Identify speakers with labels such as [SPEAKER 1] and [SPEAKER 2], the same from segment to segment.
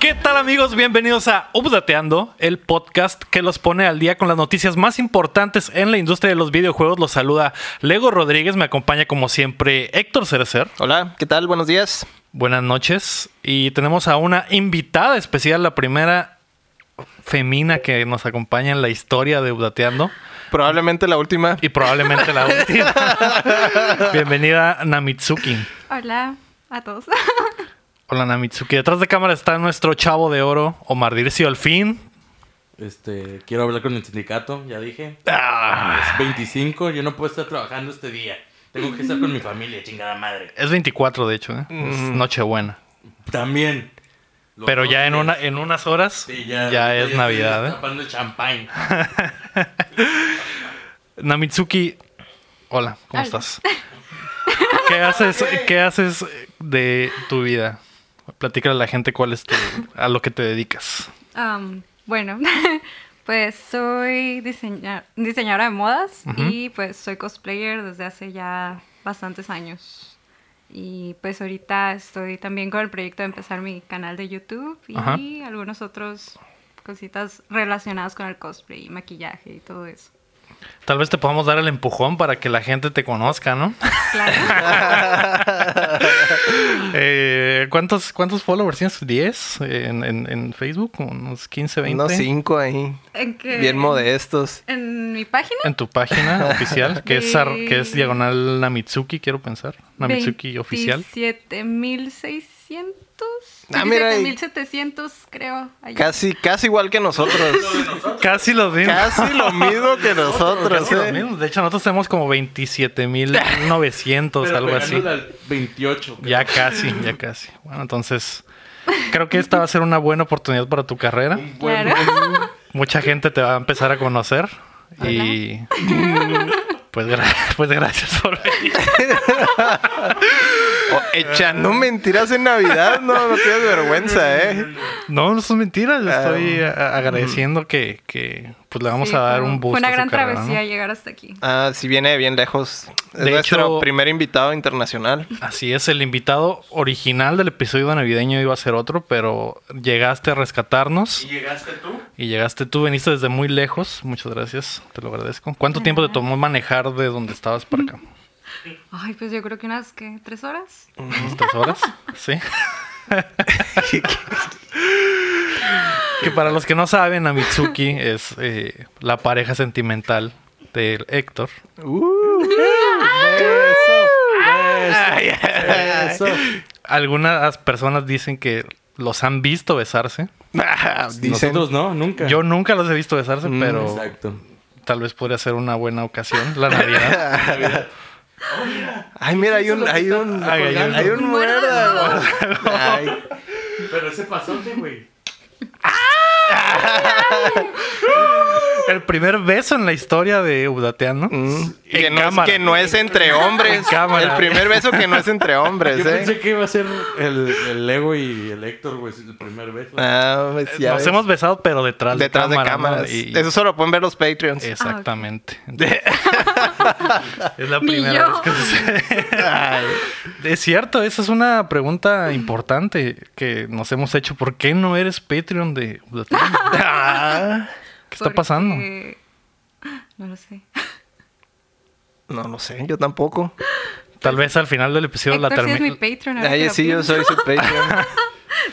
[SPEAKER 1] ¿Qué tal amigos? Bienvenidos a Updateando, el podcast que los pone al día con las noticias más importantes en la industria de los videojuegos. Los saluda Lego Rodríguez, me acompaña como siempre Héctor Cerecer.
[SPEAKER 2] Hola, ¿qué tal? Buenos días.
[SPEAKER 1] Buenas noches y tenemos a una invitada especial, la primera femina que nos acompaña en la historia de Updateando
[SPEAKER 2] Probablemente la última.
[SPEAKER 1] y probablemente la última. Bienvenida Namitsuki.
[SPEAKER 3] Hola a todos.
[SPEAKER 1] Hola Namitsuki, detrás de cámara está nuestro chavo de oro, Omar Dircio al fin.
[SPEAKER 4] Este, quiero hablar con el sindicato, ya dije.
[SPEAKER 1] Ah,
[SPEAKER 4] Es 25, yo no puedo estar trabajando este día. Tengo que estar con mi familia, chingada madre.
[SPEAKER 1] es 24 de hecho, ¿eh? es Nochebuena.
[SPEAKER 4] También. Los
[SPEAKER 1] Pero ya en,
[SPEAKER 4] otros-
[SPEAKER 1] una, en unas horas
[SPEAKER 4] Sí,
[SPEAKER 1] ya,
[SPEAKER 4] ya,
[SPEAKER 1] es
[SPEAKER 4] estoy
[SPEAKER 1] Navidad. ¿eh?
[SPEAKER 4] destapando el champán.
[SPEAKER 1] Namitsuki, hola, ¿cómo
[SPEAKER 3] Hola.
[SPEAKER 1] estás? ¿Qué haces, ¿Qué haces de tu vida? Platícale a la gente cuál es tu, a lo que te dedicas.
[SPEAKER 3] Am, bueno, pues soy diseña- diseñadora de modas
[SPEAKER 1] Ujú.
[SPEAKER 3] y pues soy cosplayer desde hace ya bastantes años. Y pues ahorita estoy también con el proyecto de empezar mi canal de YouTube y
[SPEAKER 1] Ajá.
[SPEAKER 3] algunos otros cositas relacionadas con el cosplay y maquillaje y todo eso.
[SPEAKER 1] Tal vez te podamos dar el empujón para que la gente te conozca, ¿no?
[SPEAKER 3] Claro.
[SPEAKER 1] Eh, ¿cuántos, ¿Cuántos followers tienes? ¿10 en, en- en Facebook? ¿Unos 15, 20?
[SPEAKER 2] Unos cinco ahí.
[SPEAKER 3] ¿En qué?
[SPEAKER 2] Bien modestos.
[SPEAKER 3] ¿En mi página?
[SPEAKER 1] En tu página oficial, que es, ar- que es
[SPEAKER 3] Sí.
[SPEAKER 1] diagonal Namitsuki, quiero pensar. Namitsuki oficial.
[SPEAKER 3] 7,600.
[SPEAKER 2] Ah, mira ahí.
[SPEAKER 3] 7,700, creo. allá.
[SPEAKER 2] Casi, casi igual que nosotros.
[SPEAKER 1] Casi los mismos.
[SPEAKER 2] casi lo mismo que nosotros,
[SPEAKER 1] Casi los
[SPEAKER 2] ¿eh?
[SPEAKER 1] mismos. De hecho, nosotros tenemos como 27.900,
[SPEAKER 4] Pero
[SPEAKER 1] algo así.
[SPEAKER 4] pegándole al 28. creo.
[SPEAKER 1] Ya casi, ya casi. Bueno, entonces creo que esta va a ser una buena oportunidad para tu carrera.
[SPEAKER 4] Un buen-
[SPEAKER 3] Claro.
[SPEAKER 1] Mucha gente te va a empezar a conocer y pues, gra- pues gracias por venir.
[SPEAKER 2] O- echando mentiras en Navidad, no, no tienes vergüenza, ¿eh?
[SPEAKER 1] No, no son mentiras.
[SPEAKER 2] Ah.
[SPEAKER 1] Estoy a- agradeciendo que, que, pues le vamos
[SPEAKER 3] Sí,
[SPEAKER 1] a dar
[SPEAKER 3] fue-
[SPEAKER 1] un boost.
[SPEAKER 3] Fue una
[SPEAKER 1] a su
[SPEAKER 3] gran
[SPEAKER 1] carrera, ¿no?
[SPEAKER 3] travesía llegar hasta aquí.
[SPEAKER 2] Ah, sí viene de bien lejos. Es
[SPEAKER 1] De
[SPEAKER 2] nuestro
[SPEAKER 1] hecho-
[SPEAKER 2] primer invitado internacional.
[SPEAKER 1] Así es, el invitado original del episodio navideño iba a ser otro, pero llegaste a rescatarnos.
[SPEAKER 4] ¿Y llegaste tú?
[SPEAKER 1] Y llegaste tú, viniste desde muy lejos. Muchas gracias, te lo agradezco. ¿Cuánto tiempo te tomó manejar de donde estabas para acá?
[SPEAKER 3] Ay, pues yo creo que unas, ¿qué? ¿Tres horas?
[SPEAKER 1] ¿Unas tres horas? Sí. que para los que no saben, Amitsuki es eh, la pareja sentimental de Héctor.
[SPEAKER 4] Eso.
[SPEAKER 1] Algunas personas dicen que los han visto besarse.
[SPEAKER 2] Ah, dicen,
[SPEAKER 4] Nosotros no, nunca.
[SPEAKER 1] Yo nunca los he visto besarse,
[SPEAKER 2] Mm,
[SPEAKER 1] pero
[SPEAKER 4] Exacto.
[SPEAKER 1] tal vez podría ser una buena ocasión, la Navidad.
[SPEAKER 2] ay, mira, hay un, hay un,
[SPEAKER 1] Ay, hay un-
[SPEAKER 2] hay un muerda. Ay,
[SPEAKER 4] Pero ese pasote, güey.
[SPEAKER 1] El primer beso en la historia de Udateano.
[SPEAKER 2] Mm.
[SPEAKER 1] En
[SPEAKER 2] Que, no es,
[SPEAKER 1] cámara.
[SPEAKER 2] que no es entre
[SPEAKER 1] En
[SPEAKER 2] hombres.
[SPEAKER 1] cámara.
[SPEAKER 2] El primer beso que no es entre hombres,
[SPEAKER 4] Yo pensé
[SPEAKER 2] ¿eh?
[SPEAKER 4] que iba a ser el, el Lego y el Héctor, güey, el primer beso.
[SPEAKER 2] Ah, pues, ya
[SPEAKER 1] Eh, Nos
[SPEAKER 2] ves.
[SPEAKER 1] hemos besado, pero detrás,
[SPEAKER 2] detrás
[SPEAKER 1] de
[SPEAKER 2] de
[SPEAKER 1] cámara. ¿no?
[SPEAKER 2] cámaras.
[SPEAKER 1] Y-
[SPEAKER 2] Eso Ah, solo pueden ver los Patreons.
[SPEAKER 1] Exactamente. Entonces, es la
[SPEAKER 3] Ni
[SPEAKER 1] primera
[SPEAKER 3] yo.
[SPEAKER 1] vez que sucede.
[SPEAKER 2] Ay, Mm.
[SPEAKER 1] Es cierto, esa es una pregunta importante que nos hemos hecho. ¿Por qué no eres Patreon de Udateano? Ah, ¿Qué está
[SPEAKER 3] Porque-
[SPEAKER 1] pasando?
[SPEAKER 3] No lo sé.
[SPEAKER 2] no lo sé, yo tampoco.
[SPEAKER 1] Tal vez al final del episodio la
[SPEAKER 3] pues, Héctor, sí es mi
[SPEAKER 1] termine.
[SPEAKER 3] Patreon. ahora que
[SPEAKER 2] Ay,
[SPEAKER 3] lo
[SPEAKER 2] sí, yo
[SPEAKER 3] pienso.
[SPEAKER 2] soy su Patreon.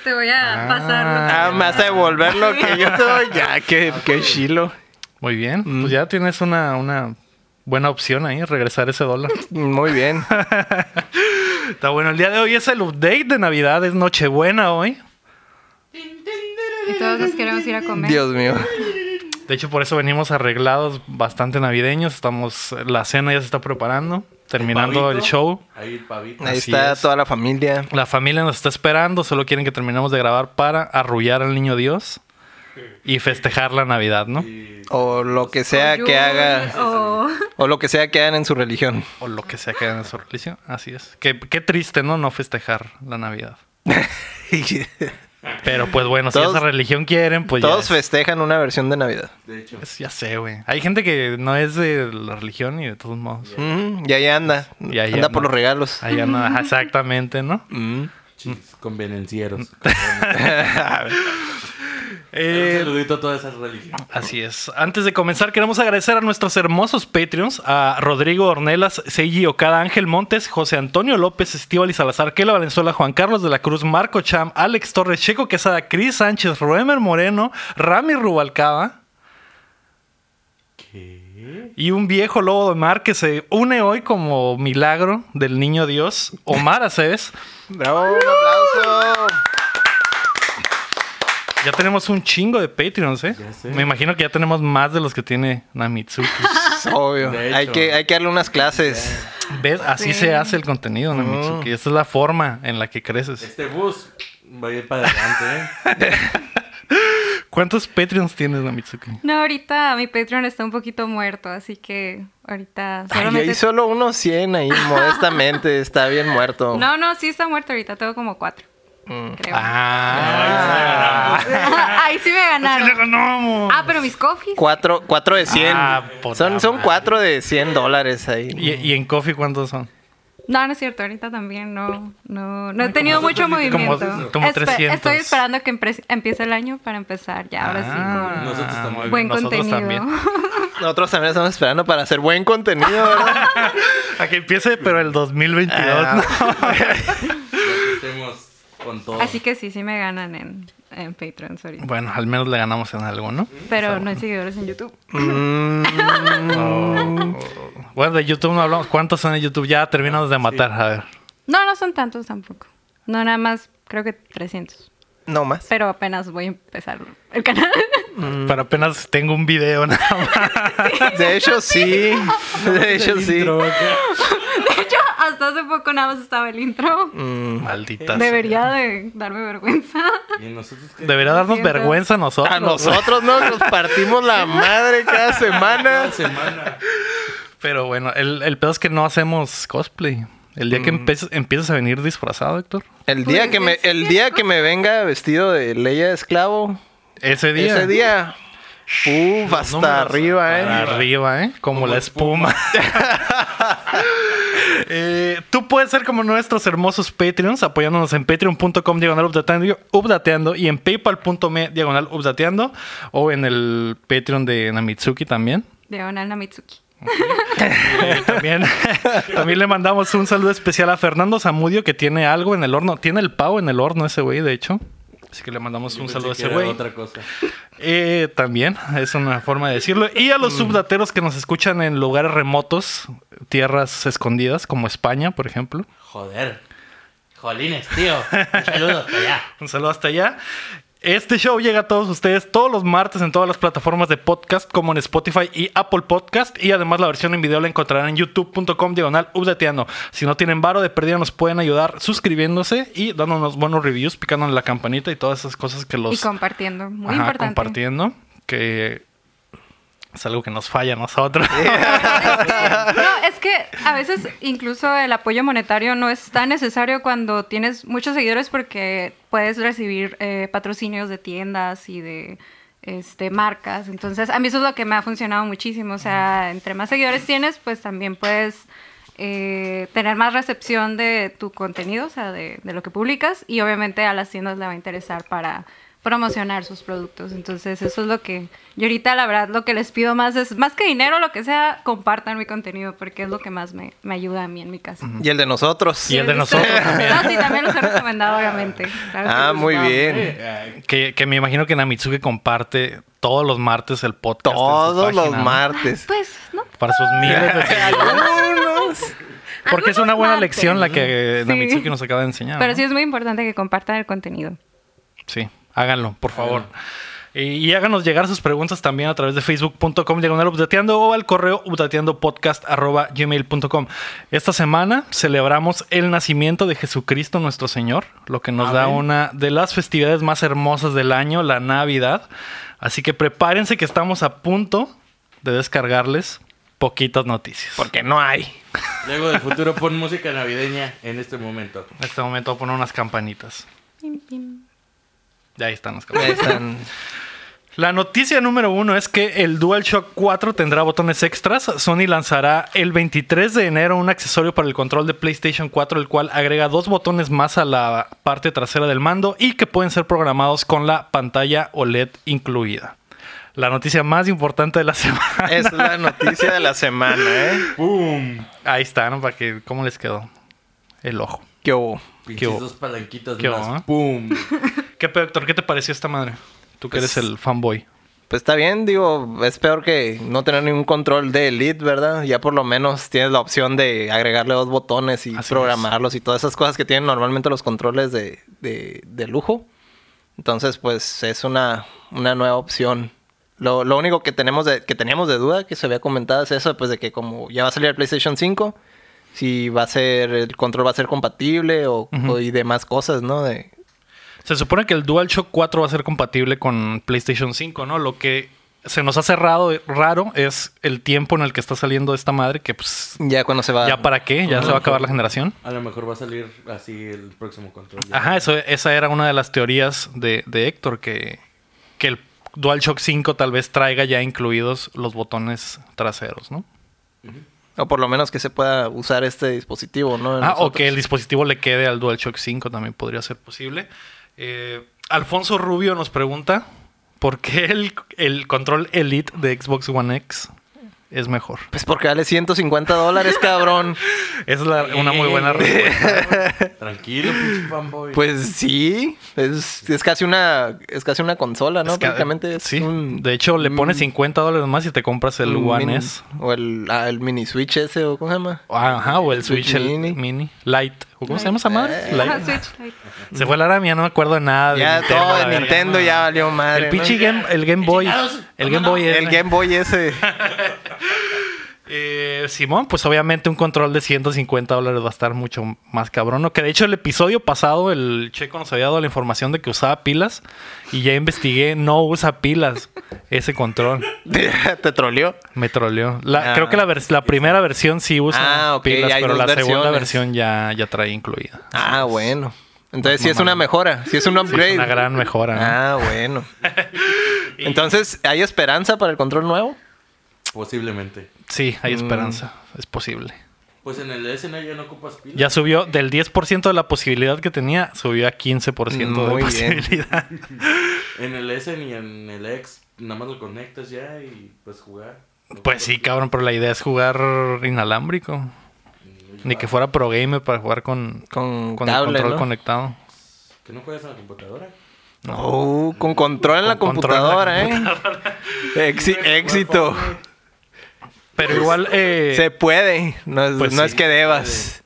[SPEAKER 3] Te voy a
[SPEAKER 1] Ah.
[SPEAKER 3] pasar.
[SPEAKER 2] Ah, me vas a devolver lo que yo te doy. Ya, qué, qué chilo.
[SPEAKER 1] Muy bien,
[SPEAKER 2] Mm.
[SPEAKER 1] pues ya tienes una, una buena opción ahí, regresar ese dólar.
[SPEAKER 2] Muy bien.
[SPEAKER 1] Está bueno, el día de hoy es el update de Navidad, es Nochebuena hoy.
[SPEAKER 3] Y todos nos queremos ir a comer.
[SPEAKER 2] Dios mío.
[SPEAKER 1] De hecho, por eso venimos arreglados bastante navideños. Estamos, la cena ya se está preparando, terminando el
[SPEAKER 4] Pavito.
[SPEAKER 1] show.
[SPEAKER 4] Ahí el pavito.
[SPEAKER 2] Ahí
[SPEAKER 1] Así
[SPEAKER 2] está
[SPEAKER 1] es.
[SPEAKER 2] toda la familia.
[SPEAKER 1] La familia nos está esperando, solo quieren que terminemos de grabar para arrullar al niño Dios y festejar la Navidad, ¿no?
[SPEAKER 4] Y-
[SPEAKER 2] O lo que sea que haga.
[SPEAKER 3] O-
[SPEAKER 2] O lo que sea que hagan en su religión.
[SPEAKER 1] O lo que sea que hagan en su religión. Así es. Qué, qué triste, ¿no? No festejar la Navidad. Pues Pero pues bueno, si
[SPEAKER 2] Todos-
[SPEAKER 1] esa religión quieren, pues ya.
[SPEAKER 2] Todos
[SPEAKER 1] es-
[SPEAKER 2] festejan una versión de Navidad.
[SPEAKER 4] De hecho.
[SPEAKER 1] Pues ya sé, güey. Hay gente que no es de la religión y de todos modos.
[SPEAKER 2] Mm, y ahí anda.
[SPEAKER 1] Y ahí
[SPEAKER 2] anda
[SPEAKER 1] anda.
[SPEAKER 2] por los regalos.
[SPEAKER 1] Allá no, exactamente, ¿no?
[SPEAKER 2] Mm.
[SPEAKER 4] Chis, convenencieros. Un
[SPEAKER 1] Eh,
[SPEAKER 4] saludito a todas esas religiones.
[SPEAKER 1] Así es. Antes de comenzar, queremos agradecer a nuestros hermosos Patreons, a Rodrigo Ornelas, Seiji Okada, Ángel Montes, José Antonio López, Estíbal y Salazar, Kela Valenzuela, Juan Carlos de la Cruz, Marco Cham, Alex Torres, Checo Quesada, Cris Sánchez, Roemer Moreno, Rami Rubalcaba
[SPEAKER 4] ¿Qué?
[SPEAKER 1] y un viejo lobo de mar que se une hoy como milagro del niño Dios, Omar Aceves.
[SPEAKER 2] Bravo, un aplauso.
[SPEAKER 1] Ya tenemos un chingo de Patreons, ¿eh?
[SPEAKER 4] Ya sé.
[SPEAKER 1] Me imagino que ya tenemos más de los que tiene Namitsuki.
[SPEAKER 2] Es obvio.
[SPEAKER 4] De hecho.
[SPEAKER 2] Hay que, hay que darle unas clases.
[SPEAKER 1] Ah, ¿Ves? Así
[SPEAKER 3] Sí.
[SPEAKER 1] se hace el contenido, Namitsuki. Esta es la forma en la que creces.
[SPEAKER 4] Este bus va a ir para adelante, ¿eh?
[SPEAKER 1] ¿Cuántos Patreons tienes, Namitsuki?
[SPEAKER 3] No, ahorita mi Patreon está un poquito muerto, así que ahorita
[SPEAKER 2] Ay,
[SPEAKER 3] solamente...
[SPEAKER 2] hay solo unos 100 ahí, modestamente. Está bien muerto.
[SPEAKER 3] No, no, sí está muerto ahorita, tengo como cuatro, creo.
[SPEAKER 1] Ah,
[SPEAKER 3] Ahí sí me
[SPEAKER 1] ¡Sí le
[SPEAKER 3] ganaron.
[SPEAKER 1] ganamos!
[SPEAKER 3] Ah, pero mis coffees.
[SPEAKER 2] Cuatro, cuatro de 100.
[SPEAKER 1] Ah, por la
[SPEAKER 2] son, son
[SPEAKER 1] madre.
[SPEAKER 2] cuatro de 100 dólares ahí.
[SPEAKER 1] ¿Y, y en Coffee cuántos son?
[SPEAKER 3] No, no es cierto, ahorita también no, no, no he tenido
[SPEAKER 4] como
[SPEAKER 3] mucho
[SPEAKER 4] nosotros,
[SPEAKER 1] como-
[SPEAKER 3] movimiento.
[SPEAKER 1] como
[SPEAKER 3] Espe-
[SPEAKER 1] 300.
[SPEAKER 3] Estoy esperando que empre- empiece el año para empezar ya, ahora sí,
[SPEAKER 1] Ah,
[SPEAKER 3] con
[SPEAKER 4] Nosotros también.
[SPEAKER 1] muy
[SPEAKER 3] buen
[SPEAKER 1] bien, nosotros
[SPEAKER 3] contenido.
[SPEAKER 2] Nosotros también estamos esperando para hacer buen contenido. ¿verdad?
[SPEAKER 1] A que empiece, pero el 2022.
[SPEAKER 2] Ah.
[SPEAKER 4] Ya estemos con todo.
[SPEAKER 3] Así que sí, sí me ganan en, en Patreon, sorry.
[SPEAKER 1] ¿no? Bueno, al menos le ganamos en algo, ¿no?
[SPEAKER 3] Pero no hay seguidores en YouTube.
[SPEAKER 2] Mm,
[SPEAKER 1] Oh. Bueno, de YouTube no hablamos. ¿Cuántos son en YouTube? Ya terminamos de matar. A ver.
[SPEAKER 3] No, no son tantos tampoco. No, nada más creo que 300.
[SPEAKER 2] no más.
[SPEAKER 3] Pero apenas voy a empezar el canal.
[SPEAKER 1] Pero apenas tengo un video nada más.
[SPEAKER 2] De hecho, sí. De hecho, sí.
[SPEAKER 3] De hecho, hasta hace poco nada más estaba el intro.
[SPEAKER 2] Mm.
[SPEAKER 1] Maldita sea.
[SPEAKER 3] Debería de darme vergüenza.
[SPEAKER 4] ¿Y nosotros qué?
[SPEAKER 1] Debería darnos
[SPEAKER 3] Siento.
[SPEAKER 1] vergüenza a nosotros.
[SPEAKER 2] A nosotros ¿no? nos partimos la madre cada semana.
[SPEAKER 4] Cada semana.
[SPEAKER 1] Pero bueno, el, el pedo es que no hacemos cosplay. El día que empe- empieces a venir disfrazado, Héctor.
[SPEAKER 2] El
[SPEAKER 3] Pues
[SPEAKER 2] día que me, el día que me venga vestido de Leia de esclavo,
[SPEAKER 1] Ese día.
[SPEAKER 2] ese día, uff,
[SPEAKER 1] Los números
[SPEAKER 2] hasta arriba,
[SPEAKER 1] para
[SPEAKER 2] eh.
[SPEAKER 1] Arriba, ¿eh? Como, la espuma. Eh, tú puedes ser como nuestros hermosos Patreons apoyándonos en patreon.com diagonal updateando- updateando y en paypal.me diagonal updateando o en el Patreon de Namitsuki también.
[SPEAKER 3] De Onal Namitsuki.
[SPEAKER 1] Eh, también, también le mandamos un saludo especial a Fernando Zamudio que tiene algo en el horno. Tiene el pavo en el horno ese güey, de hecho. Así que le mandamos
[SPEAKER 4] Yo
[SPEAKER 1] un
[SPEAKER 4] pensé
[SPEAKER 1] saludo a
[SPEAKER 4] que
[SPEAKER 1] ese
[SPEAKER 4] era
[SPEAKER 1] güey.
[SPEAKER 4] Otra cosa.
[SPEAKER 1] Eh, también, es una forma de decirlo. Y a los subdateros que nos escuchan en lugares remotos, tierras escondidas, como España, por ejemplo.
[SPEAKER 4] Joder. Jolines, tío. Un saludo hasta allá.
[SPEAKER 1] Un saludo hasta allá. Este show llega a todos ustedes todos los martes en todas las plataformas de podcast, como en Spotify y Apple Podcast. Y además la versión en video la encontrarán en youtube.com diagonal updateando. Si no tienen varo de perdida, nos pueden ayudar suscribiéndose y dándonos buenos reviews, picando en la campanita y todas esas cosas que los
[SPEAKER 3] Y compartiendo. Muy
[SPEAKER 1] Ajá,
[SPEAKER 3] importante.
[SPEAKER 1] compartiendo, que es algo que nos falla a nosotros.
[SPEAKER 3] No, es que a veces incluso el apoyo monetario no es tan necesario cuando tienes muchos seguidores porque puedes recibir eh, patrocinios de tiendas y de este, marcas. Entonces, a mí eso es lo que me ha funcionado muchísimo. O sea, entre más seguidores tienes, pues también puedes eh, tener más recepción de tu contenido, o sea, de, de lo que publicas. Y obviamente a las tiendas le va a interesar para promocionar sus productos. Entonces, eso es lo que yo ahorita, la verdad, lo que les pido más es, más que dinero, lo que sea, compartan mi contenido, porque es lo que más me, me ayuda a mí en mi casa.
[SPEAKER 2] eh. Y el de nosotros.
[SPEAKER 1] Y el de
[SPEAKER 3] Sí,
[SPEAKER 1] nosotros
[SPEAKER 3] ustedes-
[SPEAKER 1] también.
[SPEAKER 3] No, sí, también los he recomendado, obviamente. Claro que
[SPEAKER 2] Ah,
[SPEAKER 3] los
[SPEAKER 2] muy
[SPEAKER 3] va.
[SPEAKER 2] bien.
[SPEAKER 1] que, que me imagino que Namitsuke comparte todos los martes el podcast. en su
[SPEAKER 2] Todos los
[SPEAKER 1] página, ¿no?
[SPEAKER 2] martes.
[SPEAKER 3] Pues, no.
[SPEAKER 1] Para sus miles de seguidores.
[SPEAKER 2] Algunos.
[SPEAKER 1] Porque es una
[SPEAKER 3] Algunos
[SPEAKER 1] buena
[SPEAKER 3] martes.
[SPEAKER 1] lección la que
[SPEAKER 3] Sí.
[SPEAKER 1] Namitsuke nos acaba de enseñar.
[SPEAKER 3] Pero
[SPEAKER 1] ¿no?
[SPEAKER 3] sí es muy importante que compartan el contenido.
[SPEAKER 1] Sí, háganlo, por favor. Y, y háganos llegar sus preguntas también a través de facebook.com diagonal updateando o al correo updateandopodcast.gmail.com. Esta semana celebramos el nacimiento de Jesucristo nuestro Señor, lo que nos da
[SPEAKER 4] Amén.
[SPEAKER 1] una de las festividades más hermosas del año, la Navidad. Así que prepárense que estamos a punto de descargarles poquitas noticias.
[SPEAKER 2] Porque no hay.
[SPEAKER 4] Luego del futuro pon música navideña en este momento.
[SPEAKER 1] En este momento voy a poner unas campanitas.
[SPEAKER 3] Pim, pim.
[SPEAKER 1] Ya ahí están las
[SPEAKER 2] Ahí
[SPEAKER 1] campanitas.
[SPEAKER 2] están.
[SPEAKER 1] La noticia número uno es que el DualShock 4 tendrá botones extras. Sony lanzará el 23 de enero un accesorio para el control de PlayStation 4, el cual agrega dos botones más a la parte trasera del mando y que pueden ser programados con la pantalla OLED incluida. La noticia más importante de la semana.
[SPEAKER 2] Es la noticia de la semana, ¿eh?
[SPEAKER 4] ¡Pum!
[SPEAKER 1] Ahí está, ¿no? Para que, ¿Cómo les quedó? El ojo.
[SPEAKER 2] ¿Qué hubo?
[SPEAKER 1] ¿Qué
[SPEAKER 4] Pinches
[SPEAKER 1] hubo?
[SPEAKER 4] dos palanquitas
[SPEAKER 1] ¿Qué
[SPEAKER 4] más.
[SPEAKER 1] hubo, eh?
[SPEAKER 4] ¡Pum!
[SPEAKER 1] ¿Qué pedo, Héctor? ¿Qué te pareció esta madre? Tú que
[SPEAKER 2] Pues-
[SPEAKER 1] eres el fanboy.
[SPEAKER 2] Pues está bien, digo, es peor que no tener ningún control de Elite, ¿verdad? Ya por lo menos tienes la opción de agregarle dos botones y
[SPEAKER 1] Así es.
[SPEAKER 2] programarlos y todas esas cosas que tienen normalmente los controles de, de- de lujo. Entonces, pues es una, una nueva opción. Lo, lo único que tenemos de, que teníamos de duda que se había comentado es eso, pues de que como ya va a salir el PlayStation 5, si va a ser, el control va a ser compatible o,
[SPEAKER 1] Ujú.
[SPEAKER 2] o- y demás cosas, ¿no? De,
[SPEAKER 1] Se supone que el DualShock 4 va a ser compatible con PlayStation 5, ¿no? Lo que se nos ha cerrado raro es el tiempo en el que está saliendo esta madre, que pues
[SPEAKER 2] ya cuando se va...
[SPEAKER 1] ya para qué, ya se va a acabar la generación.
[SPEAKER 4] A lo mejor va a salir así el próximo control. ya.
[SPEAKER 1] Ajá, eso, esa era una de las teorías de, de Héctor, que, que el DualShock 5 tal vez traiga ya incluidos los botones traseros, ¿no?
[SPEAKER 2] O por lo menos que se pueda usar este dispositivo, ¿no? En
[SPEAKER 1] Ah,
[SPEAKER 2] nosotros.
[SPEAKER 1] o que el dispositivo le quede al DualShock 5 también podría ser posible. Eh, Alfonso Rubio nos pregunta por qué el, el control Elite de Xbox One X es mejor.
[SPEAKER 2] Pues porque vale 150 dólares, cabrón.
[SPEAKER 1] Es la- una muy
[SPEAKER 2] Eh,
[SPEAKER 1] buena respuesta.
[SPEAKER 4] Tranquilo, pinche fanboy.
[SPEAKER 2] Pues sí, es, es casi una es casi una consola, ¿no?
[SPEAKER 1] Es que-
[SPEAKER 2] Prácticamente es
[SPEAKER 1] sí.
[SPEAKER 2] un-
[SPEAKER 1] de hecho, le pones
[SPEAKER 2] un-
[SPEAKER 1] 50 dólares más y te compras el
[SPEAKER 2] un
[SPEAKER 1] One
[SPEAKER 2] mini-
[SPEAKER 1] S.
[SPEAKER 2] O el, ah, el mini Switch ese, o ¿cómo se llama?
[SPEAKER 1] Ajá, o el Switch,
[SPEAKER 2] Switch
[SPEAKER 1] el
[SPEAKER 2] mini. Eh,
[SPEAKER 1] mini. Light. ¿O ¿Cómo se llama esa madre?
[SPEAKER 3] Ajá,
[SPEAKER 1] Lite.
[SPEAKER 3] Switch Lite.
[SPEAKER 1] Se fue la ramia, no me acuerdo de nada. Ah, de
[SPEAKER 2] Ya
[SPEAKER 1] Nintendo,
[SPEAKER 2] todo
[SPEAKER 1] la
[SPEAKER 2] de
[SPEAKER 1] verga.
[SPEAKER 2] Nintendo ya valió
[SPEAKER 1] El
[SPEAKER 2] madre. ¿no?
[SPEAKER 1] pinche Game, el Game Boy.
[SPEAKER 4] Chingados,
[SPEAKER 1] El Game Boy.
[SPEAKER 2] El
[SPEAKER 1] es-
[SPEAKER 2] Game Boy ese.
[SPEAKER 1] Eh, Simón, pues obviamente un control de 150 dólares va a estar mucho más cabrón. ¿no? Que de hecho el episodio pasado el checo nos había dado la información de que usaba pilas y ya investigué, no usa pilas ese control.
[SPEAKER 2] Te troleó.
[SPEAKER 1] Me troleó. La-
[SPEAKER 2] Ah.
[SPEAKER 1] creo que la, vers- la primera versión sí usa
[SPEAKER 2] Ah, ok,
[SPEAKER 1] pilas,
[SPEAKER 2] hay
[SPEAKER 1] pero la
[SPEAKER 2] dos
[SPEAKER 1] segunda
[SPEAKER 2] versiones.
[SPEAKER 1] versión ya, ya trae incluida.
[SPEAKER 2] Ah, bueno. Entonces sí es una mejora, sí es un
[SPEAKER 1] Sí, es
[SPEAKER 2] upgrade.
[SPEAKER 1] una gran mejora. ¿no?
[SPEAKER 2] Ah, bueno. Entonces, ¿hay esperanza para el control nuevo?
[SPEAKER 4] Posiblemente.
[SPEAKER 1] Sí, hay
[SPEAKER 2] Mm.
[SPEAKER 1] esperanza. Es posible.
[SPEAKER 4] Pues en el SNA ya no ocupas pilas.
[SPEAKER 1] Ya subió del 10% de la posibilidad que tenía, subió a 15%
[SPEAKER 2] Muy
[SPEAKER 1] de
[SPEAKER 2] bien.
[SPEAKER 1] posibilidad.
[SPEAKER 4] En el S y en el X, nada más lo conectas ya y pues jugar. No
[SPEAKER 1] Pues sí, cabrón, pero la idea es jugar inalámbrico.
[SPEAKER 4] ocupas-
[SPEAKER 1] Ni que fuera pro gamer para jugar con,
[SPEAKER 2] Con,
[SPEAKER 1] con el
[SPEAKER 2] cable,
[SPEAKER 1] control
[SPEAKER 2] ¿no?
[SPEAKER 1] conectado.
[SPEAKER 4] ¿Que no juegas a la computadora?
[SPEAKER 2] Oh, con control en la
[SPEAKER 1] Con control en la
[SPEAKER 2] computadora, ¿eh?
[SPEAKER 4] Pues,
[SPEAKER 2] Exi- éxito.
[SPEAKER 1] Pero
[SPEAKER 2] Pues,
[SPEAKER 1] igual, eh,
[SPEAKER 2] Se puede. No, es,
[SPEAKER 1] Pues
[SPEAKER 2] no
[SPEAKER 1] sí.
[SPEAKER 2] es que debas.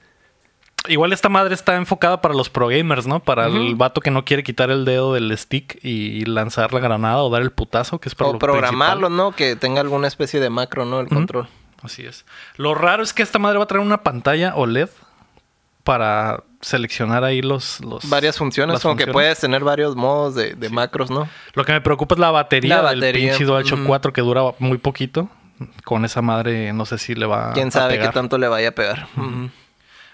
[SPEAKER 1] igual esta madre está enfocada para los pro gamers, ¿no? Para el vato que no quiere quitar el dedo del stick y lanzar la granada o dar el putazo, que es para
[SPEAKER 2] O
[SPEAKER 1] lo
[SPEAKER 2] programarlo,
[SPEAKER 1] principal.
[SPEAKER 2] ¿no? Que tenga alguna especie de macro, ¿no? El control.
[SPEAKER 1] Así es. Lo raro es que esta madre va a traer una pantalla OLED para seleccionar ahí los... los
[SPEAKER 2] Varias funciones,
[SPEAKER 1] las
[SPEAKER 2] como que
[SPEAKER 1] funciones.
[SPEAKER 2] puedes tener varios modos de, de macros, ¿no?
[SPEAKER 1] Lo que me preocupa es la batería,
[SPEAKER 2] La
[SPEAKER 1] del
[SPEAKER 2] batería,
[SPEAKER 1] pinche DualShock
[SPEAKER 2] ujú.
[SPEAKER 1] 4 que dura muy poquito. Con esa madre no sé si le va a
[SPEAKER 2] Quién sabe qué
[SPEAKER 1] pegar.
[SPEAKER 2] tanto le vaya a pegar. Ujú.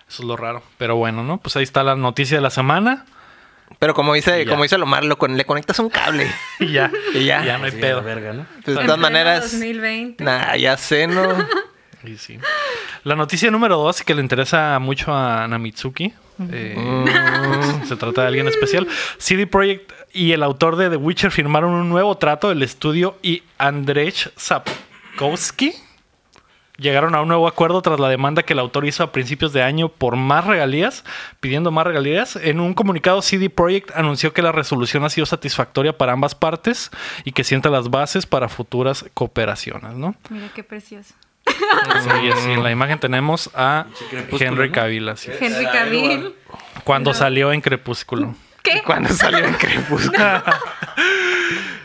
[SPEAKER 1] Eso es lo raro. Pero bueno, ¿no? Pues ahí está la noticia de la semana.
[SPEAKER 2] Pero como dice,
[SPEAKER 1] Ya.
[SPEAKER 2] como dice Lomar, lo con- le conectas un cable.
[SPEAKER 1] Y ya.
[SPEAKER 2] Y ya.
[SPEAKER 1] Ya no hay
[SPEAKER 4] Sí,
[SPEAKER 1] pedo.
[SPEAKER 4] la verga, ¿no?
[SPEAKER 2] Pues, de
[SPEAKER 3] En
[SPEAKER 2] todas
[SPEAKER 3] pleno
[SPEAKER 2] maneras.
[SPEAKER 3] 2020.
[SPEAKER 2] Nah, ya sé, ¿no?
[SPEAKER 1] Y sí. La noticia número dos que le interesa mucho a Namitsuki. eh, pues, se trata de alguien especial. CD Projekt y el autor de The Witcher firmaron un nuevo trato del estudio y Andrzej Sapkowski llegaron a un nuevo acuerdo tras la demanda que el autor hizo a principios de año por más regalías, pidiendo más regalías. En un comunicado, CD Projekt anunció que la resolución ha sido satisfactoria para ambas partes y que sienta las bases para futuras cooperaciones, ¿no?
[SPEAKER 3] Mira qué precioso.
[SPEAKER 1] Sí, sí, en la imagen tenemos a
[SPEAKER 4] Sí, crepúsculo,
[SPEAKER 1] Henry
[SPEAKER 4] ¿no?
[SPEAKER 1] Cavill,
[SPEAKER 2] Eh,
[SPEAKER 1] así,
[SPEAKER 3] Henry
[SPEAKER 4] Era
[SPEAKER 3] Cavill.
[SPEAKER 4] Edward.
[SPEAKER 1] cuando salió en Crepúsculo.
[SPEAKER 3] ¿Qué?
[SPEAKER 2] Cuando salió en Crepúsculo.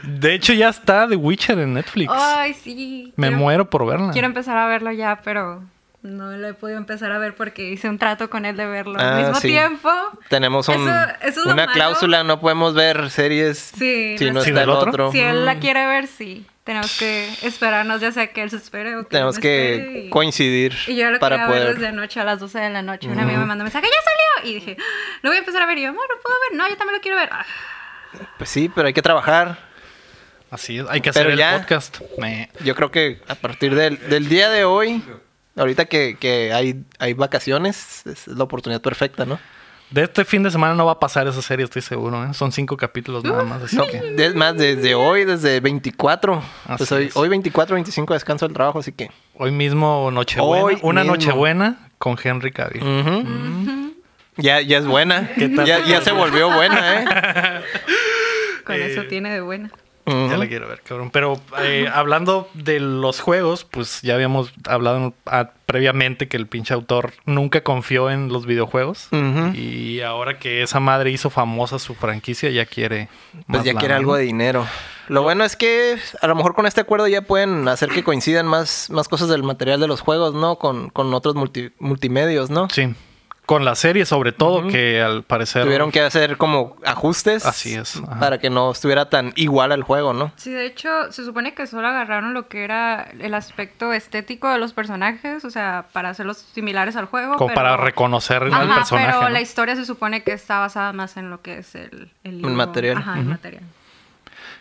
[SPEAKER 1] De hecho, ya está The Witcher en Netflix.
[SPEAKER 3] Ay, sí.
[SPEAKER 1] Me
[SPEAKER 3] Quiero-
[SPEAKER 1] muero por verla.
[SPEAKER 3] Quiero empezar a verlo ya, pero no lo he podido empezar a ver porque hice un trato con él de verlo
[SPEAKER 2] Ah,
[SPEAKER 3] al mismo
[SPEAKER 2] sí.
[SPEAKER 3] tiempo.
[SPEAKER 2] Tenemos un-
[SPEAKER 3] Eso- eso es lo
[SPEAKER 2] una
[SPEAKER 3] malo.
[SPEAKER 2] cláusula, no podemos ver series
[SPEAKER 3] Sí,
[SPEAKER 2] si
[SPEAKER 3] no
[SPEAKER 2] no
[SPEAKER 1] sé.
[SPEAKER 2] está el
[SPEAKER 1] ¿Sin el otro?
[SPEAKER 2] otro.
[SPEAKER 3] Si él la
[SPEAKER 2] Mm.
[SPEAKER 3] quiere ver, sí. Tenemos que esperarnos, ya sea que él se espere o que
[SPEAKER 2] Tenemos
[SPEAKER 3] yo me espere
[SPEAKER 2] que
[SPEAKER 3] y-
[SPEAKER 2] coincidir
[SPEAKER 3] Y yo lo
[SPEAKER 2] para
[SPEAKER 3] quería ver
[SPEAKER 2] poder.
[SPEAKER 3] desde anoche a las 12 de la noche. Un amigo me mandó un mensaje, ¡ya salió! Y dije, lo voy a empezar a ver. Y yo, no, lo puedo ver. No, yo también lo quiero ver. Ah,
[SPEAKER 2] Pues sí, pero hay que trabajar.
[SPEAKER 1] Así es, hay que hacer
[SPEAKER 2] Pero
[SPEAKER 1] el
[SPEAKER 2] ya.
[SPEAKER 1] podcast. Me-
[SPEAKER 2] Yo creo que a partir del, del día de hoy, ahorita que, que hay, hay vacaciones, es la oportunidad perfecta, ¿no?
[SPEAKER 1] De este fin de semana no va a pasar esa serie, estoy seguro. ¿eh? Son cinco capítulos nada más. Así
[SPEAKER 2] No,
[SPEAKER 1] que...
[SPEAKER 2] es más, desde hoy, desde 24.
[SPEAKER 1] Así
[SPEAKER 2] Pues hoy,
[SPEAKER 1] es.
[SPEAKER 2] hoy 24, 25 descanso del trabajo, así que...
[SPEAKER 1] Hoy mismo Nochebuena.
[SPEAKER 2] Hoy
[SPEAKER 1] una
[SPEAKER 2] mismo.
[SPEAKER 1] Nochebuena con Henry Cavill.
[SPEAKER 2] ujú. Ya, ya es buena.
[SPEAKER 1] ¿Qué tal?
[SPEAKER 2] Ya, ya se volvió buena, ¿eh?
[SPEAKER 3] Con
[SPEAKER 1] Eh.
[SPEAKER 3] eso tiene de buena.
[SPEAKER 2] Ujú.
[SPEAKER 1] Ya la quiero ver, cabrón. Pero eh, hablando de los juegos, pues ya habíamos hablado ah, previamente que el pinche autor nunca confió en los videojuegos.
[SPEAKER 2] Ujú.
[SPEAKER 1] Y ahora que esa madre hizo famosa su franquicia, ya quiere.
[SPEAKER 2] Pues
[SPEAKER 1] más
[SPEAKER 2] ya
[SPEAKER 1] lana,
[SPEAKER 2] quiere
[SPEAKER 1] ¿no?
[SPEAKER 2] algo de dinero. Lo bueno es que a lo mejor con este acuerdo ya pueden hacer que coincidan más, más cosas del material de los juegos, ¿no? Con, con otros multi- multimedios, ¿no?
[SPEAKER 1] Sí. Con la serie, sobre todo,
[SPEAKER 2] Ujú.
[SPEAKER 1] que al parecer.
[SPEAKER 2] Tuvieron que hacer como ajustes.
[SPEAKER 1] Así es, ajá.
[SPEAKER 2] Para que no estuviera tan igual al juego, ¿no?
[SPEAKER 3] Sí, de hecho, se supone que solo agarraron lo que era el aspecto estético de los personajes, o sea, para hacerlos similares al juego.
[SPEAKER 1] Como
[SPEAKER 3] pero-
[SPEAKER 1] para reconocer al
[SPEAKER 3] Ajá,
[SPEAKER 1] personaje.
[SPEAKER 3] pero
[SPEAKER 1] ¿no?
[SPEAKER 3] la historia se supone que está basada más en lo que es el, el, libro.
[SPEAKER 2] material.
[SPEAKER 3] Ajá, el material.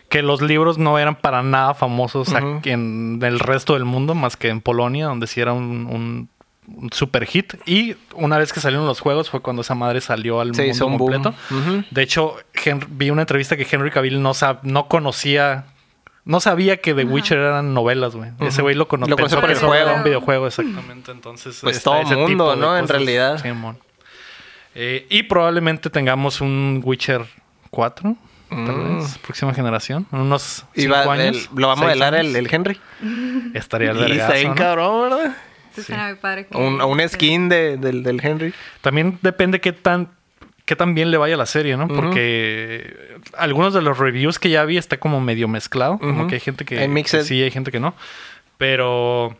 [SPEAKER 1] Que los libros no eran para nada famosos
[SPEAKER 2] Ujú.
[SPEAKER 1] aquí en el resto del mundo, más que en Polonia, donde sí era un, un- un super hit. Y una vez que salieron los juegos fue cuando esa madre salió al
[SPEAKER 2] Se hizo
[SPEAKER 1] mundo
[SPEAKER 2] un boom.
[SPEAKER 1] completo.
[SPEAKER 2] Ujú.
[SPEAKER 1] De hecho, Hen- vi una entrevista que Henry Cavill no, sab- no conocía. No sabía que The Witcher eran novelas, güey. Ese güey lo conoció
[SPEAKER 2] Lo conoció
[SPEAKER 3] por el
[SPEAKER 1] Era
[SPEAKER 3] juego.
[SPEAKER 1] un videojuego, exactamente. Entonces,
[SPEAKER 2] Pues
[SPEAKER 1] está
[SPEAKER 2] todo
[SPEAKER 1] ese
[SPEAKER 2] mundo,
[SPEAKER 1] tipo de
[SPEAKER 2] ¿no? En
[SPEAKER 1] cosas.
[SPEAKER 2] realidad.
[SPEAKER 1] Sí, mon. Eh, y probablemente tengamos un Witcher 4, tal
[SPEAKER 2] Mm.
[SPEAKER 1] vez, próxima generación, en unos
[SPEAKER 2] Y
[SPEAKER 1] 5
[SPEAKER 2] va-
[SPEAKER 1] años.
[SPEAKER 2] el- lo va a
[SPEAKER 1] seis
[SPEAKER 2] modelar
[SPEAKER 1] años.
[SPEAKER 2] el, el Henry.
[SPEAKER 1] Estaría el
[SPEAKER 2] Y está
[SPEAKER 1] vergazo,
[SPEAKER 2] bien
[SPEAKER 1] ¿no?
[SPEAKER 2] cabrón, ¿verdad?
[SPEAKER 3] Entonces, era mi padre que-
[SPEAKER 2] Un, un
[SPEAKER 3] que-
[SPEAKER 2] skin de- del, del Henry.
[SPEAKER 1] También depende qué tan qué tan bien le vaya la serie, ¿no? Porque algunos de los reviews que ya vi está como medio mezclado, como
[SPEAKER 2] Ujú.
[SPEAKER 1] que hay gente que,
[SPEAKER 2] Hay mixed.
[SPEAKER 1] que sí, hay gente que no, pero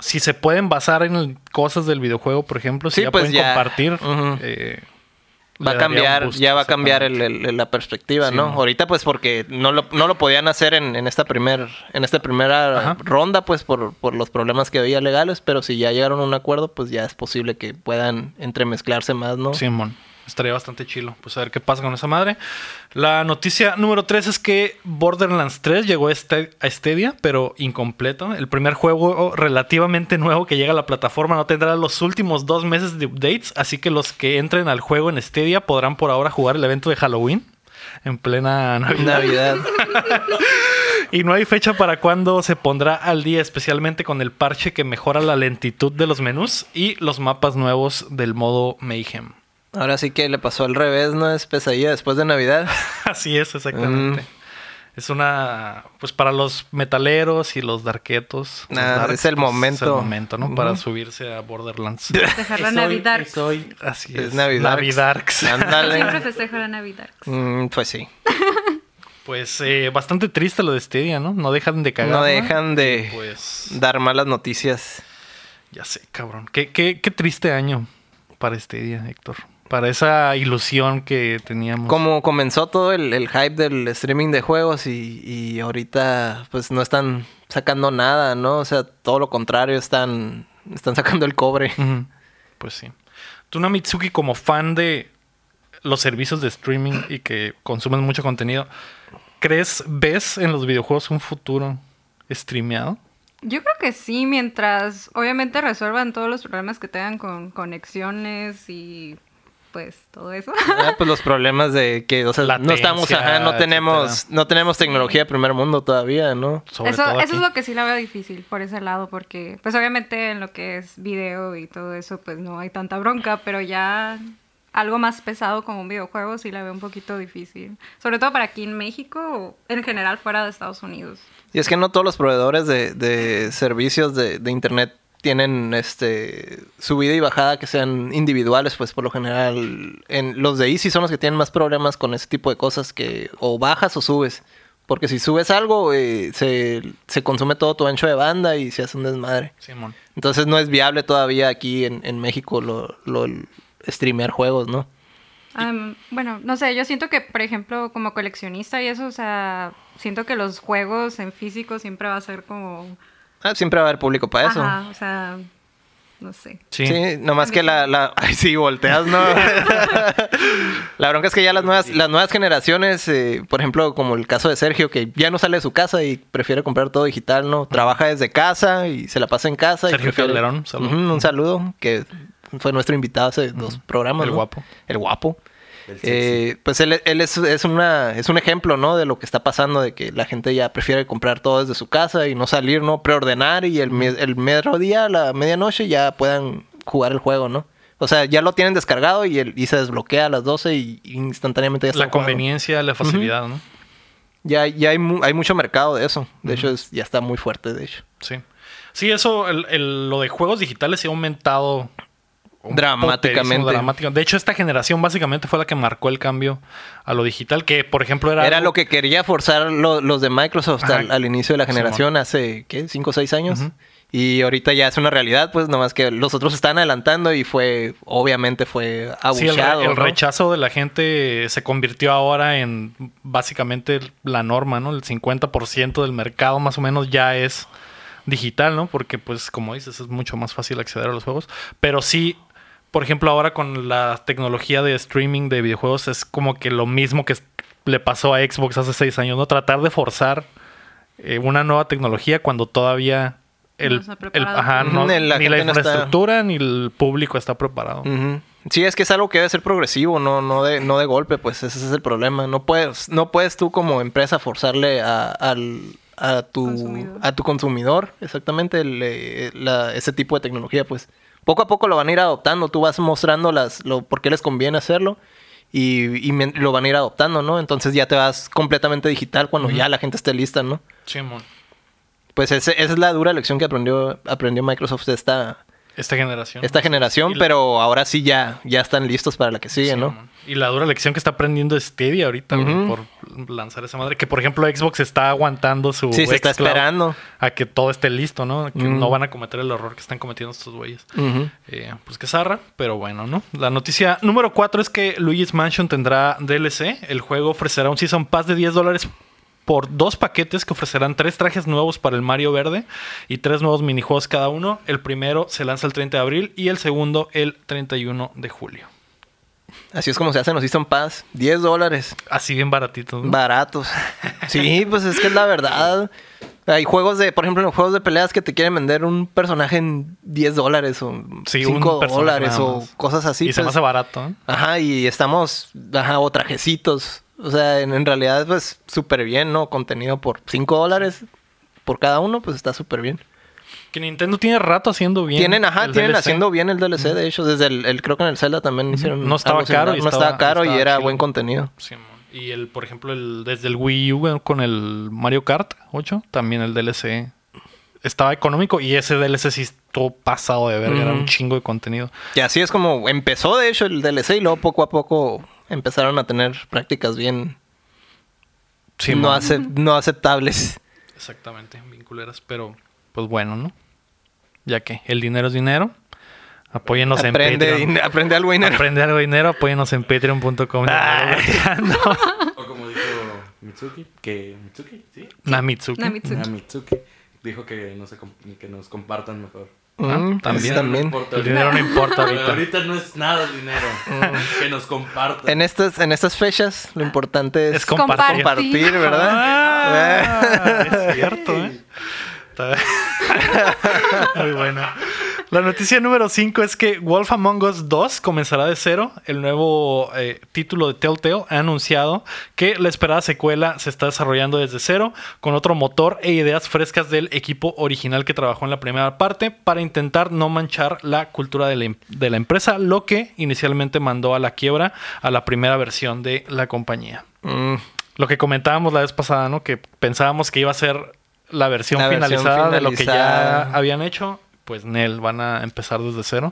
[SPEAKER 1] si se pueden basar en el- cosas del videojuego, por ejemplo, si
[SPEAKER 2] Sí,
[SPEAKER 1] ya
[SPEAKER 2] pues
[SPEAKER 1] pueden
[SPEAKER 2] ya.
[SPEAKER 1] compartir,
[SPEAKER 2] Ujú.
[SPEAKER 1] eh, le
[SPEAKER 2] Va a
[SPEAKER 1] daría
[SPEAKER 2] cambiar,
[SPEAKER 1] un boost,
[SPEAKER 2] ya va a cambiar el-
[SPEAKER 1] exactamente.
[SPEAKER 2] el- el- la perspectiva,
[SPEAKER 1] Sí,
[SPEAKER 2] ¿no?
[SPEAKER 1] mo.
[SPEAKER 2] Ahorita pues porque no lo, no lo podían hacer en, en esta primer, en esta primera
[SPEAKER 1] Ajá.
[SPEAKER 2] ronda pues por, por los problemas que había legales, pero si ya llegaron a un acuerdo pues ya es posible que puedan entremezclarse más, ¿no?
[SPEAKER 1] Simón. Estaría bastante chilo. Pues a ver qué pasa con esa madre. La noticia número 3 es que Borderlands 3 llegó a este- a Stadia, pero incompleto. El primer juego relativamente nuevo que llega a la plataforma no tendrá los últimos dos meses de updates, así que los que entren al juego en Stadia podrán por ahora jugar el evento de Halloween en plena Navidad.
[SPEAKER 2] Navidad.
[SPEAKER 1] Y no hay fecha para cuándo se pondrá al día, especialmente con el parche que mejora la lentitud de los menús y los mapas nuevos del modo Mayhem.
[SPEAKER 2] Ahora sí que le pasó al revés, ¿no? Es pesadilla después de Navidad.
[SPEAKER 1] Así es, exactamente.
[SPEAKER 2] Mm.
[SPEAKER 1] Es una, pues para los metaleros y los darketos. los darks,
[SPEAKER 2] Ah, es el
[SPEAKER 1] pues, Es el
[SPEAKER 2] momento.
[SPEAKER 1] momento, ¿no? Para
[SPEAKER 2] Ujú.
[SPEAKER 1] subirse a Borderlands.
[SPEAKER 3] Festejar la
[SPEAKER 4] Soy-
[SPEAKER 3] Navidad.
[SPEAKER 4] soy-
[SPEAKER 1] Así es.
[SPEAKER 2] Es Navidad.
[SPEAKER 1] Navidarks.
[SPEAKER 3] Siempre
[SPEAKER 2] Ándale.
[SPEAKER 3] festejo la Navidad.
[SPEAKER 2] Mm, pues sí.
[SPEAKER 1] Pues eh, bastante triste lo de Stadia, ¿no? No dejan de cagar.
[SPEAKER 2] No dejan de
[SPEAKER 1] Pues
[SPEAKER 2] dar malas noticias.
[SPEAKER 1] ya sé, cabrón. Qué, qué, qué triste año para Stadia, Héctor. Para esa ilusión que teníamos.
[SPEAKER 2] Como comenzó todo el, el hype del streaming de juegos y, y ahorita pues no están sacando nada, ¿no? O sea, todo lo contrario, están, están sacando el cobre.
[SPEAKER 1] Ujú. Pues sí. Tú, Namitsuki, como fan de los servicios de streaming y que consumes mucho contenido, ¿crees, ves en los videojuegos un futuro streameado?
[SPEAKER 3] Yo creo que sí, mientras obviamente resuelvan todos los problemas que tengan con conexiones y pues todo eso.
[SPEAKER 2] Ah, pues los problemas de que, o sea, no
[SPEAKER 1] Latencia,
[SPEAKER 2] estamos, ajá, no tenemos,
[SPEAKER 1] etcétera.
[SPEAKER 2] no tenemos tecnología de primer mundo todavía, ¿no?
[SPEAKER 1] Sobre
[SPEAKER 3] eso
[SPEAKER 1] todo
[SPEAKER 3] eso es
[SPEAKER 1] aquí.
[SPEAKER 3] lo que sí la veo difícil por ese lado, porque pues obviamente en lo que es video y todo eso pues no hay tanta bronca, pero ya algo más pesado como un videojuego sí la veo un poquito difícil. Sobre todo para aquí en México o en general fuera de Estados Unidos.
[SPEAKER 2] Y es que no todos los proveedores de, de servicios de, de internet tienen este subida y bajada que sean individuales, pues por lo general en los de Easy son los que tienen más problemas con ese tipo de cosas que o bajas o subes. Porque si subes algo, eh, se, se consume todo tu ancho de banda y se hace un desmadre.
[SPEAKER 1] Simón.
[SPEAKER 2] Entonces no es viable todavía aquí en, en México lo, lo streamear juegos, ¿no?
[SPEAKER 3] Am, bueno, no sé, yo siento que, por ejemplo, como coleccionista y eso, o sea, siento que los juegos en físico siempre va a ser como...
[SPEAKER 2] Ah, siempre va a haber público para eso.
[SPEAKER 3] Ajá, o sea, No sé.
[SPEAKER 1] Sí.
[SPEAKER 2] Sí, nomás que la, la- Ay, sí, volteas, ¿no? la bronca es que ya las nuevas, las nuevas generaciones, eh, por ejemplo, como el caso de Sergio, que ya no sale de su casa y prefiere comprar todo digital, ¿no? Trabaja desde casa y se la pasa en casa. y
[SPEAKER 1] Sergio
[SPEAKER 2] prefiere-
[SPEAKER 1] Calderón, saludo.
[SPEAKER 2] Ujú, un saludo, que fue nuestro invitado hace dos programas.
[SPEAKER 1] El
[SPEAKER 2] ¿no?
[SPEAKER 1] guapo.
[SPEAKER 2] El guapo.
[SPEAKER 4] El sexy.
[SPEAKER 2] Eh, pues él, él es, es una, es un ejemplo, ¿no? De lo que está pasando, de que la gente ya prefiere comprar todo desde su casa y no salir, ¿no? Preordenar y el, me- el mediodía, la medianoche ya puedan jugar el juego, ¿no? O sea, ya lo tienen descargado y, el- y se desbloquea a las 12 y instantáneamente ya está
[SPEAKER 1] La conveniencia, la facilidad, ¿no?
[SPEAKER 2] Ya, ya hay, mu- hay mucho mercado de eso. De hecho, es- ya está muy fuerte, de hecho.
[SPEAKER 1] Sí. Sí, eso, el- el- lo de juegos digitales se ha aumentado un
[SPEAKER 2] Dramáticamente.
[SPEAKER 1] poterísimo, dramático. De hecho, esta generación básicamente fue la que marcó el cambio a lo digital, que por ejemplo era...
[SPEAKER 2] Era
[SPEAKER 1] algo-
[SPEAKER 2] lo que quería forzar lo- los de Microsoft
[SPEAKER 1] Ajá.
[SPEAKER 2] al, al inicio de la
[SPEAKER 1] Simón.
[SPEAKER 2] generación hace, ¿qué? ¿Cinco o seis años? Y ahorita ya es una realidad, pues nomás que los otros están adelantando y fue, obviamente fue
[SPEAKER 1] Sí, el, re-
[SPEAKER 2] abuchado.
[SPEAKER 1] el
[SPEAKER 2] ¿no?
[SPEAKER 1] rechazo de la gente se convirtió ahora en básicamente la norma, ¿no? El 50% del mercado más o menos ya es digital, ¿no? Porque pues como dices es mucho más fácil acceder a los juegos, pero sí, por ejemplo, ahora con la tecnología de streaming de videojuegos es como que lo mismo que es- le pasó a Xbox hace seis años, ¿no? Tratar de forzar eh, una nueva tecnología cuando todavía el,
[SPEAKER 3] No está
[SPEAKER 1] el-
[SPEAKER 3] preparado.
[SPEAKER 1] ajá, no-
[SPEAKER 2] Ni la
[SPEAKER 1] ni la
[SPEAKER 2] gente no está- Mm.
[SPEAKER 1] infraestructura ni el público está preparado.
[SPEAKER 2] Ujú. Sí, es que es algo que debe ser progresivo, no, no, de, no de golpe, pues ese es el problema. No puedes, no puedes tú como empresa forzarle a, al- a tu,
[SPEAKER 3] Consumidor.
[SPEAKER 2] a tu consumidor exactamente el, eh, la- ese tipo de tecnología, pues poco a poco lo van a ir adoptando, tú vas mostrando las, lo, por qué les conviene hacerlo y, y men- lo van a ir adoptando, ¿no? Entonces ya te vas completamente digital cuando ya la gente esté lista, ¿no?
[SPEAKER 1] Simón.
[SPEAKER 2] Pues ese- esa es la dura lección que aprendió, aprendió Microsoft de esta,
[SPEAKER 1] Esta generación.
[SPEAKER 2] esta
[SPEAKER 1] ¿no?
[SPEAKER 2] generación,
[SPEAKER 1] Y la-
[SPEAKER 2] pero ahora sí ya, ya están listos para la que sigue,
[SPEAKER 1] Sí,
[SPEAKER 2] ¿no?
[SPEAKER 1] man. Y la dura lección que está aprendiendo Stadia ahorita güey,
[SPEAKER 2] Ujú.
[SPEAKER 1] por lanzar esa madre. Que por ejemplo Xbox está aguantando su.
[SPEAKER 2] Sí, se está
[SPEAKER 1] xCloud
[SPEAKER 2] esperando.
[SPEAKER 1] A que todo esté listo, ¿no? Que
[SPEAKER 2] Mm.
[SPEAKER 1] no van a cometer el error que están cometiendo estos güeyes.
[SPEAKER 2] Ujú.
[SPEAKER 1] Eh, pues que zarra, pero bueno, ¿no? La noticia número 4 es que Luigi's Mansion tendrá DLC. El juego ofrecerá un Season Pass de 10 dólares por dos paquetes que ofrecerán tres trajes nuevos para el Mario Verde y tres nuevos minijuegos cada uno. El primero se lanza el 30 de abril y el segundo el 31 de julio.
[SPEAKER 2] Así es como se hacen los Season Pass. 10 dólares.
[SPEAKER 1] Así bien baratito. ¿no?
[SPEAKER 2] Baratos. Sí, pues es que es la verdad. Hay juegos de, por ejemplo, en los juegos de peleas que te quieren vender un personaje en 10 dólares o
[SPEAKER 1] Sí, un
[SPEAKER 2] 5
[SPEAKER 1] personaje
[SPEAKER 2] dólares
[SPEAKER 1] nada
[SPEAKER 2] o
[SPEAKER 1] más.
[SPEAKER 2] cosas así.
[SPEAKER 1] y se me
[SPEAKER 2] pues.
[SPEAKER 1] hace barato. ¿eh?
[SPEAKER 2] Ajá, y estamos, ajá, o trajecitos. O sea, en, en realidad, pues, súper bien, ¿no? Contenido por 5 dólares por cada uno, pues está súper bien.
[SPEAKER 1] Que Nintendo tiene rato haciendo bien.
[SPEAKER 2] Tienen, ajá,
[SPEAKER 1] el
[SPEAKER 2] tienen
[SPEAKER 1] DLC.
[SPEAKER 2] haciendo bien el DLC, de hecho, desde el, el- creo que en el Zelda también hicieron.
[SPEAKER 1] No estaba
[SPEAKER 2] algo similar.
[SPEAKER 1] caro y
[SPEAKER 2] no estaba,
[SPEAKER 1] estaba-
[SPEAKER 2] caro
[SPEAKER 1] estaba
[SPEAKER 2] y era
[SPEAKER 1] chido.
[SPEAKER 2] buen contenido.
[SPEAKER 1] Simón. y el, por ejemplo, el, desde el Wii U güey, con el Mario Kart 8, también el DLC estaba económico y ese DLC sí estuvo pasado de verga, era
[SPEAKER 2] Ujú.
[SPEAKER 1] un chingo de contenido.
[SPEAKER 2] Y así es como empezó, de hecho, el DLC y luego poco a poco empezaron a tener prácticas bien no,
[SPEAKER 1] Simón.
[SPEAKER 2] acep- no aceptables.
[SPEAKER 1] Exactamente, vinculeras, pero pues bueno, ¿no? Ya que el dinero es dinero. Apóyennos en
[SPEAKER 2] aprende,
[SPEAKER 1] Patreon.
[SPEAKER 2] din- aprende algo dinero.
[SPEAKER 1] Aprende algo de dinero, apóyennos en patreon.com.
[SPEAKER 2] Ah.
[SPEAKER 4] O como dijo Mitsuki, que Mitsuki, sí.
[SPEAKER 1] Namitsuki.
[SPEAKER 3] Namitsuki.
[SPEAKER 4] Ah, Mitsuki dijo que, no se comp- que nos compartan mejor.
[SPEAKER 2] Mm,
[SPEAKER 1] ah, también.
[SPEAKER 2] sí,
[SPEAKER 4] importa
[SPEAKER 1] El dinero no importa
[SPEAKER 4] ahorita. Mm.
[SPEAKER 1] ahorita.
[SPEAKER 4] Ahorita no es nada el dinero. que nos compartan.
[SPEAKER 2] En estas, en estas fechas, lo importante es,
[SPEAKER 1] Es como- Compartir.
[SPEAKER 2] compartir, ¿verdad?
[SPEAKER 1] Ah, es cierto, ¿eh? Está- Muy buena. La noticia número 5 es que Wolf Among Us 2 comenzará de cero. El nuevo eh, título de Telltale ha anunciado que la esperada secuela se está desarrollando desde cero con otro motor e ideas frescas del equipo original que trabajó en la primera parte para intentar no manchar la cultura de la, em- de la empresa, lo que inicialmente mandó a la quiebra a la primera versión de la compañía.
[SPEAKER 2] Mm,
[SPEAKER 1] Lo que comentábamos la vez pasada, ¿no? Que pensábamos que iba a ser la versión,
[SPEAKER 2] La versión
[SPEAKER 1] finalizada, de lo que ya
[SPEAKER 2] finalizada.
[SPEAKER 1] habían hecho. Pues Nel, van a empezar desde cero.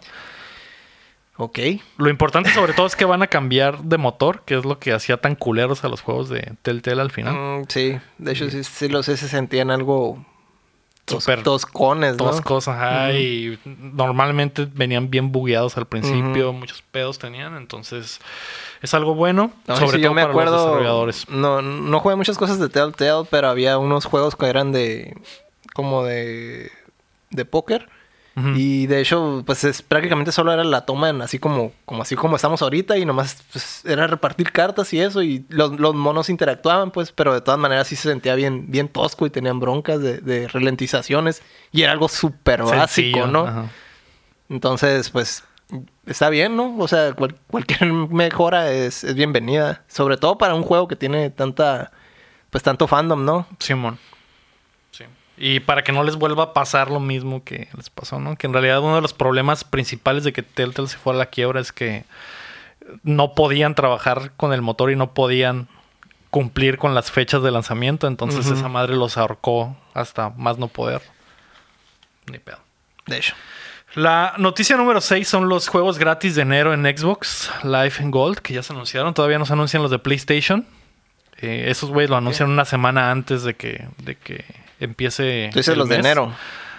[SPEAKER 2] ok.
[SPEAKER 1] Lo importante sobre todo es que van a cambiar de motor, que es lo que hacía tan culeros a los juegos de Telltale al final.
[SPEAKER 2] Mm, sí, de hecho, sí, sí los sí se sentían algo tos-
[SPEAKER 1] Súper
[SPEAKER 2] toscones, ¿no?
[SPEAKER 1] Dos cosas, ajá, y normalmente venían bien bugueados al principio, muchos pedos tenían, entonces es algo bueno,
[SPEAKER 2] No,
[SPEAKER 1] sobre
[SPEAKER 2] sí,
[SPEAKER 1] todo para los desarrolladores.
[SPEAKER 2] No, no jugué muchas cosas de Telltale, pero había unos juegos que eran de. como de. de póker.
[SPEAKER 1] Ujú.
[SPEAKER 2] Y de hecho, pues es, prácticamente solo era la toma en así como, como así como estamos ahorita y nomás pues, era repartir cartas y eso y los, los monos interactuaban pues, pero de todas maneras sí se sentía bien, bien tosco y tenían broncas de, de ralentizaciones y era algo súper básico,
[SPEAKER 1] Sencillo,
[SPEAKER 2] ¿no?
[SPEAKER 1] ajá.
[SPEAKER 2] Entonces, pues está bien, ¿no? O sea, cual- cualquier mejora es, es bienvenida, sobre todo para un juego que tiene tanta, pues tanto fandom, ¿no?
[SPEAKER 1] Simón. Sí. Y para que no les vuelva a pasar lo mismo que les pasó, ¿no? Que en realidad uno de los problemas principales de que Telltale se fue a la quiebra es que no podían trabajar con el motor y no podían cumplir con las fechas de lanzamiento. Entonces esa madre los ahorcó hasta más no poder. Ni pedo.
[SPEAKER 2] De hecho.
[SPEAKER 1] La noticia número 6 son los juegos gratis de enero en Xbox Live en Gold, que ya se anunciaron. Todavía no se anuncian los de PlayStation. Eh, esos güeyes lo anuncian una semana antes de que, de que empiece.
[SPEAKER 2] Tú dices
[SPEAKER 1] el
[SPEAKER 2] los de
[SPEAKER 1] mes.
[SPEAKER 2] enero. Mm.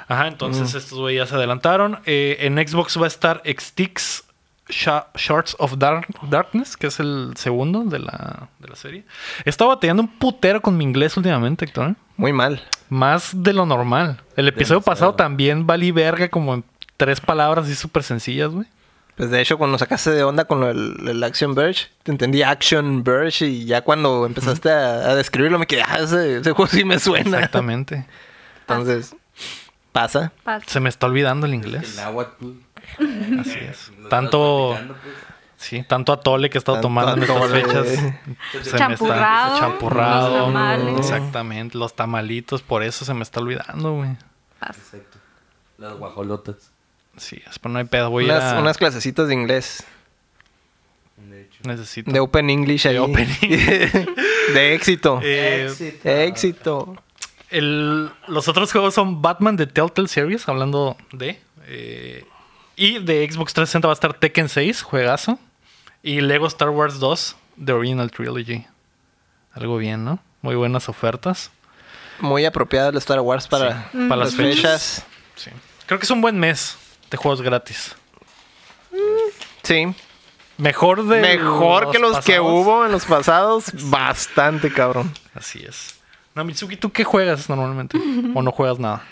[SPEAKER 1] Ajá, entonces estos güeyes ya se adelantaron. Eh, en Xbox va a estar Xtix Sha- Shorts of Dark- Darkness, que es el segundo de la, de la serie. He estado batallando un putero con mi inglés últimamente, Héctor. ¿eh?
[SPEAKER 2] Muy mal.
[SPEAKER 1] Más de lo normal. El episodio
[SPEAKER 4] Demasiado.
[SPEAKER 1] pasado también valí verga como en tres palabras así súper sencillas, güey.
[SPEAKER 2] Pues de hecho, cuando sacaste de onda con lo del- el Action Verge, te entendí Action Verge y ya cuando empezaste a, a describirlo me quedé, ah, ese, ese juego sí me suena.
[SPEAKER 1] Exactamente.
[SPEAKER 2] Entonces, pasa.
[SPEAKER 3] Paz.
[SPEAKER 1] Se me está olvidando el
[SPEAKER 4] El
[SPEAKER 1] inglés.
[SPEAKER 4] agua, tú.
[SPEAKER 1] Así es.
[SPEAKER 4] Lo estás
[SPEAKER 1] Tanto,
[SPEAKER 4] platicando, pues.
[SPEAKER 1] sí, tanto atole que he estado
[SPEAKER 2] Tanto
[SPEAKER 1] tomando en estas
[SPEAKER 2] atole.
[SPEAKER 1] fechas.
[SPEAKER 4] Entonces,
[SPEAKER 1] Se me
[SPEAKER 3] Champurrado,
[SPEAKER 1] está champurrado.
[SPEAKER 3] los tamales.
[SPEAKER 1] Exactamente. Los tamalitos, por eso se me está olvidando, güey.
[SPEAKER 3] Paz.
[SPEAKER 4] Exacto. Las guajolotas.
[SPEAKER 1] Sí, es pero no hay pedo, voy a ir
[SPEAKER 2] Unas,
[SPEAKER 1] a-
[SPEAKER 2] unas clasecitas de inglés.
[SPEAKER 4] De hecho.
[SPEAKER 1] Necesito.
[SPEAKER 2] De Open English ahí.
[SPEAKER 1] De Open
[SPEAKER 2] de éxito.
[SPEAKER 1] Eh,
[SPEAKER 4] Éxito.
[SPEAKER 2] éxito.
[SPEAKER 1] El- los otros juegos son Batman de Telltale Series, hablando de. eh, y de Xbox 360 va a estar Tekken 6, juegazo. Y Lego Star Wars 2, The Original Trilogy. Algo bien, ¿no? Muy buenas ofertas.
[SPEAKER 2] Muy apropiada el Star Wars para,
[SPEAKER 1] Sí, para las
[SPEAKER 2] fechas.
[SPEAKER 1] Sí. Creo que es un buen mes de juegos gratis.
[SPEAKER 2] Sí.
[SPEAKER 1] Mejor de.
[SPEAKER 2] Mejor que los que
[SPEAKER 1] pasados.
[SPEAKER 2] hubo en los pasados. Bastante, cabrón.
[SPEAKER 1] Así es. No, Mitsuki, ¿tú qué juegas normalmente? ¿O no juegas nada?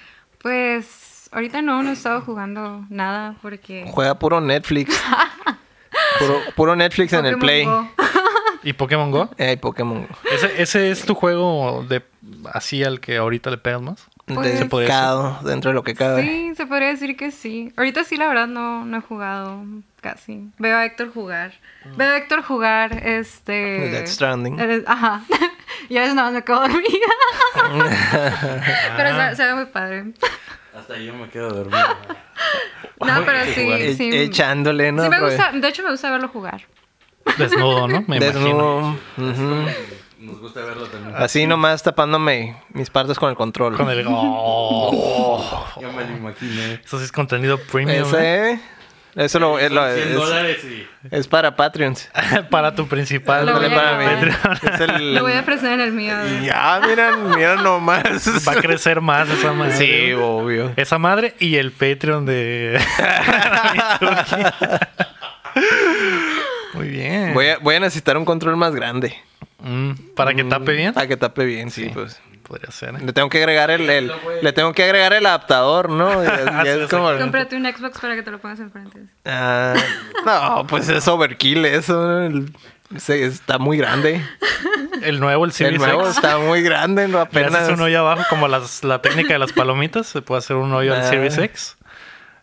[SPEAKER 3] Pues ahorita no, no he estado jugando nada porque...
[SPEAKER 2] Juega puro Netflix. Puro, puro Netflix en el
[SPEAKER 3] Pokémon
[SPEAKER 2] Play.
[SPEAKER 3] Go.
[SPEAKER 1] ¿Y Pokémon Go?
[SPEAKER 2] Hay Pokémon Go.
[SPEAKER 1] ¿Ese, ese es tu juego de así al que ahorita le pegas más?
[SPEAKER 3] Pues-
[SPEAKER 2] de
[SPEAKER 3] Se
[SPEAKER 1] podría
[SPEAKER 2] cada- dentro de lo que cabe.
[SPEAKER 3] Sí, se podría decir que sí. Ahorita sí, la verdad, no, no he jugado casi. Veo a Héctor jugar. Veo a Héctor jugar este...
[SPEAKER 2] Ah. El Death Stranding.
[SPEAKER 3] el- Ajá. y a veces nada más me quedo dormida. pero
[SPEAKER 2] Ah.
[SPEAKER 3] se, se ve muy padre.
[SPEAKER 4] Hasta yo me quedo dormido.
[SPEAKER 3] No, pero sí,
[SPEAKER 2] E-
[SPEAKER 3] sí.
[SPEAKER 2] Echándole, ¿no?
[SPEAKER 3] sí me
[SPEAKER 2] Pero-
[SPEAKER 3] gusta, de hecho me gusta verlo jugar.
[SPEAKER 1] Desnudo, ¿no? Me imagino.
[SPEAKER 2] Desnudo. ujú.
[SPEAKER 4] Nos gusta verlo también.
[SPEAKER 2] Así nomás tapándome mis partes con el control.
[SPEAKER 1] Con el. Oh.
[SPEAKER 4] Yo me lo imaginé.
[SPEAKER 1] eso sí es contenido premium. ¿eh?
[SPEAKER 2] Ese, eso lo, es, lo-
[SPEAKER 4] 100
[SPEAKER 2] Ah, es-
[SPEAKER 4] dólares y...
[SPEAKER 2] es para Patreons.
[SPEAKER 1] para tu principal.
[SPEAKER 3] Ah, Lo voy a
[SPEAKER 2] Ándale, para
[SPEAKER 3] grabar.
[SPEAKER 2] mí. Es el-
[SPEAKER 3] Lo voy a ofrecer en el mío. a ver.
[SPEAKER 2] Ya, miren, miren nomás.
[SPEAKER 1] Va a crecer más ¿eh? esa madre.
[SPEAKER 2] Sí, obvio.
[SPEAKER 1] Esa madre y el Patreon de. Mitsuki. Muy bien.
[SPEAKER 2] Voy a, voy a necesitar un control más grande.
[SPEAKER 1] Mm, para que tape bien.
[SPEAKER 2] Para que tape bien, sí,
[SPEAKER 1] Sí.
[SPEAKER 2] pues.
[SPEAKER 1] Podría ser. ¿eh?
[SPEAKER 2] Le tengo que agregar el, el- le tengo que agregar el adaptador, ¿no? Y es-
[SPEAKER 1] Ah,
[SPEAKER 2] y es como-
[SPEAKER 3] Cómprate un Xbox para que te lo pongas enfrente.
[SPEAKER 2] Ah, no, pues es overkill eso. ¿no? El- se- está muy grande.
[SPEAKER 1] El nuevo, el
[SPEAKER 2] El
[SPEAKER 1] Series
[SPEAKER 2] nuevo
[SPEAKER 1] X.
[SPEAKER 2] está muy grande, no
[SPEAKER 1] Le haces
[SPEAKER 2] apenas.
[SPEAKER 1] un hoyo abajo, como las, la técnica de las palomitas. Se puede hacer un hoyo al
[SPEAKER 2] Ah.
[SPEAKER 1] Series X.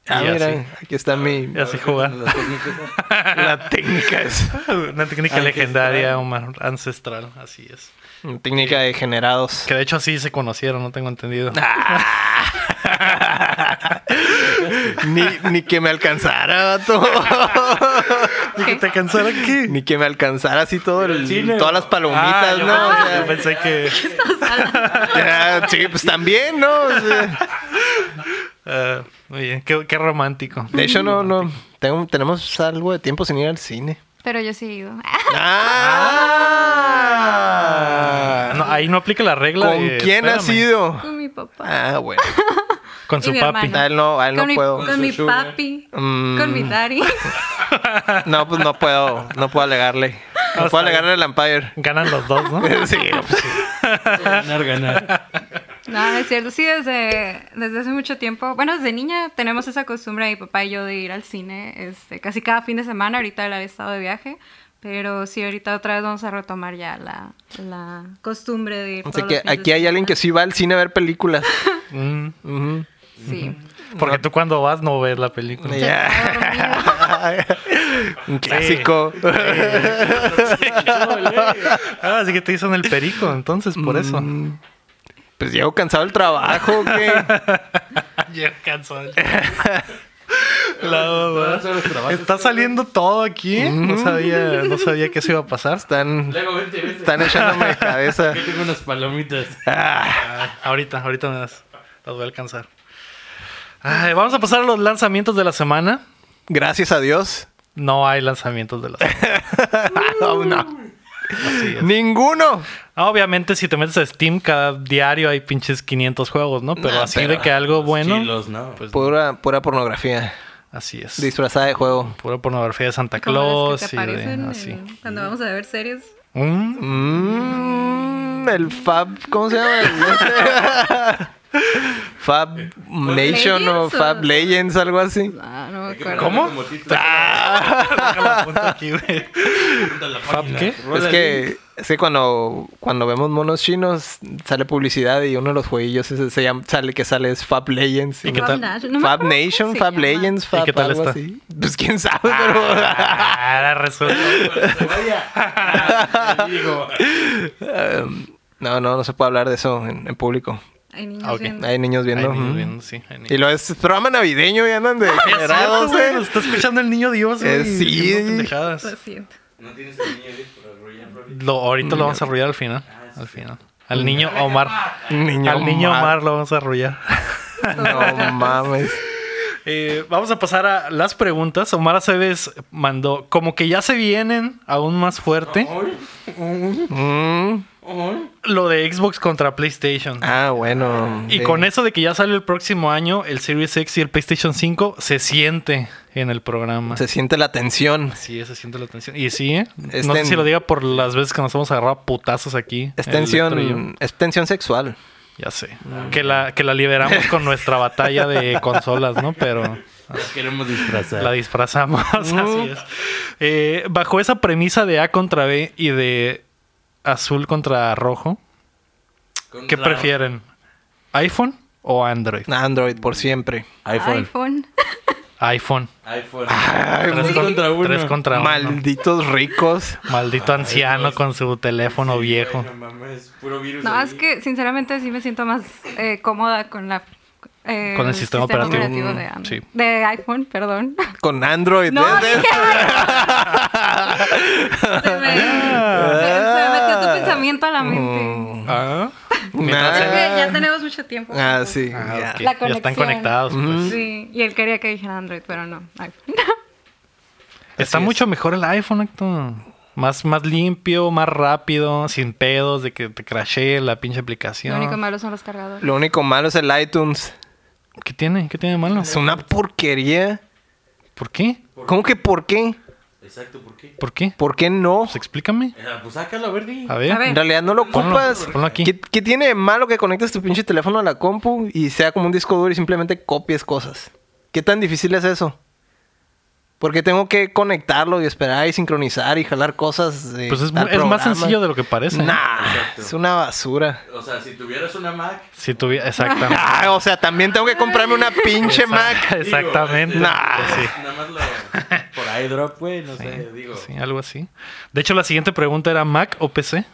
[SPEAKER 2] Ah,
[SPEAKER 1] Y
[SPEAKER 2] mira,
[SPEAKER 1] así.
[SPEAKER 2] aquí está mi
[SPEAKER 1] Y así jugar.
[SPEAKER 4] Las técnicas.
[SPEAKER 2] la técnica es
[SPEAKER 1] Una técnica
[SPEAKER 4] Ancestral.
[SPEAKER 1] legendaria, Omar, ancestral, así es.
[SPEAKER 2] técnica de generados.
[SPEAKER 1] Que de hecho así se conocieron, no tengo entendido.
[SPEAKER 2] ni, ni que me alcanzara, vato.
[SPEAKER 1] ¿Y que te cansara qué?
[SPEAKER 2] ni que me alcanzara así todo el-
[SPEAKER 4] El cine.
[SPEAKER 2] todas las
[SPEAKER 1] Ah,
[SPEAKER 2] palomitas,
[SPEAKER 1] yo,
[SPEAKER 2] ¿no? O
[SPEAKER 1] pensé-
[SPEAKER 2] sea,
[SPEAKER 1] yo pensé que...
[SPEAKER 2] ya, sí, pues también, ¿no? O sea,
[SPEAKER 1] Ah, muy bien, qué, qué romántico.
[SPEAKER 2] de hecho, no, no. Tengo- tenemos algo de tiempo sin ir al cine.
[SPEAKER 3] Pero yo sí he ido.
[SPEAKER 2] ¡Ah!
[SPEAKER 1] No, ahí no aplica la regla
[SPEAKER 2] ¿Con
[SPEAKER 1] de,
[SPEAKER 2] quién
[SPEAKER 1] espérame,
[SPEAKER 2] has ido?
[SPEAKER 3] Con mi papá.
[SPEAKER 2] Ah, bueno.
[SPEAKER 1] Con
[SPEAKER 3] Y
[SPEAKER 1] su
[SPEAKER 3] mi
[SPEAKER 1] papi.
[SPEAKER 3] hermano.
[SPEAKER 2] A él no, a él no
[SPEAKER 3] con mi,
[SPEAKER 2] puedo.
[SPEAKER 3] con mi
[SPEAKER 4] Con su sugar.
[SPEAKER 3] papi.
[SPEAKER 2] Mm.
[SPEAKER 3] Con mi daddy.
[SPEAKER 2] No, pues no puedo. No puedo alegarle. No puedo alegarle al Empire. pues
[SPEAKER 1] Ganan los dos, ¿no?
[SPEAKER 2] Sí,
[SPEAKER 4] Ganar, ganar.
[SPEAKER 3] No, no es cierto. Sí, desde, desde hace mucho tiempo. Bueno, desde niña tenemos esa costumbre, mi papá y yo, de ir al cine este, casi cada fin de semana. Ahorita él había estado de viaje. Pero sí, ahorita otra vez vamos a retomar ya la, la costumbre de ir.
[SPEAKER 2] Así
[SPEAKER 3] todos
[SPEAKER 2] que
[SPEAKER 3] los fines
[SPEAKER 2] aquí
[SPEAKER 3] de
[SPEAKER 2] hay alguien que
[SPEAKER 3] semana.
[SPEAKER 2] sí va al cine a ver películas.
[SPEAKER 1] Mm,
[SPEAKER 2] Ujú.
[SPEAKER 3] Sí.
[SPEAKER 1] Porque tú cuando vas no ves la película.
[SPEAKER 2] Ya. Un clásico.
[SPEAKER 1] Ah, así que te dicen el perico, entonces, por eso.
[SPEAKER 2] Mm. Pues llego cansado del trabajo, ¿qué?
[SPEAKER 1] Yo canso de- La mamá.
[SPEAKER 4] Todas las trabajas.
[SPEAKER 1] Está saliendo todo aquí. No sabía, no sabía que eso iba a pasar.
[SPEAKER 2] Están,
[SPEAKER 4] Luego, vente, vente.
[SPEAKER 2] están echándome de cabeza.
[SPEAKER 4] Aquí tengo unas palomitas.
[SPEAKER 2] Ah,
[SPEAKER 1] Ah, ahorita, ahorita me das. Las voy a alcanzar. Ay, vamos a pasar a los lanzamientos de la semana.
[SPEAKER 2] gracias a Dios.
[SPEAKER 1] No hay lanzamientos de la semana.
[SPEAKER 2] No, no.
[SPEAKER 1] Así es.
[SPEAKER 2] Ninguno.
[SPEAKER 1] Ah, Obviamente, si te metes a Steam, cada diario hay pinches 500 juegos, ¿no? Ah, Pero
[SPEAKER 2] Nah,
[SPEAKER 1] así
[SPEAKER 2] pero
[SPEAKER 1] de que algo bueno.
[SPEAKER 4] Chilos, no.
[SPEAKER 1] Pues
[SPEAKER 2] Pura, pura pornografía.
[SPEAKER 1] así es.
[SPEAKER 2] Disfrazada de juego.
[SPEAKER 1] Pura pornografía de Santa
[SPEAKER 3] Como las
[SPEAKER 1] Claus
[SPEAKER 3] que te
[SPEAKER 1] y de-
[SPEAKER 3] aparecen
[SPEAKER 1] así.
[SPEAKER 3] en- Cuando vamos a ver series.
[SPEAKER 1] Mm,
[SPEAKER 2] Mm, el Fab, ¿cómo se llama? El- Fab Nation o
[SPEAKER 3] Legends, o-
[SPEAKER 2] Fab Legends, algo así.
[SPEAKER 3] Ah, no me acuerdo.
[SPEAKER 1] ¿Cómo?
[SPEAKER 4] Como Tito.
[SPEAKER 1] Ah. déjalo apunto aquí, güey.
[SPEAKER 4] Apunta la página.
[SPEAKER 1] qué?
[SPEAKER 4] Rola
[SPEAKER 2] Es que, es que cuando, cuando vemos monos chinos sale publicidad y uno de los jueguillos ese se llama- sale que sale es Fab Legends.
[SPEAKER 1] ¿Y qué tal?
[SPEAKER 3] Nation, no me
[SPEAKER 2] Fab
[SPEAKER 3] acuerdo cómo
[SPEAKER 2] Nation,
[SPEAKER 3] se
[SPEAKER 2] Fab
[SPEAKER 3] llama.
[SPEAKER 2] Legends, Fab
[SPEAKER 1] qué tal
[SPEAKER 2] algo
[SPEAKER 1] está?
[SPEAKER 2] así. Pues quién sabe, pero...
[SPEAKER 1] Ahora resulta.
[SPEAKER 4] Cuando se vaya. Ah, te digo.
[SPEAKER 2] um, No, no, no se puede hablar de eso en, en público.
[SPEAKER 3] Hay
[SPEAKER 1] Ah,
[SPEAKER 3] niños
[SPEAKER 1] ok.
[SPEAKER 3] viendo.
[SPEAKER 2] Hay niños viendo.
[SPEAKER 1] Hay niños
[SPEAKER 2] ujú.
[SPEAKER 1] viendo, sí, hay niños.
[SPEAKER 2] Y lo es programa navideño y andan de
[SPEAKER 1] Es Ah, cierto,
[SPEAKER 2] generados,
[SPEAKER 1] güey,
[SPEAKER 2] eh.
[SPEAKER 1] lo está escuchando el niño Dios, güey,
[SPEAKER 2] Eh, sí.
[SPEAKER 1] diciendo pendejadas.
[SPEAKER 3] Lo siento.
[SPEAKER 4] No tienes el niño, pero Royal Rabbit.
[SPEAKER 1] Lo- ahorita lo vamos a arrullar al final. Al final. Al niño Omar.
[SPEAKER 2] Niño
[SPEAKER 1] al niño
[SPEAKER 2] mal.
[SPEAKER 1] Omar lo vamos a arrullar.
[SPEAKER 2] No mames.
[SPEAKER 1] Eh, vamos a pasar a las preguntas. Omar Aceves mandó, como que ya se vienen aún más fuerte,
[SPEAKER 4] Ay,
[SPEAKER 2] Mm.
[SPEAKER 4] ay.
[SPEAKER 1] lo de Xbox contra PlayStation.
[SPEAKER 2] Ah, bueno.
[SPEAKER 1] Y
[SPEAKER 2] sí.
[SPEAKER 1] con eso de que ya sale el próximo año el Series X y el PlayStation 5, se siente en el programa.
[SPEAKER 2] Se siente la tensión.
[SPEAKER 1] Sí, se siente la tensión. Y sí, ¿eh?
[SPEAKER 2] Es
[SPEAKER 1] no sé
[SPEAKER 2] ten-
[SPEAKER 1] si lo diga por las veces que nos hemos agarrado a putazos aquí.
[SPEAKER 2] Es
[SPEAKER 1] el Héctor y yo.
[SPEAKER 2] tensión, es tensión sexual.
[SPEAKER 1] Ya sé. Que, la, que la liberamos con nuestra batalla de consolas, ¿no? Pero
[SPEAKER 4] Las queremos
[SPEAKER 1] la
[SPEAKER 4] disfrazar.
[SPEAKER 1] disfrazamos. Así es. Eh, bajo esa premisa de A contra B y de azul contra rojo, ¿qué
[SPEAKER 4] Contra-
[SPEAKER 1] prefieren? ¿iPhone o Android?
[SPEAKER 2] Android por siempre.
[SPEAKER 4] iPhone.
[SPEAKER 3] iPhone.
[SPEAKER 1] iPhone.
[SPEAKER 4] iPhone.
[SPEAKER 1] Ah.
[SPEAKER 2] Ay,
[SPEAKER 1] Tres
[SPEAKER 4] Tres
[SPEAKER 1] con-
[SPEAKER 4] contra uno.
[SPEAKER 1] tres contra uno.
[SPEAKER 2] malditos ricos.
[SPEAKER 1] Maldito anciano con su teléfono
[SPEAKER 4] Sí,
[SPEAKER 1] viejo.
[SPEAKER 4] güey, No mames, puro virus.
[SPEAKER 3] No,
[SPEAKER 4] ahí.
[SPEAKER 3] es que sinceramente sí me siento más eh, cómoda con la... eh,
[SPEAKER 1] Con el sistema operativo.
[SPEAKER 3] de, Android.
[SPEAKER 1] Sí.
[SPEAKER 3] de iPhone, perdón.
[SPEAKER 2] Con Android. ¿eh?
[SPEAKER 3] No,
[SPEAKER 2] ¿ves?
[SPEAKER 3] dije iPhone. se, me, se- se me metió tu pensamiento a la mente.
[SPEAKER 1] Ah,
[SPEAKER 3] Es
[SPEAKER 2] Nah.
[SPEAKER 1] mientras-
[SPEAKER 3] que ya tenemos mucho tiempo.
[SPEAKER 2] Ah, sí.
[SPEAKER 1] Ah,
[SPEAKER 2] ya.
[SPEAKER 1] ok.
[SPEAKER 3] La
[SPEAKER 1] Ya están
[SPEAKER 3] conexión.
[SPEAKER 1] conectados. pues.
[SPEAKER 3] Sí, y él quería que dijera Android, pero no, iPhone.
[SPEAKER 1] Está
[SPEAKER 2] Así es.
[SPEAKER 1] mucho mejor el iPhone, Héctor. Más, más limpio, más rápido, sin pedos de que te crashee la pinche
[SPEAKER 3] Lo único
[SPEAKER 1] aplicación.
[SPEAKER 3] malo son los cargadores.
[SPEAKER 2] Lo único malo es el iTunes.
[SPEAKER 1] ¿Qué tiene? ¿Qué tiene de malo?
[SPEAKER 2] Es una porquería.
[SPEAKER 1] ¿Por qué?
[SPEAKER 2] ¿Cómo que por qué?
[SPEAKER 4] Exacto, ¿por qué?
[SPEAKER 1] ¿Por qué?
[SPEAKER 2] ¿Por qué no?
[SPEAKER 1] Pues explícame.
[SPEAKER 4] Eh, Pues sácalo, Verdi.
[SPEAKER 1] A ver.
[SPEAKER 3] A ver.
[SPEAKER 2] En realidad no lo
[SPEAKER 1] Ponlo,
[SPEAKER 2] ocupas.
[SPEAKER 1] ponlo aquí.
[SPEAKER 2] ¿Qué, qué tiene de malo que conectes tu pinche teléfono a la compu y sea como un disco duro y simplemente copies cosas? ¿Qué tan difícil es eso? Porque tengo que conectarlo y esperar y sincronizar y jalar cosas. de
[SPEAKER 1] Pues es,
[SPEAKER 2] tal
[SPEAKER 1] mu- es más
[SPEAKER 2] programa?
[SPEAKER 1] sencillo de lo que parece. ¿eh?
[SPEAKER 2] Nah,
[SPEAKER 4] Exacto.
[SPEAKER 2] es una basura.
[SPEAKER 4] O sea, si tuvieras una Mac.
[SPEAKER 1] Si tuviera. Exactamente.
[SPEAKER 2] Ah, o sea, también tengo que comprarme una pinche Mac.
[SPEAKER 1] Exact- Exactamente.
[SPEAKER 4] digo, este,
[SPEAKER 2] Nah.
[SPEAKER 1] Pues sí.
[SPEAKER 4] Nada más lo. Por iDrop, güey, no sé, digo.
[SPEAKER 1] Sí, algo así. De hecho, la siguiente pregunta era Mac o PC.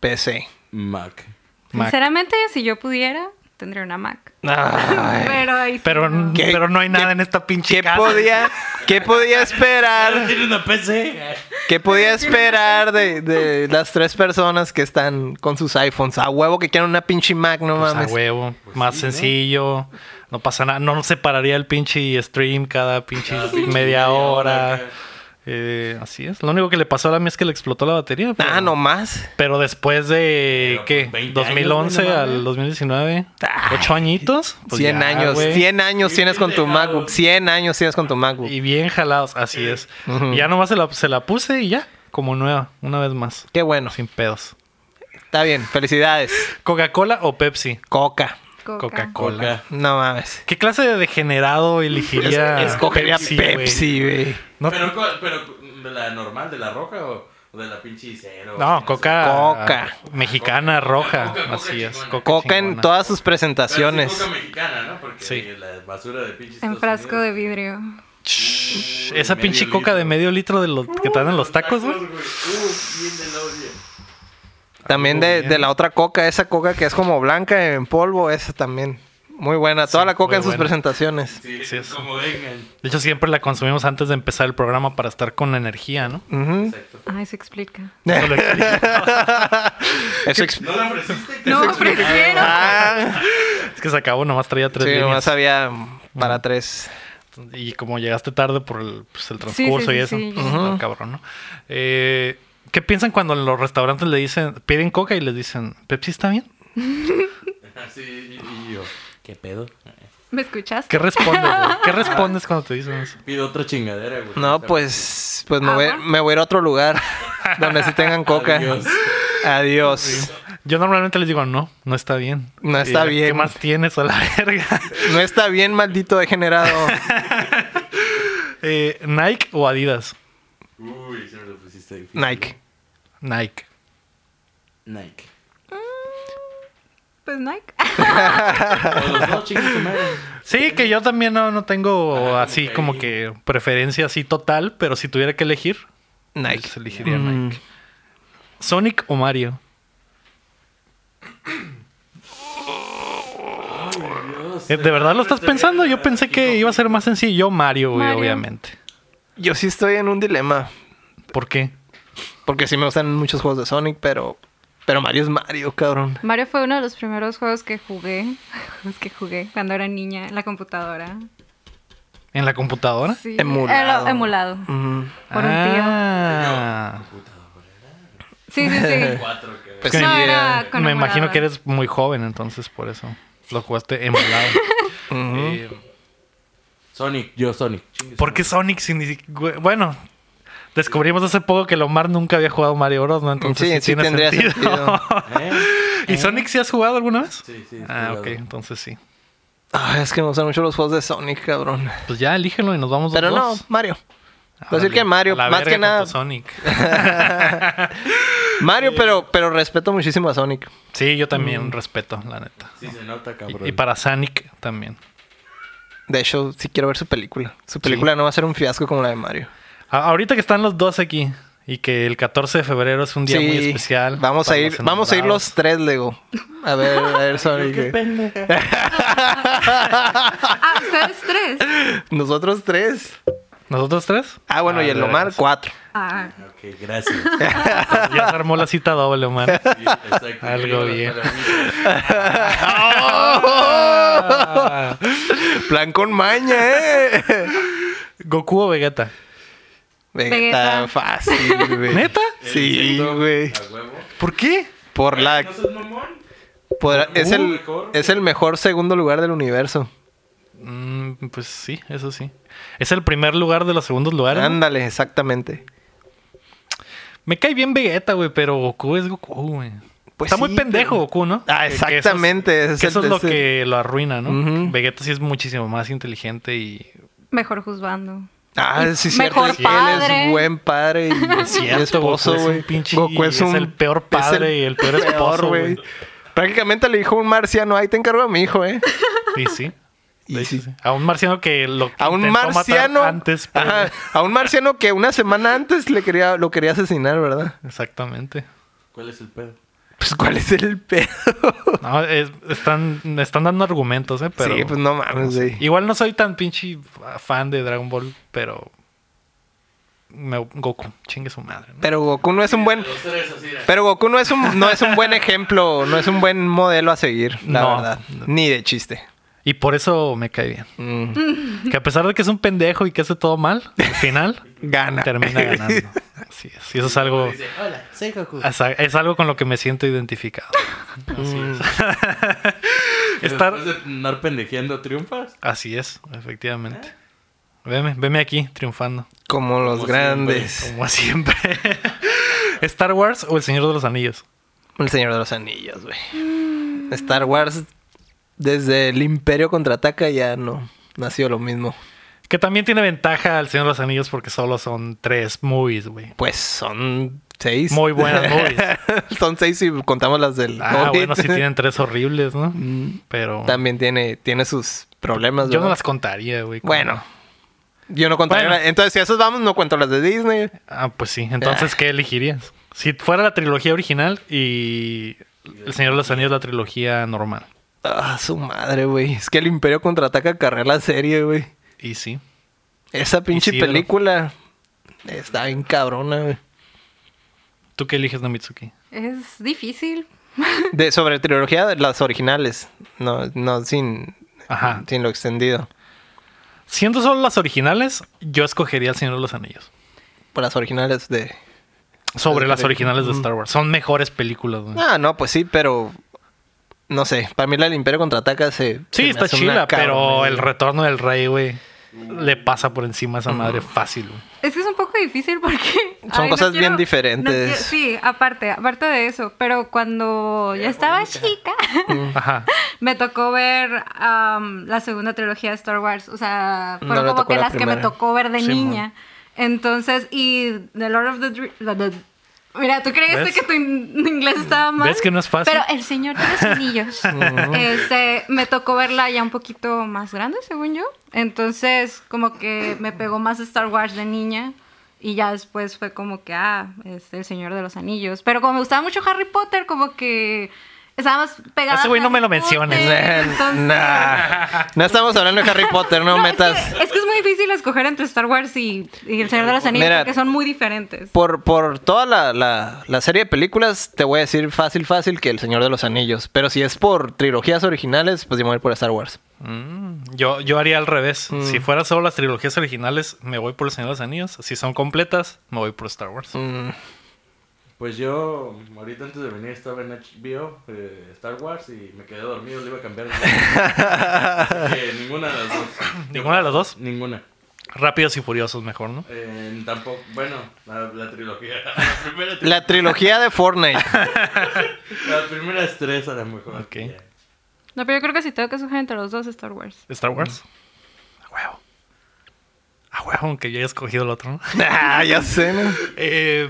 [SPEAKER 2] PC.
[SPEAKER 4] Mac.
[SPEAKER 1] Mac.
[SPEAKER 3] Sinceramente, si yo pudiera, tendría una Mac.
[SPEAKER 2] Ay,
[SPEAKER 3] Pero ahí sí
[SPEAKER 1] Pero,
[SPEAKER 3] no.
[SPEAKER 2] ¿Qué-
[SPEAKER 1] pero no hay nada
[SPEAKER 2] qué-
[SPEAKER 1] en esta pinche
[SPEAKER 2] ¿Qué
[SPEAKER 1] casa.
[SPEAKER 2] podía, ¿Qué podía esperar?
[SPEAKER 4] Tiene una PC.
[SPEAKER 2] ¿Qué podía esperar de, de las tres personas que están con sus iPhones? A huevo que quieren una pinche Mac, no
[SPEAKER 1] Pues a
[SPEAKER 2] mames.
[SPEAKER 1] huevo, más sencillo, no pasa nada, no nos separaría el pinche stream cada pinche
[SPEAKER 4] Cada pinche
[SPEAKER 1] media,
[SPEAKER 4] media hora,
[SPEAKER 1] hora.
[SPEAKER 4] cada-
[SPEAKER 1] Eh, así es. Lo único que le pasó a la mía es que le explotó la batería. Pero,
[SPEAKER 2] Ah, nomás.
[SPEAKER 1] pero después de,
[SPEAKER 4] Pero
[SPEAKER 1] ¿qué?
[SPEAKER 4] por 20 años,
[SPEAKER 1] 2011
[SPEAKER 4] güey, no mames.
[SPEAKER 1] al 2019.
[SPEAKER 2] Ay.
[SPEAKER 1] ¿Ocho añitos? Pues
[SPEAKER 2] 100
[SPEAKER 1] ya,
[SPEAKER 2] Ah, años.
[SPEAKER 1] güey.
[SPEAKER 2] 100 años
[SPEAKER 4] Y
[SPEAKER 2] tienes con tu
[SPEAKER 4] bien dejado.
[SPEAKER 2] MacBook. 100 años tienes con tu MacBook.
[SPEAKER 1] Y bien jalados, así es. Y Ya nomás se la, se la puse y ya, como nueva, una vez más,
[SPEAKER 2] Qué bueno.
[SPEAKER 1] sin pedos.
[SPEAKER 2] Está bien, felicidades.
[SPEAKER 1] ¿Coca-Cola o Pepsi?
[SPEAKER 2] Coca.
[SPEAKER 3] Coca.
[SPEAKER 1] Coca-Cola.
[SPEAKER 2] No mames.
[SPEAKER 1] ¿Qué clase de degenerado elegiría?
[SPEAKER 2] Es- Escogería
[SPEAKER 1] Ah, güey?
[SPEAKER 2] Pepsi, güey.
[SPEAKER 1] No,
[SPEAKER 4] Pero, ¿cuál- pero ¿de la normal, de la roca o, o de la pinche cero?
[SPEAKER 1] no, Coca.
[SPEAKER 2] Coca.
[SPEAKER 1] Mexicana, roja.
[SPEAKER 4] Coca, Coca
[SPEAKER 1] Así es.
[SPEAKER 4] chingona.
[SPEAKER 2] Coca en
[SPEAKER 1] chingona.
[SPEAKER 2] todas sus
[SPEAKER 4] Pero
[SPEAKER 2] presentaciones.
[SPEAKER 4] sí, coca mexicana, ¿no? Porque
[SPEAKER 1] Sí.
[SPEAKER 4] la basura de pinches.
[SPEAKER 3] En
[SPEAKER 4] Estados
[SPEAKER 3] frasco de
[SPEAKER 4] Unidos.
[SPEAKER 3] vidrio.
[SPEAKER 1] Shh,
[SPEAKER 4] Uy,
[SPEAKER 1] Esa
[SPEAKER 4] medio
[SPEAKER 1] pinche coca
[SPEAKER 4] litro.
[SPEAKER 1] de medio litro de los que están en los tacos,
[SPEAKER 4] güey.
[SPEAKER 1] güey.
[SPEAKER 4] Uy, bien de la olla.
[SPEAKER 2] También de, de la otra coca, esa coca que es como blanca en polvo, esa también. Muy buena. Toda
[SPEAKER 1] Sí,
[SPEAKER 2] la coca
[SPEAKER 1] muy
[SPEAKER 2] en sus
[SPEAKER 1] buena.
[SPEAKER 2] presentaciones.
[SPEAKER 4] Sí,
[SPEAKER 1] Sí, es.
[SPEAKER 4] como vengan.
[SPEAKER 1] De hecho, siempre la consumimos antes de empezar el programa para estar con energía, ¿no?
[SPEAKER 2] Ujú.
[SPEAKER 4] Exacto.
[SPEAKER 3] Ay, se explica.
[SPEAKER 1] Eso lo explica.
[SPEAKER 2] Eso exp-
[SPEAKER 4] ¿No la ofreciste?
[SPEAKER 3] No, prefiero.
[SPEAKER 2] Ah,
[SPEAKER 1] es que se acabó, nomás traía tres
[SPEAKER 2] sí,
[SPEAKER 1] líneas. Ah.
[SPEAKER 2] nomás había para tres.
[SPEAKER 1] Y como llegaste tarde por el, pues, el
[SPEAKER 3] Sí,
[SPEAKER 1] transcurso
[SPEAKER 3] sí,
[SPEAKER 1] y
[SPEAKER 3] sí,
[SPEAKER 1] eso,
[SPEAKER 3] sí.
[SPEAKER 1] pues, está
[SPEAKER 2] Ujú.
[SPEAKER 1] cabrón, ¿no? Eh, ¿Qué piensan cuando en los restaurantes le dicen, piden coca y les dicen, ¿Pepsi está bien?
[SPEAKER 4] Así, Ah, y, y yo. ¿Qué pedo?
[SPEAKER 3] ¿Me
[SPEAKER 1] ¿Qué
[SPEAKER 3] escuchaste?
[SPEAKER 1] respondes, güey? ¿Qué respondes cuando te dicen eso?
[SPEAKER 4] Pido otra chingadera, güey.
[SPEAKER 1] Ah,
[SPEAKER 2] No, pues, pues me, voy, me voy a ir a otro lugar donde sí tengan coca.
[SPEAKER 4] Adiós.
[SPEAKER 2] Adiós.
[SPEAKER 1] Yo normalmente les digo, no, no está bien.
[SPEAKER 2] No está
[SPEAKER 1] Y, ¿Qué
[SPEAKER 2] bien.
[SPEAKER 1] más tienes a la verga?
[SPEAKER 2] No está bien, maldito degenerado.
[SPEAKER 1] Eh, ¿Nike o Adidas?
[SPEAKER 4] Uy, se me lo pusiste difícil.
[SPEAKER 2] Nike.
[SPEAKER 1] Nike.
[SPEAKER 4] Nike.
[SPEAKER 3] Pues Nike.
[SPEAKER 4] O los dos chicos su madre.
[SPEAKER 1] Sí, que yo también no, no tengo
[SPEAKER 4] Ajá,
[SPEAKER 1] así como
[SPEAKER 4] como que
[SPEAKER 1] que preferencia así total, pero si tuviera que elegir,
[SPEAKER 2] Nike.
[SPEAKER 1] pues, elegiría
[SPEAKER 2] Mm.
[SPEAKER 1] Nike. ¿Sonic o Mario?
[SPEAKER 4] Ay, Dios.
[SPEAKER 1] Eh, ¿De verdad lo estás pensando? Yo pensé que
[SPEAKER 4] Aquí
[SPEAKER 1] iba a ser más sencillo. Yo Mario, güey,
[SPEAKER 3] Mario.
[SPEAKER 1] obviamente.
[SPEAKER 2] Yo sí estoy en un dilema.
[SPEAKER 1] ¿Por qué?
[SPEAKER 2] Porque sí me gustan muchos juegos de Sonic, pero. Pero Mario es Mario, cabrón.
[SPEAKER 3] Mario fue uno de los primeros juegos que jugué. Juegos que jugué cuando era niña en la computadora.
[SPEAKER 1] ¿En la computadora?
[SPEAKER 3] Sí.
[SPEAKER 2] Emulado.
[SPEAKER 3] Era emulado.
[SPEAKER 2] Ujú.
[SPEAKER 3] Por un tío.
[SPEAKER 1] ah,
[SPEAKER 3] Sí, sí, sí.
[SPEAKER 4] Cuatro, que
[SPEAKER 2] Pues
[SPEAKER 3] no,
[SPEAKER 2] sí,
[SPEAKER 3] era
[SPEAKER 2] eh,
[SPEAKER 3] con
[SPEAKER 1] Me
[SPEAKER 3] emulador.
[SPEAKER 1] imagino que eres muy joven, entonces por eso lo jugaste emulado.
[SPEAKER 2] ujú.
[SPEAKER 1] Eh,
[SPEAKER 4] Sonic, yo Sonic. Chingue
[SPEAKER 1] ¿Por qué Sonic sin ni si- güey, Bueno, descubrimos hace poco que Lomar nunca había jugado Mario Bros, ¿no? Entonces
[SPEAKER 2] Sí,
[SPEAKER 1] sí,
[SPEAKER 2] sí
[SPEAKER 1] tiene
[SPEAKER 2] tendría
[SPEAKER 1] sentido.
[SPEAKER 2] sentido.
[SPEAKER 4] su- ¿Eh?
[SPEAKER 1] ¿Y Sonic sí has jugado alguna vez?
[SPEAKER 4] Sí, sí.
[SPEAKER 1] Ah,
[SPEAKER 4] cuidado.
[SPEAKER 1] ok, entonces sí.
[SPEAKER 2] Ay, ah, es que me gustan mucho los juegos de Sonic, cabrón.
[SPEAKER 1] Pues ya elígelo y nos vamos
[SPEAKER 2] Pero
[SPEAKER 1] los
[SPEAKER 2] no,
[SPEAKER 1] dos.
[SPEAKER 2] Mario.
[SPEAKER 1] Ah,
[SPEAKER 2] decir
[SPEAKER 1] dale.
[SPEAKER 2] que Mario,
[SPEAKER 1] A la verga
[SPEAKER 2] más que
[SPEAKER 1] con
[SPEAKER 2] nada-
[SPEAKER 1] tu Sonic.
[SPEAKER 2] Mario, pero, pero respeto muchísimo a Sonic.
[SPEAKER 1] Sí, yo
[SPEAKER 2] Mm.
[SPEAKER 1] también respeto, la neta.
[SPEAKER 4] Sí, se nota,
[SPEAKER 1] Y-
[SPEAKER 4] cabrón.
[SPEAKER 1] Y para Sonic también.
[SPEAKER 2] De hecho, sí quiero ver su película. Su película no va a ser un fiasco como la de Mario.
[SPEAKER 1] A- ahorita que están los dos aquí y que el 14 de febrero es un día
[SPEAKER 2] Sí,
[SPEAKER 1] muy especial.
[SPEAKER 2] Vamos a
[SPEAKER 1] para
[SPEAKER 2] ir,
[SPEAKER 1] los
[SPEAKER 2] vamos a ir los tres, Lego. A ver, a ver, Sonic.
[SPEAKER 3] Ah, ustedes tres.
[SPEAKER 2] Nosotros tres.
[SPEAKER 1] enamorados. ¿Nosotros tres?
[SPEAKER 2] Ah, bueno,
[SPEAKER 1] Ah,
[SPEAKER 2] y el
[SPEAKER 1] de
[SPEAKER 2] Omar,
[SPEAKER 1] veras.
[SPEAKER 2] cuatro.
[SPEAKER 3] Ah,
[SPEAKER 4] Ok, gracias.
[SPEAKER 1] Ya se armó la cita doble, Omar.
[SPEAKER 4] Sí, exacto.
[SPEAKER 1] Algo
[SPEAKER 4] Para
[SPEAKER 1] bien.
[SPEAKER 4] mí.
[SPEAKER 1] Ah.
[SPEAKER 2] Plan con maña, eh.
[SPEAKER 1] Goku o Vegeta.
[SPEAKER 2] Vegeta,
[SPEAKER 3] Vegeta.
[SPEAKER 2] fácil, güey.
[SPEAKER 1] ¿Neta?
[SPEAKER 2] Sí,
[SPEAKER 4] Exacto,
[SPEAKER 2] güey.
[SPEAKER 4] A huevo.
[SPEAKER 1] ¿Por qué?
[SPEAKER 2] Por la.
[SPEAKER 4] ¿No seas mamón?
[SPEAKER 2] podrá- es,
[SPEAKER 4] Uh,
[SPEAKER 2] el,
[SPEAKER 4] mejor.
[SPEAKER 2] es el mejor segundo lugar del universo.
[SPEAKER 1] Mm, pues sí, eso sí. Es el primer lugar de los segundos lugares. ¿no?
[SPEAKER 2] Ándale, exactamente.
[SPEAKER 1] Me cae bien Vegeta, güey, pero Goku es Goku, güey.
[SPEAKER 2] Pues
[SPEAKER 1] Está
[SPEAKER 2] sí,
[SPEAKER 1] muy pendejo
[SPEAKER 2] pero-
[SPEAKER 1] Goku, ¿no?
[SPEAKER 2] Ah,
[SPEAKER 1] Que- que eso es-
[SPEAKER 2] exactamente, ese es
[SPEAKER 1] que
[SPEAKER 2] el-
[SPEAKER 1] eso es lo
[SPEAKER 2] ese-
[SPEAKER 1] que lo arruina, ¿no?
[SPEAKER 2] Ujú.
[SPEAKER 1] Vegeta sí es muchísimo más inteligente y
[SPEAKER 3] mejor juzgando.
[SPEAKER 2] Ah,
[SPEAKER 3] Y
[SPEAKER 2] sí,
[SPEAKER 3] mejor
[SPEAKER 2] cierto. Él es
[SPEAKER 3] padre.
[SPEAKER 2] buen padre y es
[SPEAKER 1] cierto, Goku
[SPEAKER 2] esposo,
[SPEAKER 1] es un
[SPEAKER 2] güey.
[SPEAKER 1] pinche- es el peor padre y el peor esposo, güey.
[SPEAKER 2] Prácticamente le dijo a un marciano, ahí te encargo a mi hijo, ¿eh.
[SPEAKER 1] Y sí.
[SPEAKER 2] Y
[SPEAKER 1] De hecho,
[SPEAKER 2] sí.
[SPEAKER 1] sí. A un marciano que lo
[SPEAKER 2] A un
[SPEAKER 1] intentó matar
[SPEAKER 2] marciano.
[SPEAKER 1] antes. pero-
[SPEAKER 2] Ajá, a un marciano que una semana antes le quería, lo quería asesinar, ¿verdad?
[SPEAKER 1] Exactamente.
[SPEAKER 4] ¿Cuál es el pedo?
[SPEAKER 2] Pues, ¿cuál es el pedo?
[SPEAKER 1] No, es- están, están dando argumentos, ¿eh? Pero,
[SPEAKER 2] sí, pues no mames, güey.
[SPEAKER 1] Igual no soy tan pinche fan de Dragon Ball, pero. me- Goku, chingue su madre. ¿no?
[SPEAKER 2] Pero Goku no es un buen.
[SPEAKER 4] Los tres así. era.
[SPEAKER 2] Pero Goku no es un, no es un buen ejemplo, no es un buen modelo a seguir, la
[SPEAKER 1] No.
[SPEAKER 2] verdad. Ni de chiste.
[SPEAKER 1] Y por eso me cae bien.
[SPEAKER 2] Mm,
[SPEAKER 1] Que a pesar de que es un pendejo y que hace todo mal, al final
[SPEAKER 2] Gana.
[SPEAKER 1] termina ganando. Así es. Y eso es algo.
[SPEAKER 4] Dice, hola, soy Goku.
[SPEAKER 1] Es a- es algo con lo que me siento identificado. Así
[SPEAKER 2] Mm.
[SPEAKER 1] es.
[SPEAKER 4] Pero
[SPEAKER 1] Estar-
[SPEAKER 4] Después de andar pendejeando, triunfas.
[SPEAKER 1] Así es, efectivamente. Veme, veme aquí triunfando,
[SPEAKER 2] Como los
[SPEAKER 4] Como
[SPEAKER 2] grandes.
[SPEAKER 1] como siempre. ¿Star Wars o El Señor de los Anillos?
[SPEAKER 2] El Señor de los Anillos, güey. Star Wars, desde el Imperio contraataca, ya no, no ha sido lo mismo.
[SPEAKER 1] Que también tiene ventaja al Señor de los Anillos porque solo son tres movies, güey.
[SPEAKER 2] Pues son seis.
[SPEAKER 1] Muy buenas movies.
[SPEAKER 2] son seis si contamos las del.
[SPEAKER 1] Ah,
[SPEAKER 2] Hobbit.
[SPEAKER 1] bueno, sí tienen tres horribles, ¿no? Pero
[SPEAKER 2] Mm. También tiene, tiene sus problemas.
[SPEAKER 1] yo no
[SPEAKER 2] ¿verdad?
[SPEAKER 1] las contaría, güey. como-
[SPEAKER 2] Bueno. Yo no contaría.
[SPEAKER 1] Bueno.
[SPEAKER 2] la- Entonces, si a esas vamos, no cuento las de Disney.
[SPEAKER 1] Ah, pues sí. Entonces, ¿qué elegirías? Si fuera la trilogía original y El Señor de los Anillos la trilogía normal.
[SPEAKER 2] Ah, su madre, güey. Es que el Imperio contraataca carrera la serie, güey.
[SPEAKER 1] Y sí.
[SPEAKER 2] Esa pinche
[SPEAKER 1] Isidro.
[SPEAKER 2] película está bien cabrona, güey.
[SPEAKER 1] ¿Tú qué eliges, Namitsuki?
[SPEAKER 3] Es difícil.
[SPEAKER 2] De, sobre trilogía, las originales. No, no sin,
[SPEAKER 1] Ajá.
[SPEAKER 2] sin lo extendido.
[SPEAKER 1] Siendo solo las originales, yo escogería El Señor de los Anillos.
[SPEAKER 2] Por las originales de.
[SPEAKER 1] Sobre
[SPEAKER 2] Las
[SPEAKER 1] las
[SPEAKER 2] películas.
[SPEAKER 1] originales de
[SPEAKER 2] Ujú.
[SPEAKER 1] Star Wars. Son mejores películas, güey.
[SPEAKER 2] mm. Ah, no, pues sí, pero. No sé. Para mí, la del Imperio contraataca se. se
[SPEAKER 1] Sí,
[SPEAKER 2] me
[SPEAKER 1] está
[SPEAKER 2] hace una
[SPEAKER 1] chila, pero
[SPEAKER 2] cabrona,
[SPEAKER 1] el
[SPEAKER 2] güey. Mm.
[SPEAKER 1] retorno del rey, güey, le pasa por encima a esa madre fácil, güey.
[SPEAKER 3] Es que es un poco difícil porque...
[SPEAKER 2] Son cosas bien diferentes.
[SPEAKER 3] no quiero- sí, aparte, aparte de eso. Pero cuando ya estaba chica,
[SPEAKER 2] Mm.
[SPEAKER 1] Ajá.
[SPEAKER 3] me tocó ver am, la segunda trilogía de Star Wars. O sea,
[SPEAKER 2] No
[SPEAKER 3] fueron
[SPEAKER 2] le
[SPEAKER 3] como
[SPEAKER 2] tocó
[SPEAKER 3] que
[SPEAKER 2] la
[SPEAKER 3] las que me
[SPEAKER 2] primera.
[SPEAKER 3] tocó ver de
[SPEAKER 1] Simón.
[SPEAKER 3] niña. Entonces, y The Lord of the Dreams... Mira, tú creíste
[SPEAKER 1] ¿Ves?
[SPEAKER 3] que tu in- inglés estaba mal.
[SPEAKER 1] ¿Ves que no es fácil?
[SPEAKER 3] Pero El Señor de los Anillos. este, me tocó verla ya un poquito más grande, según yo. Entonces, como que me pegó más Star Wars de niña. Y ya después fue como que, ah, este, El Señor de los Anillos. Pero como me gustaba mucho Harry Potter, como que estaba más pegada.
[SPEAKER 1] Ese güey
[SPEAKER 3] a
[SPEAKER 1] no me lo
[SPEAKER 3] Harry Potter,
[SPEAKER 1] menciones.
[SPEAKER 3] entonces-
[SPEAKER 2] Nah. No estamos hablando de Harry Potter, no,
[SPEAKER 3] No, es que-
[SPEAKER 2] metas.
[SPEAKER 3] Es que, es muy difícil escoger entre Star Wars y, y El Señor de los Anillos
[SPEAKER 2] Mira.
[SPEAKER 3] porque son muy diferentes.
[SPEAKER 2] Por, por toda la, la- la serie de películas, te voy a decir fácil, fácil que El Señor de los Anillos. Pero si es por trilogías originales, pues yo me voy a ir por Star Wars.
[SPEAKER 1] Mm, yo, yo haría al revés. Si fuera solo las trilogías originales, me voy por El Señor de los Anillos. Si son completas, me voy por Star Wars.
[SPEAKER 2] Mm,
[SPEAKER 4] Pues yo, ahorita antes de venir, estaba en HBO, eh, Star Wars, y me quedé dormido, le iba a cambiar. el nombre. Así que ninguna de las dos.
[SPEAKER 1] ¿Ninguna de las dos?
[SPEAKER 4] Ninguna.
[SPEAKER 1] Rápidos y furiosos, mejor, ¿no?
[SPEAKER 4] Eh, tampoco, bueno, la, la trilogía. La primera, tri-
[SPEAKER 2] La trilogía de Fortnite.
[SPEAKER 4] la primera es tres, a lo mejor.
[SPEAKER 1] Ok.
[SPEAKER 4] Ya.
[SPEAKER 3] No, pero yo creo que si tengo que escoger entre los dos, Star Wars.
[SPEAKER 1] Star Wars. A huevo. A huevo, aunque yo haya escogido el otro, ¿no?
[SPEAKER 2] Ah, ya sé. ¿no?
[SPEAKER 1] Eh,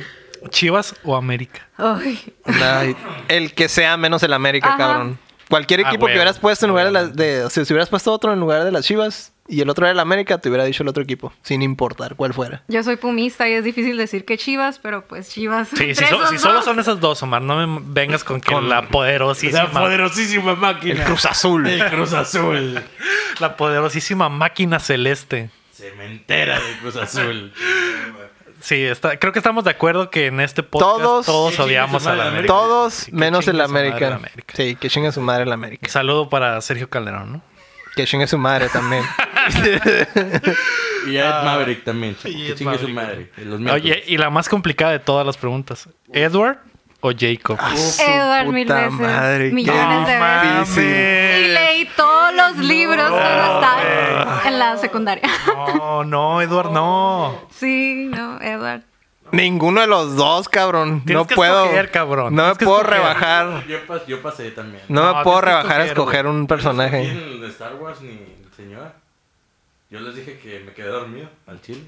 [SPEAKER 1] ¿Chivas o América?
[SPEAKER 3] Ay.
[SPEAKER 2] Ay, el que sea menos el América,
[SPEAKER 3] Ajá.
[SPEAKER 2] cabrón. Cualquier
[SPEAKER 1] Ah,
[SPEAKER 2] equipo
[SPEAKER 1] huevo.
[SPEAKER 2] que hubieras puesto en lugar de, las- de- o sea, si hubieras puesto otro en lugar de las Chivas y el otro era el América, te hubiera dicho el otro equipo, sin importar cuál fuera.
[SPEAKER 3] Yo soy pumista y es difícil decir que Chivas, pero pues Chivas.
[SPEAKER 1] Sí, si,
[SPEAKER 3] entre
[SPEAKER 1] so-
[SPEAKER 3] esos
[SPEAKER 1] si solo
[SPEAKER 3] dos.
[SPEAKER 1] son esas dos, Omar, no me vengas con que la poderosísima,
[SPEAKER 4] La poderosísima máquina.
[SPEAKER 2] El Cruz Azul.
[SPEAKER 4] El Cruz Azul.
[SPEAKER 1] la poderosísima máquina celeste.
[SPEAKER 4] Cementera de Cruz Azul.
[SPEAKER 1] Sí, está, creo que estamos de acuerdo que en este podcast todos,
[SPEAKER 2] Todos-
[SPEAKER 1] todos
[SPEAKER 4] Sí,
[SPEAKER 1] odiamos
[SPEAKER 4] chingue
[SPEAKER 1] a
[SPEAKER 4] su madre,
[SPEAKER 1] la América.
[SPEAKER 2] Todos
[SPEAKER 1] Sí, que
[SPEAKER 2] menos el
[SPEAKER 1] chingue su madre
[SPEAKER 2] América.
[SPEAKER 1] el América.
[SPEAKER 2] Sí, que chinga su madre el América.
[SPEAKER 1] Saludo para Sergio Calderón, ¿no?
[SPEAKER 2] Que chinga su madre también.
[SPEAKER 4] Y ya Ed Maverick también. chico,
[SPEAKER 1] Ah. y
[SPEAKER 4] que
[SPEAKER 1] Ed
[SPEAKER 4] chingue su madre.
[SPEAKER 1] Maverick.
[SPEAKER 4] Los
[SPEAKER 1] Oye, y la más complicada de todas las preguntas. ¿Edward o Jacob?
[SPEAKER 2] Su
[SPEAKER 3] Edward, mil
[SPEAKER 2] puta
[SPEAKER 3] veces.
[SPEAKER 2] madre, qué
[SPEAKER 3] millones de veces. Y leí todos los libros cuando estaba en la secundaria.
[SPEAKER 1] No, no, Edward, no.
[SPEAKER 3] Sí, no, Edward.
[SPEAKER 2] Ninguno de los dos, cabrón.
[SPEAKER 1] Tienes
[SPEAKER 2] no
[SPEAKER 1] que
[SPEAKER 2] puedo.
[SPEAKER 1] escoger, cabrón.
[SPEAKER 2] No me
[SPEAKER 1] Tienes que
[SPEAKER 2] puedo
[SPEAKER 1] escoger.
[SPEAKER 2] rebajar.
[SPEAKER 4] Yo, pas- yo pasé también.
[SPEAKER 2] No,
[SPEAKER 1] No,
[SPEAKER 2] me puedo
[SPEAKER 1] tienes que
[SPEAKER 2] rebajar a
[SPEAKER 1] escoger,
[SPEAKER 2] escoger un
[SPEAKER 4] Yo no
[SPEAKER 2] personaje.
[SPEAKER 4] escogí el de Star Wars ni señora. Yo les dije que me quedé dormido al chile.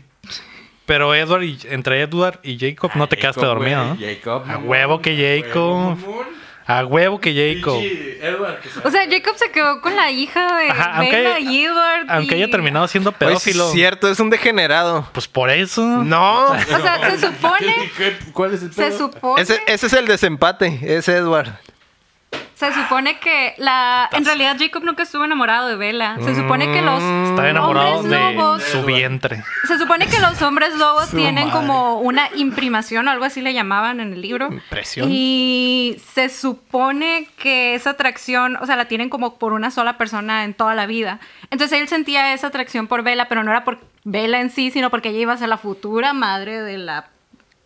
[SPEAKER 1] Pero Edward y- entre Edward y Jacob no te
[SPEAKER 2] Ah,
[SPEAKER 1] quedaste
[SPEAKER 4] Jacob,
[SPEAKER 1] dormido, ¿no?
[SPEAKER 4] güey, Jacob.
[SPEAKER 1] A
[SPEAKER 4] mamón,
[SPEAKER 1] huevo que
[SPEAKER 4] a huevo,
[SPEAKER 1] Jacob.
[SPEAKER 4] mamón.
[SPEAKER 1] A huevo que Jacob.
[SPEAKER 4] Pinche Edward, que se-
[SPEAKER 3] O sea, Jacob se quedó con la hija de
[SPEAKER 1] Ajá, aunque
[SPEAKER 3] Bella
[SPEAKER 1] haya-
[SPEAKER 3] y Edward.
[SPEAKER 1] Aunque
[SPEAKER 3] y-
[SPEAKER 1] haya terminado siendo
[SPEAKER 2] Oye, sí
[SPEAKER 1] pedófilo.
[SPEAKER 2] es cierto, es un degenerado.
[SPEAKER 1] Pues por eso.
[SPEAKER 2] No.
[SPEAKER 3] O sea, se supone.
[SPEAKER 4] ¿Qué- qué- ¿Cuál es el pedo?
[SPEAKER 3] Se supone.
[SPEAKER 2] Ese, ese es el desempate, es Edward.
[SPEAKER 3] Se supone que la. En realidad, Jacob nunca estuvo enamorado de Bella. Se supone que los.
[SPEAKER 1] Está enamorado
[SPEAKER 3] hombres
[SPEAKER 1] de
[SPEAKER 3] lobos-
[SPEAKER 1] su vientre.
[SPEAKER 3] Se supone que los hombres lobos
[SPEAKER 2] Su
[SPEAKER 3] tienen
[SPEAKER 2] madre.
[SPEAKER 3] como una imprimación o algo así le llamaban en el libro.
[SPEAKER 2] Impresión.
[SPEAKER 3] Y se supone que esa atracción, o sea, la tienen como por una sola persona en toda la vida. Entonces él sentía esa atracción por Vela, pero no era por Vela en sí, sino porque ella iba a ser la futura madre de la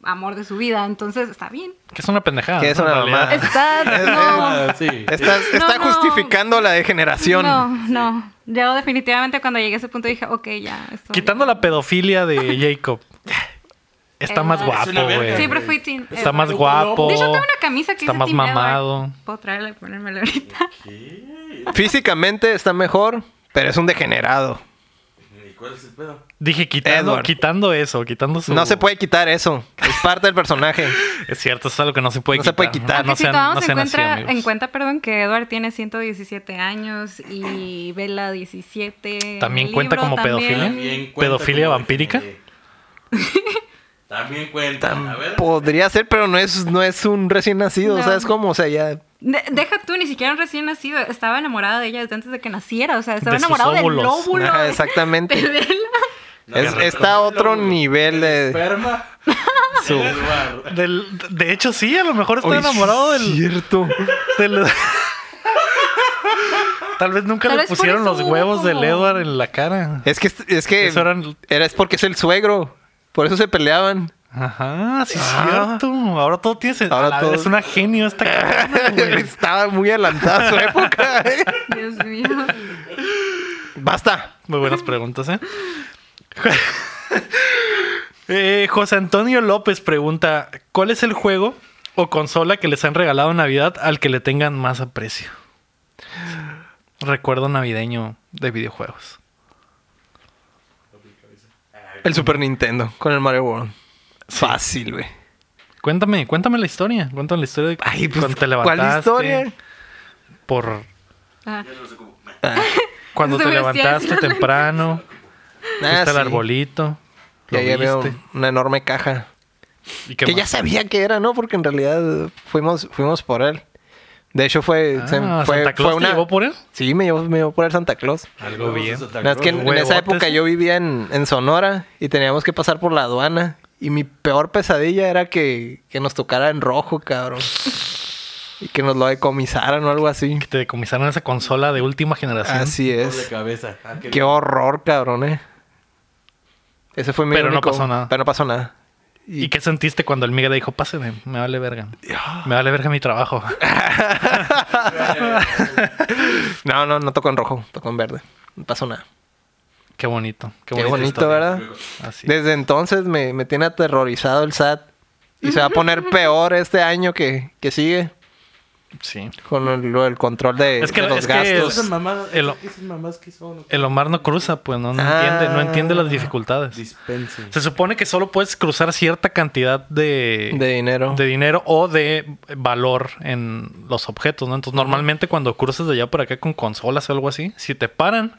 [SPEAKER 3] amor de su vida. Entonces está bien.
[SPEAKER 1] Que es una pendejada.
[SPEAKER 2] Que es
[SPEAKER 1] ¿no? En
[SPEAKER 2] una
[SPEAKER 1] realidad.
[SPEAKER 2] mamada.
[SPEAKER 3] Está.
[SPEAKER 2] Ah. Es-
[SPEAKER 3] No.
[SPEAKER 4] Ah, sí.
[SPEAKER 2] Estás-
[SPEAKER 3] No,
[SPEAKER 2] está
[SPEAKER 3] no.
[SPEAKER 2] justificando la degeneración.
[SPEAKER 3] No, no. Yo definitivamente cuando llegué a ese punto dije, ok, ya. esto-
[SPEAKER 1] Quitando la pedofilia de Jacob. Está más
[SPEAKER 3] Es
[SPEAKER 1] guapo,
[SPEAKER 4] una verga.
[SPEAKER 1] güey.
[SPEAKER 3] Siempre fui teen.
[SPEAKER 1] Está
[SPEAKER 3] eh,
[SPEAKER 1] más
[SPEAKER 3] guapo.
[SPEAKER 1] guapo.
[SPEAKER 3] De hecho, tengo una camisa que
[SPEAKER 1] Está
[SPEAKER 3] dice
[SPEAKER 1] más
[SPEAKER 3] Team Edward.
[SPEAKER 1] mamado.
[SPEAKER 3] Puedo traerla y ponérmela ahorita.
[SPEAKER 4] ¿Qué?
[SPEAKER 2] Físicamente está mejor, pero es un degenerado.
[SPEAKER 4] ¿Y cuál es el pedo?
[SPEAKER 1] Dije, quitando,
[SPEAKER 2] Edward.
[SPEAKER 1] quitando eso, quitando su...
[SPEAKER 2] No se puede quitar eso. Es parte del personaje.
[SPEAKER 1] Es cierto, es algo que no se puede
[SPEAKER 2] No se
[SPEAKER 1] quitar.
[SPEAKER 2] puede quitar.
[SPEAKER 1] Ah, No,
[SPEAKER 3] Aunque
[SPEAKER 1] no
[SPEAKER 3] si
[SPEAKER 1] sean,
[SPEAKER 3] tomamos
[SPEAKER 1] no
[SPEAKER 3] en,
[SPEAKER 1] sean así,
[SPEAKER 3] cuenta,
[SPEAKER 1] amigos.
[SPEAKER 3] en cuenta, perdón, que Edward tiene 117 años y Bella 17. en
[SPEAKER 1] ¿También
[SPEAKER 3] el
[SPEAKER 1] cuenta como pedofilia?
[SPEAKER 4] También cuenta
[SPEAKER 1] ¿Pedofilia
[SPEAKER 4] como
[SPEAKER 1] vampírica?
[SPEAKER 4] degeneré. También cuenta. A ver.
[SPEAKER 2] Podría ser, pero no es, no es un recién nacido.
[SPEAKER 3] No.
[SPEAKER 2] ¿Sabes cómo? O sea, ya.
[SPEAKER 3] De- deja tú, ni siquiera un recién nacido. Estaba enamorada de ella desde antes de que naciera. O sea, estaba
[SPEAKER 1] De sus
[SPEAKER 3] enamorado del
[SPEAKER 1] óvulos. Ah,
[SPEAKER 3] lóbulo.
[SPEAKER 2] Ajá,
[SPEAKER 3] de-
[SPEAKER 2] exactamente.
[SPEAKER 3] de Bella.
[SPEAKER 4] No,
[SPEAKER 2] Es-
[SPEAKER 4] pero-
[SPEAKER 2] está otro nivel de-
[SPEAKER 4] Esperma.
[SPEAKER 2] Su-
[SPEAKER 4] El Edward.
[SPEAKER 1] Del- de hecho, sí, a lo mejor está
[SPEAKER 2] Oye,
[SPEAKER 1] enamorado
[SPEAKER 2] sí,
[SPEAKER 1] del...
[SPEAKER 2] Cierto.
[SPEAKER 1] del- Tal vez nunca
[SPEAKER 3] Tal
[SPEAKER 1] le
[SPEAKER 3] vez por
[SPEAKER 1] pusieron
[SPEAKER 3] eso
[SPEAKER 1] los
[SPEAKER 3] hubo
[SPEAKER 1] huevos del
[SPEAKER 3] como-
[SPEAKER 1] Edward en la cara.
[SPEAKER 2] Es que. Es que
[SPEAKER 1] Eso eran-
[SPEAKER 2] era- es porque es el suegro. Por eso se peleaban.
[SPEAKER 1] Ajá, sí, es
[SPEAKER 2] Ah.
[SPEAKER 1] cierto. Ahora todo tiene sentido.
[SPEAKER 2] Ahora
[SPEAKER 1] A la
[SPEAKER 2] todo-
[SPEAKER 1] vez Es una genio esta cabrona, Ah, güey.
[SPEAKER 2] Estaba muy adelantada a su época. ¿eh?
[SPEAKER 3] Dios mío.
[SPEAKER 2] Basta.
[SPEAKER 1] Muy buenas preguntas, ¿eh? Eh, José Antonio López pregunta: ¿Cuál es el juego o consola que les han regalado en Navidad al que le tengan más aprecio? Recuerdo navideño de videojuegos.
[SPEAKER 2] El Super Nintendo con el Mario World. Fácil, güey.
[SPEAKER 1] Cuéntame, cuéntame la historia. Cuéntame la historia de
[SPEAKER 2] Ay, pues,
[SPEAKER 1] cuando te levantaste.
[SPEAKER 2] ¿Cuál historia?
[SPEAKER 1] Por
[SPEAKER 3] Ah,
[SPEAKER 1] cuando te
[SPEAKER 3] Sebastián,
[SPEAKER 1] levantaste
[SPEAKER 3] no la
[SPEAKER 1] temprano, fuiste
[SPEAKER 2] Ah,
[SPEAKER 1] al
[SPEAKER 2] sí.
[SPEAKER 1] arbolito,
[SPEAKER 2] Y
[SPEAKER 1] lo
[SPEAKER 2] ahí había
[SPEAKER 1] viste.
[SPEAKER 2] una enorme caja.
[SPEAKER 1] ¿Y qué
[SPEAKER 2] Que ya
[SPEAKER 1] más?
[SPEAKER 2] sabía que era, ¿no? Porque en realidad fuimos, fuimos por él. De hecho, fue,
[SPEAKER 1] Ah,
[SPEAKER 2] se- fue,
[SPEAKER 1] ¿Santa Claus
[SPEAKER 2] fue
[SPEAKER 1] te llevó por él?
[SPEAKER 2] Sí, me llevó, me llevó por el Santa Claus.
[SPEAKER 1] Algo bien.
[SPEAKER 2] No, es que en, en esa
[SPEAKER 1] Huevotes.
[SPEAKER 2] época yo vivía en, en Sonora y teníamos que pasar por la aduana. Y mi peor pesadilla era que, que nos tocara en rojo, cabrón. Y que nos lo decomisaran o algo así.
[SPEAKER 1] Que te decomisaron esa consola de última generación.
[SPEAKER 2] Así
[SPEAKER 4] Doble
[SPEAKER 2] es.
[SPEAKER 4] cabeza. Ah, qué-
[SPEAKER 2] Qué horror, cabrón, eh. Ese fue mi
[SPEAKER 1] Pero no
[SPEAKER 2] único-
[SPEAKER 1] pasó nada.
[SPEAKER 2] Pero no pasó nada.
[SPEAKER 1] ¿Y qué sentiste cuando el Miguel dijo, páseme, me vale verga?
[SPEAKER 2] Ah.
[SPEAKER 1] Me vale verga mi trabajo.
[SPEAKER 2] No, no, no tocó en rojo, tocó en verde. No pasó nada.
[SPEAKER 1] Qué bonito. Qué,
[SPEAKER 2] Qué
[SPEAKER 1] bonita
[SPEAKER 2] bonito,
[SPEAKER 1] historia.
[SPEAKER 2] ¿verdad?
[SPEAKER 1] Así.
[SPEAKER 2] Desde entonces me, me tiene aterrorizado el SAT. Y se va a poner peor este año que, que sigue
[SPEAKER 1] Sí.
[SPEAKER 2] con el, lo del control de,
[SPEAKER 1] Es que-
[SPEAKER 2] de los
[SPEAKER 1] es que-
[SPEAKER 2] gastos.
[SPEAKER 4] Esas mamadas.
[SPEAKER 1] El-
[SPEAKER 4] esas mamás que son.
[SPEAKER 1] El Omar no cruza, pues no, no
[SPEAKER 2] Ah.
[SPEAKER 1] entiende, no entiende las dificultades.
[SPEAKER 4] Dispense.
[SPEAKER 1] Se supone que solo puedes cruzar cierta cantidad de,
[SPEAKER 2] De dinero.
[SPEAKER 1] de dinero o de valor en los objetos, ¿no? Entonces, normalmente cuando cruzas de allá para acá con consolas o algo así, si te paran,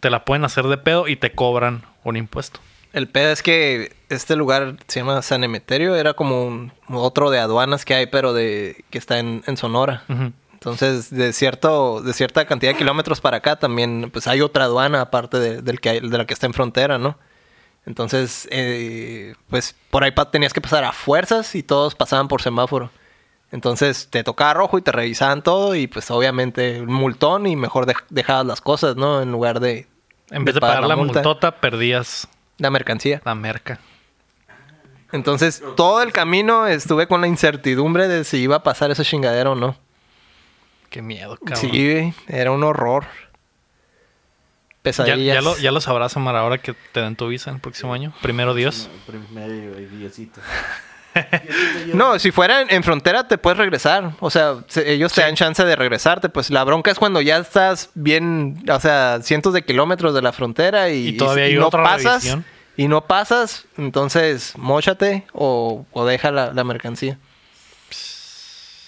[SPEAKER 1] te la pueden hacer de pedo y te cobran un impuesto.
[SPEAKER 2] El pedo es que este lugar se llama San Emeterio, era como un, otro de aduanas que hay, pero de que está en, en Sonora.
[SPEAKER 1] Ujú.
[SPEAKER 2] Entonces, de cierto, de cierta cantidad de kilómetros para acá también, pues hay otra aduana aparte de, del que hay- de la que está en frontera, ¿no? Entonces, eh, pues por ahí pa- tenías que pasar a fuerzas y todos pasaban por semáforo. Entonces te tocaba rojo y te revisaban todo y pues obviamente un multón y mejor dej- dejabas las cosas, ¿no? En lugar de...
[SPEAKER 1] En vez de pagar la multota, perdías
[SPEAKER 2] La mercancía.
[SPEAKER 1] la merca.
[SPEAKER 2] Entonces, todo el camino estuve con la incertidumbre de si iba a pasar ese chingadero o no.
[SPEAKER 1] Qué miedo, cabrón.
[SPEAKER 2] Sí, güey, era un horror.
[SPEAKER 1] Ya,
[SPEAKER 2] Pesadillas.
[SPEAKER 1] ya, lo, ya los sabrás, Omar, ahora que te den tu visa el próximo año. Primero Dios.
[SPEAKER 4] Primero, y Diosito.
[SPEAKER 2] No, si fuera en, en frontera te puedes regresar. O sea, se- ellos te dan chance de regresarte. Pues la bronca es cuando ya estás bien, o sea, cientos de kilómetros de la frontera y,
[SPEAKER 1] Y todavía hay
[SPEAKER 2] no
[SPEAKER 1] otra
[SPEAKER 2] pasas.
[SPEAKER 1] revisión.
[SPEAKER 2] Y no pasas, entonces mochate o, o deja la, la mercancía.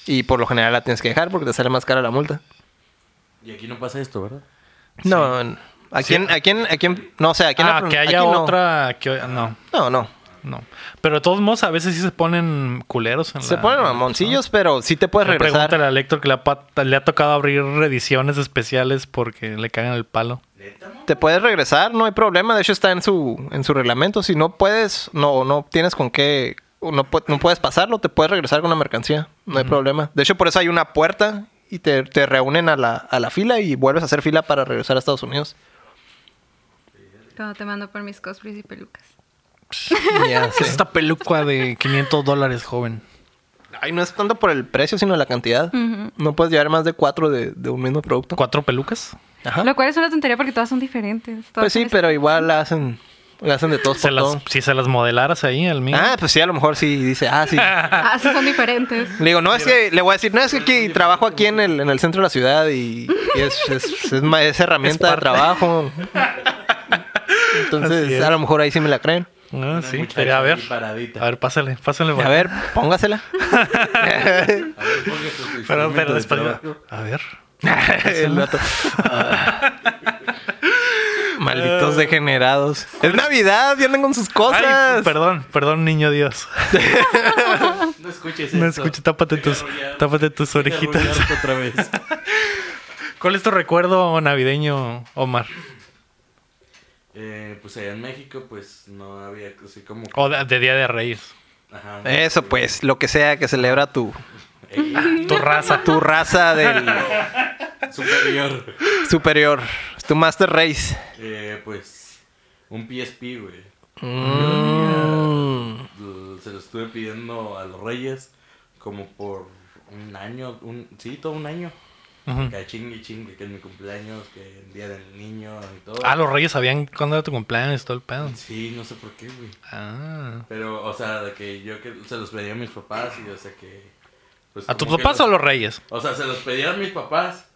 [SPEAKER 2] Y por lo general la tienes que dejar porque te sale más cara la multa.
[SPEAKER 4] Y aquí no pasa esto, ¿verdad?
[SPEAKER 2] No, no. ¿A quién, a quién, a quién? No, o sea, aquí en la
[SPEAKER 1] Ah,
[SPEAKER 2] fron-
[SPEAKER 1] que haya
[SPEAKER 2] aquí no.
[SPEAKER 1] otra. que- no,
[SPEAKER 2] No, no.
[SPEAKER 1] no. Pero de todos modos, a veces sí se ponen culeros. En
[SPEAKER 2] Se
[SPEAKER 1] la-
[SPEAKER 2] ponen mamoncillos, pero sí te puedes
[SPEAKER 1] Le
[SPEAKER 2] regresar.
[SPEAKER 1] Pregúntale a Lector que le ha, pa- le ha tocado abrir ediciones especiales porque le cagan el palo.
[SPEAKER 2] Te puedes regresar, no hay problema. De hecho, está en su, en su reglamento. Si no puedes, no, no tienes con qué, o no, pu- no puedes pasarlo, te puedes regresar con la mercancía. No hay problema. De hecho, por eso hay una puerta y te, te reúnen a la, a la fila y vuelves a hacer fila para regresar a Estados Unidos.
[SPEAKER 3] Cuando te mando por mis cosplays y pelucas.
[SPEAKER 2] Ya
[SPEAKER 1] ¿Qué es
[SPEAKER 2] sé.
[SPEAKER 1] esta peluca de 500 dólares, joven?
[SPEAKER 2] Ay, no es tanto por el precio, sino la cantidad.
[SPEAKER 3] Ujú.
[SPEAKER 2] No puedes llevar más de cuatro de, de un mismo producto.
[SPEAKER 1] ¿Cuatro pelucas?
[SPEAKER 2] Ajá.
[SPEAKER 3] Lo cual es una tontería porque todas son diferentes. Todas
[SPEAKER 2] ¿Ah? Pues sí,
[SPEAKER 3] son-
[SPEAKER 2] pero igual la hacen Le hacen de todos
[SPEAKER 1] Se
[SPEAKER 2] por
[SPEAKER 1] las-
[SPEAKER 2] todo.
[SPEAKER 1] si se las modelaras ahí, el mío.
[SPEAKER 2] Ah, pues sí, a lo mejor sí dice, ah, sí.
[SPEAKER 3] Ah, sí, son diferentes.
[SPEAKER 2] Le digo, no, es que le voy a decir, no, es que aquí trabajo aquí en el, en el centro de la ciudad y, y es, es- es ma- es herramienta
[SPEAKER 1] Es parte.
[SPEAKER 2] de trabajo. Entonces,
[SPEAKER 1] Así es.
[SPEAKER 2] a lo mejor ahí sí me la creen.
[SPEAKER 1] Ah, sí.
[SPEAKER 4] muchacha
[SPEAKER 1] Sería, a ver.
[SPEAKER 4] ahí paradita.
[SPEAKER 1] A ver, pásale, pásale.
[SPEAKER 2] A ver, póngasela.
[SPEAKER 4] A ver, ponga su
[SPEAKER 1] Pero,
[SPEAKER 4] instrumento
[SPEAKER 1] pero
[SPEAKER 4] de
[SPEAKER 1] después.
[SPEAKER 4] trabajo.
[SPEAKER 1] A ver.
[SPEAKER 2] El vato. Malditos degenerados. Es Navidad, y andan con
[SPEAKER 1] Ah.
[SPEAKER 2] sus
[SPEAKER 1] Ay,
[SPEAKER 2] cosas.
[SPEAKER 1] perdón, perdón, niño Dios.
[SPEAKER 4] No escuches eso.
[SPEAKER 1] No escucho, tápate
[SPEAKER 4] Te
[SPEAKER 1] tus,
[SPEAKER 4] arrullaron-
[SPEAKER 1] tápate tus
[SPEAKER 4] te
[SPEAKER 1] orejitas.
[SPEAKER 4] arrullaron otra vez.
[SPEAKER 1] ¿Cuál es tu recuerdo navideño, Omar?
[SPEAKER 4] Eh, pues allá en México, pues no había así como.
[SPEAKER 1] O de, de Día de Reyes.
[SPEAKER 4] Ajá.
[SPEAKER 2] Eso pues, lo que sea que celebra tu,
[SPEAKER 4] Eh,
[SPEAKER 1] Tu raza.
[SPEAKER 2] tu raza del
[SPEAKER 4] Superior.
[SPEAKER 2] superior, tu Master Race.
[SPEAKER 4] Eh, pues un PSP, güey.
[SPEAKER 2] Mm.
[SPEAKER 4] L- Se lo estuve pidiendo a los Reyes como por un año, un, sí, todo un año.
[SPEAKER 1] Ujú.
[SPEAKER 4] Que chingue, chingue, que en mi cumpleaños, que el día del niño y todo.
[SPEAKER 1] Ah, los Reyes sabían cuándo era tu cumpleaños, todo el pedo.
[SPEAKER 4] Sí, no sé por qué, güey.
[SPEAKER 1] Ah.
[SPEAKER 4] Pero, o sea, de que yo que se los pedí a mis papás y, o sea, que... pues,
[SPEAKER 1] ¿A tus
[SPEAKER 4] como que
[SPEAKER 1] papás o a los Reyes?
[SPEAKER 4] O sea, se los pedí a mis papás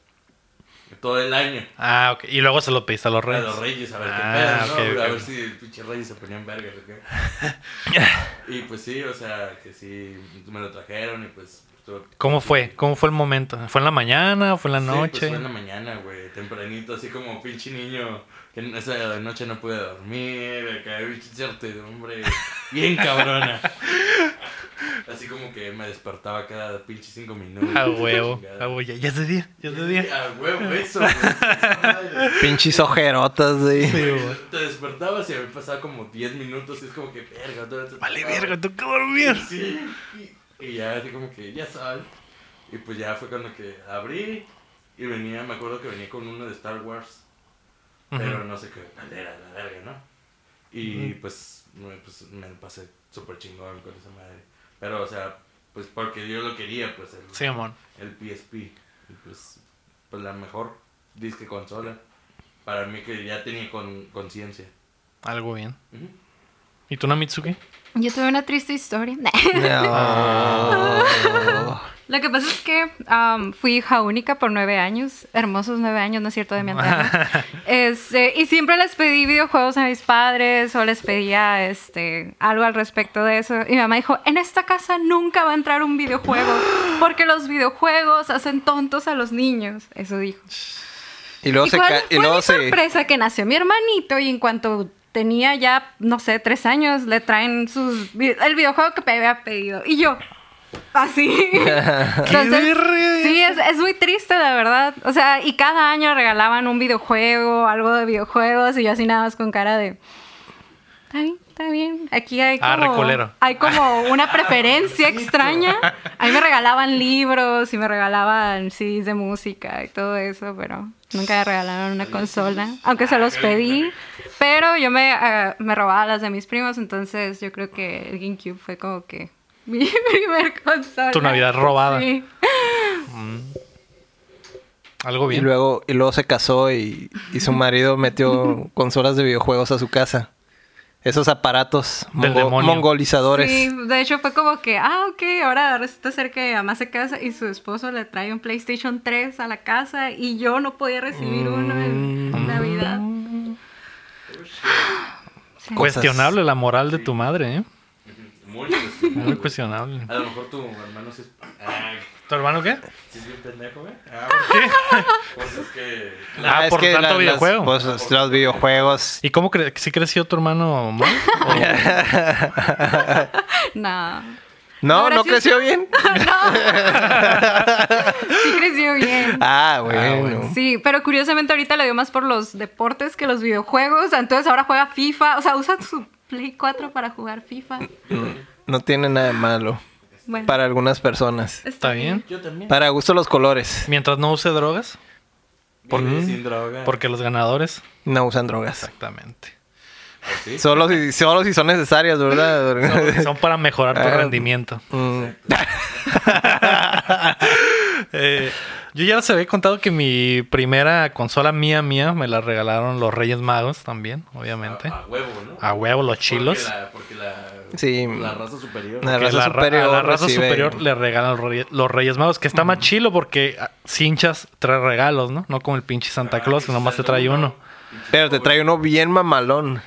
[SPEAKER 4] todo el año.
[SPEAKER 1] Ah, ok. Y luego se lo pediste a los
[SPEAKER 4] A
[SPEAKER 1] Reyes.
[SPEAKER 4] los reyes, a ver
[SPEAKER 1] Ah,
[SPEAKER 4] qué pedo,
[SPEAKER 1] ok,
[SPEAKER 4] ¿no?
[SPEAKER 1] ok.
[SPEAKER 4] A ver si el pinche reyes se ponían verga, ¿o qué? y pues sí, o sea, que sí, me lo trajeron y pues... estuvo-
[SPEAKER 1] ¿Cómo fue? ¿Cómo fue el momento? ¿Fue en la mañana? ¿Fue en la
[SPEAKER 4] Sí,
[SPEAKER 1] noche?
[SPEAKER 4] pues fue en la mañana, güey, tempranito, así como pinche niño, que en esa noche no pude dormir, acá pinche certidumbre, bien cabrona. así como que me despertaba cada pinche cinco minutos.
[SPEAKER 1] A huevo.
[SPEAKER 4] chingada.
[SPEAKER 1] A huevo. Ya, ya es de día. Ya es de día.
[SPEAKER 4] A huevo, eso, güey.
[SPEAKER 2] Pinches ojerotas, güey.
[SPEAKER 1] Sí, güey.
[SPEAKER 4] Te despertabas y había pasado como 10 minutos y es como que, verga, otra vez te
[SPEAKER 1] Vale,
[SPEAKER 4] despertabas.
[SPEAKER 1] verga, tengo que dormir.
[SPEAKER 4] Sí. Y, y ya así como que, ya sabes. Y pues ya fue cuando que abrí y venía, me acuerdo que venía con uno de Star Wars. Pero
[SPEAKER 1] Ujú.
[SPEAKER 4] no sé qué tal era, la verga, ¿no? Y pues, me, pues me pasé súper chingón con esa madre. Pero, o sea, pues porque yo lo quería, pues el,
[SPEAKER 1] Sí, amor.
[SPEAKER 4] el PSP. Y pues, pues la mejor disque consola. Para mí que ya tenía con conciencia.
[SPEAKER 1] Algo bien.
[SPEAKER 4] Ujú.
[SPEAKER 1] ¿Y tú, Namitsuki?
[SPEAKER 3] Yo tuve una triste historia.
[SPEAKER 2] No.
[SPEAKER 3] Lo que pasa es que am, fui hija única por nueve años, hermosos nueve años, ¿no es cierto? De mi antaño. Este, y siempre les pedí videojuegos a mis padres o les pedía este, algo al respecto de eso. Y mi mamá dijo, en esta casa nunca va a entrar un videojuego, porque los videojuegos hacen tontos a los niños, eso dijo.
[SPEAKER 2] Y luego
[SPEAKER 3] ¿Y
[SPEAKER 2] se
[SPEAKER 3] cuál
[SPEAKER 2] ca- y
[SPEAKER 3] fue
[SPEAKER 2] luego
[SPEAKER 3] mi
[SPEAKER 2] se
[SPEAKER 3] sorpresa que nació mi hermanito y en cuanto tenía ya, no sé, tres años, le traen sus vi- el videojuego que me había pedido. Y yo, así. Entonces,
[SPEAKER 1] verga!
[SPEAKER 3] sí, es, es muy triste, la verdad. O sea, y cada año regalaban un videojuego, algo de videojuegos, y yo así nada más con cara de... Está bien, está bien. Aquí hay
[SPEAKER 1] Ah,
[SPEAKER 3] como,
[SPEAKER 1] recolero.
[SPEAKER 3] hay como una preferencia extraña. A mí me regalaban libros y me regalaban CDs de música y todo eso, pero nunca me regalaron una consola. Aunque se los pedí, pero yo me, eh, me robaba las de mis primos, entonces yo creo que el GameCube fue como que mi primer consola.
[SPEAKER 1] Tu Navidad robada.
[SPEAKER 3] Sí.
[SPEAKER 1] Algo
[SPEAKER 2] y
[SPEAKER 1] bien.
[SPEAKER 2] luego y luego se casó y, y su marido metió consolas de videojuegos a su casa. Esos aparatos
[SPEAKER 1] Del
[SPEAKER 2] mongo-
[SPEAKER 1] demonio.
[SPEAKER 2] mongolizadores.
[SPEAKER 3] Sí, de hecho fue como que, ah, ok, ahora resulta ser que mamá se casa y su esposo le trae un PlayStation 3 a la casa y yo no podía recibir uno
[SPEAKER 2] Mm.
[SPEAKER 3] en Navidad.
[SPEAKER 1] Mm.
[SPEAKER 2] Cosas.
[SPEAKER 1] Cuestionable la moral de tu madre, ¿eh?
[SPEAKER 4] Muy cuestionable.
[SPEAKER 1] Muy cuestionable.
[SPEAKER 4] pues, A lo mejor tu hermano sí es. Ah,
[SPEAKER 1] ¿Tu hermano qué?
[SPEAKER 4] sí es bien pendejo, ¿eh? Ah, ¿por qué? Pues es que.
[SPEAKER 1] Ah, por tanto
[SPEAKER 2] las-
[SPEAKER 1] videojuego.
[SPEAKER 2] pues, los- los videojuegos.
[SPEAKER 1] ¿Y cómo cre si creció tu hermano mal? ¿O-
[SPEAKER 3] No.
[SPEAKER 2] No,
[SPEAKER 3] Ahora
[SPEAKER 2] no
[SPEAKER 3] sí
[SPEAKER 2] creció bien.
[SPEAKER 3] Sí creció bien.
[SPEAKER 2] Ah, bueno.
[SPEAKER 1] bueno.
[SPEAKER 3] Sí, pero curiosamente ahorita le dio más por los deportes que los videojuegos. Entonces ahora juega FIFA. O sea, usa su Play 4 para jugar FIFA.
[SPEAKER 2] No tiene nada de malo
[SPEAKER 3] Bueno,
[SPEAKER 2] para algunas personas.
[SPEAKER 1] ¿Está bien?
[SPEAKER 4] Yo también.
[SPEAKER 2] Para gusto los colores.
[SPEAKER 1] Mientras no use drogas,
[SPEAKER 4] Por sin droga.
[SPEAKER 1] porque los ganadores...
[SPEAKER 2] No usan drogas.
[SPEAKER 1] Exactamente.
[SPEAKER 4] ¿Sí?
[SPEAKER 2] Solo si, solo si son necesarias, ¿verdad?
[SPEAKER 1] Son para mejorar tu
[SPEAKER 2] Ah,
[SPEAKER 1] rendimiento.
[SPEAKER 2] Mm.
[SPEAKER 1] Eh, yo ya se había contado que mi primera consola mía, mía, me la regalaron los Reyes Magos también, obviamente.
[SPEAKER 4] A, a huevo, ¿no?
[SPEAKER 1] A huevo, los chilos.
[SPEAKER 4] Porque la, porque la,
[SPEAKER 2] Sí.
[SPEAKER 4] la raza superior.
[SPEAKER 2] La
[SPEAKER 1] Que
[SPEAKER 2] raza
[SPEAKER 1] la ra-
[SPEAKER 2] superior.
[SPEAKER 1] a la raza
[SPEAKER 2] recibe-
[SPEAKER 1] superior le regalan los Reyes, los Reyes Magos, que está más chilo porque ah, si hinchas tres regalos, ¿no? No como el pinche
[SPEAKER 2] Ah,
[SPEAKER 1] Santa Claus, que nomás te trae uno.
[SPEAKER 2] Pero te trae uno bien mamalón.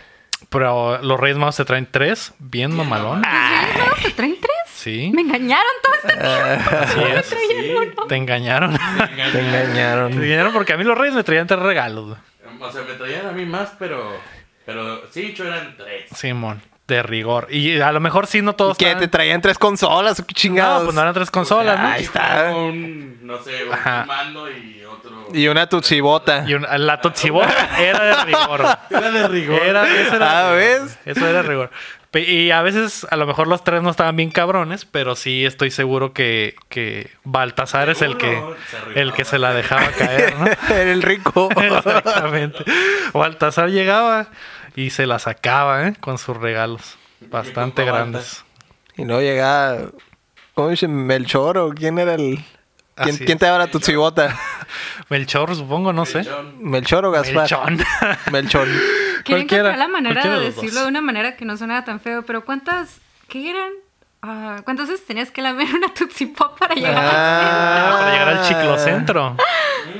[SPEAKER 1] Pero los Reyes Magos te traen tres, bien mamalón.
[SPEAKER 3] ¿Los ¿Se traen tres?
[SPEAKER 1] Sí,
[SPEAKER 3] Ah. Me engañaron todo este tiempo.
[SPEAKER 1] así es.
[SPEAKER 4] Sí.
[SPEAKER 1] Te engañaron.
[SPEAKER 2] Te
[SPEAKER 1] Te
[SPEAKER 2] engañaron.
[SPEAKER 1] engañaron porque a mí los Reyes me traían tres regalos. güey.
[SPEAKER 4] O sea, me traían a mí más, pero. Pero sí, yo eran tres.
[SPEAKER 1] Simón, de rigor. Y a lo mejor sí, no todos.
[SPEAKER 2] Que
[SPEAKER 1] estaban-
[SPEAKER 2] te traían tres consolas, qué
[SPEAKER 1] No,
[SPEAKER 2] chingados.
[SPEAKER 1] pues no eran tres consolas, ¿no?
[SPEAKER 2] Ahí está.
[SPEAKER 4] Un, no sé, un
[SPEAKER 1] Ajá.
[SPEAKER 4] mando y otro.
[SPEAKER 2] Y una tutsibota.
[SPEAKER 1] Y una- la Totsibota era de rigor. güey.
[SPEAKER 4] Era de rigor.
[SPEAKER 1] Era, eso era
[SPEAKER 2] Ah,
[SPEAKER 1] rigor,
[SPEAKER 2] ¿ves?
[SPEAKER 1] güey. Eso era rigor. Pe- Y a veces, a lo mejor los tres no estaban bien cabrones, pero sí estoy seguro que, que Baltasar es el que,
[SPEAKER 4] Seguro, se rifaba.
[SPEAKER 1] el que se la dejaba caer, ¿no?
[SPEAKER 2] Era el rico.
[SPEAKER 1] Exactamente. Baltasar llegaba y se la sacaba, ¿eh? Con sus regalos. Bastante
[SPEAKER 4] Mi compa
[SPEAKER 1] grandes.
[SPEAKER 2] Y no llegaba. ¿Cómo dice? Melchor o quién era el. ¿Quién,
[SPEAKER 1] Así
[SPEAKER 2] quién te daba la tutsibota?
[SPEAKER 1] Melchor, supongo, no sé.
[SPEAKER 4] Lechón.
[SPEAKER 2] ¿Melchor o Gaspar?
[SPEAKER 1] Melchón.
[SPEAKER 2] Melchor.
[SPEAKER 3] Quería
[SPEAKER 1] Cualquiera,
[SPEAKER 3] encontrar la manera
[SPEAKER 1] cualquiera
[SPEAKER 3] de
[SPEAKER 1] de los
[SPEAKER 3] decirlo
[SPEAKER 1] dos.
[SPEAKER 3] de una manera que no sonara tan feo, pero ¿cuántas? ¿Qué eran? Ah, ¿Cuántas veces tenías que lamer una Tootsie Pop para llegar a
[SPEAKER 1] Ah, para llegar al chiclocentro.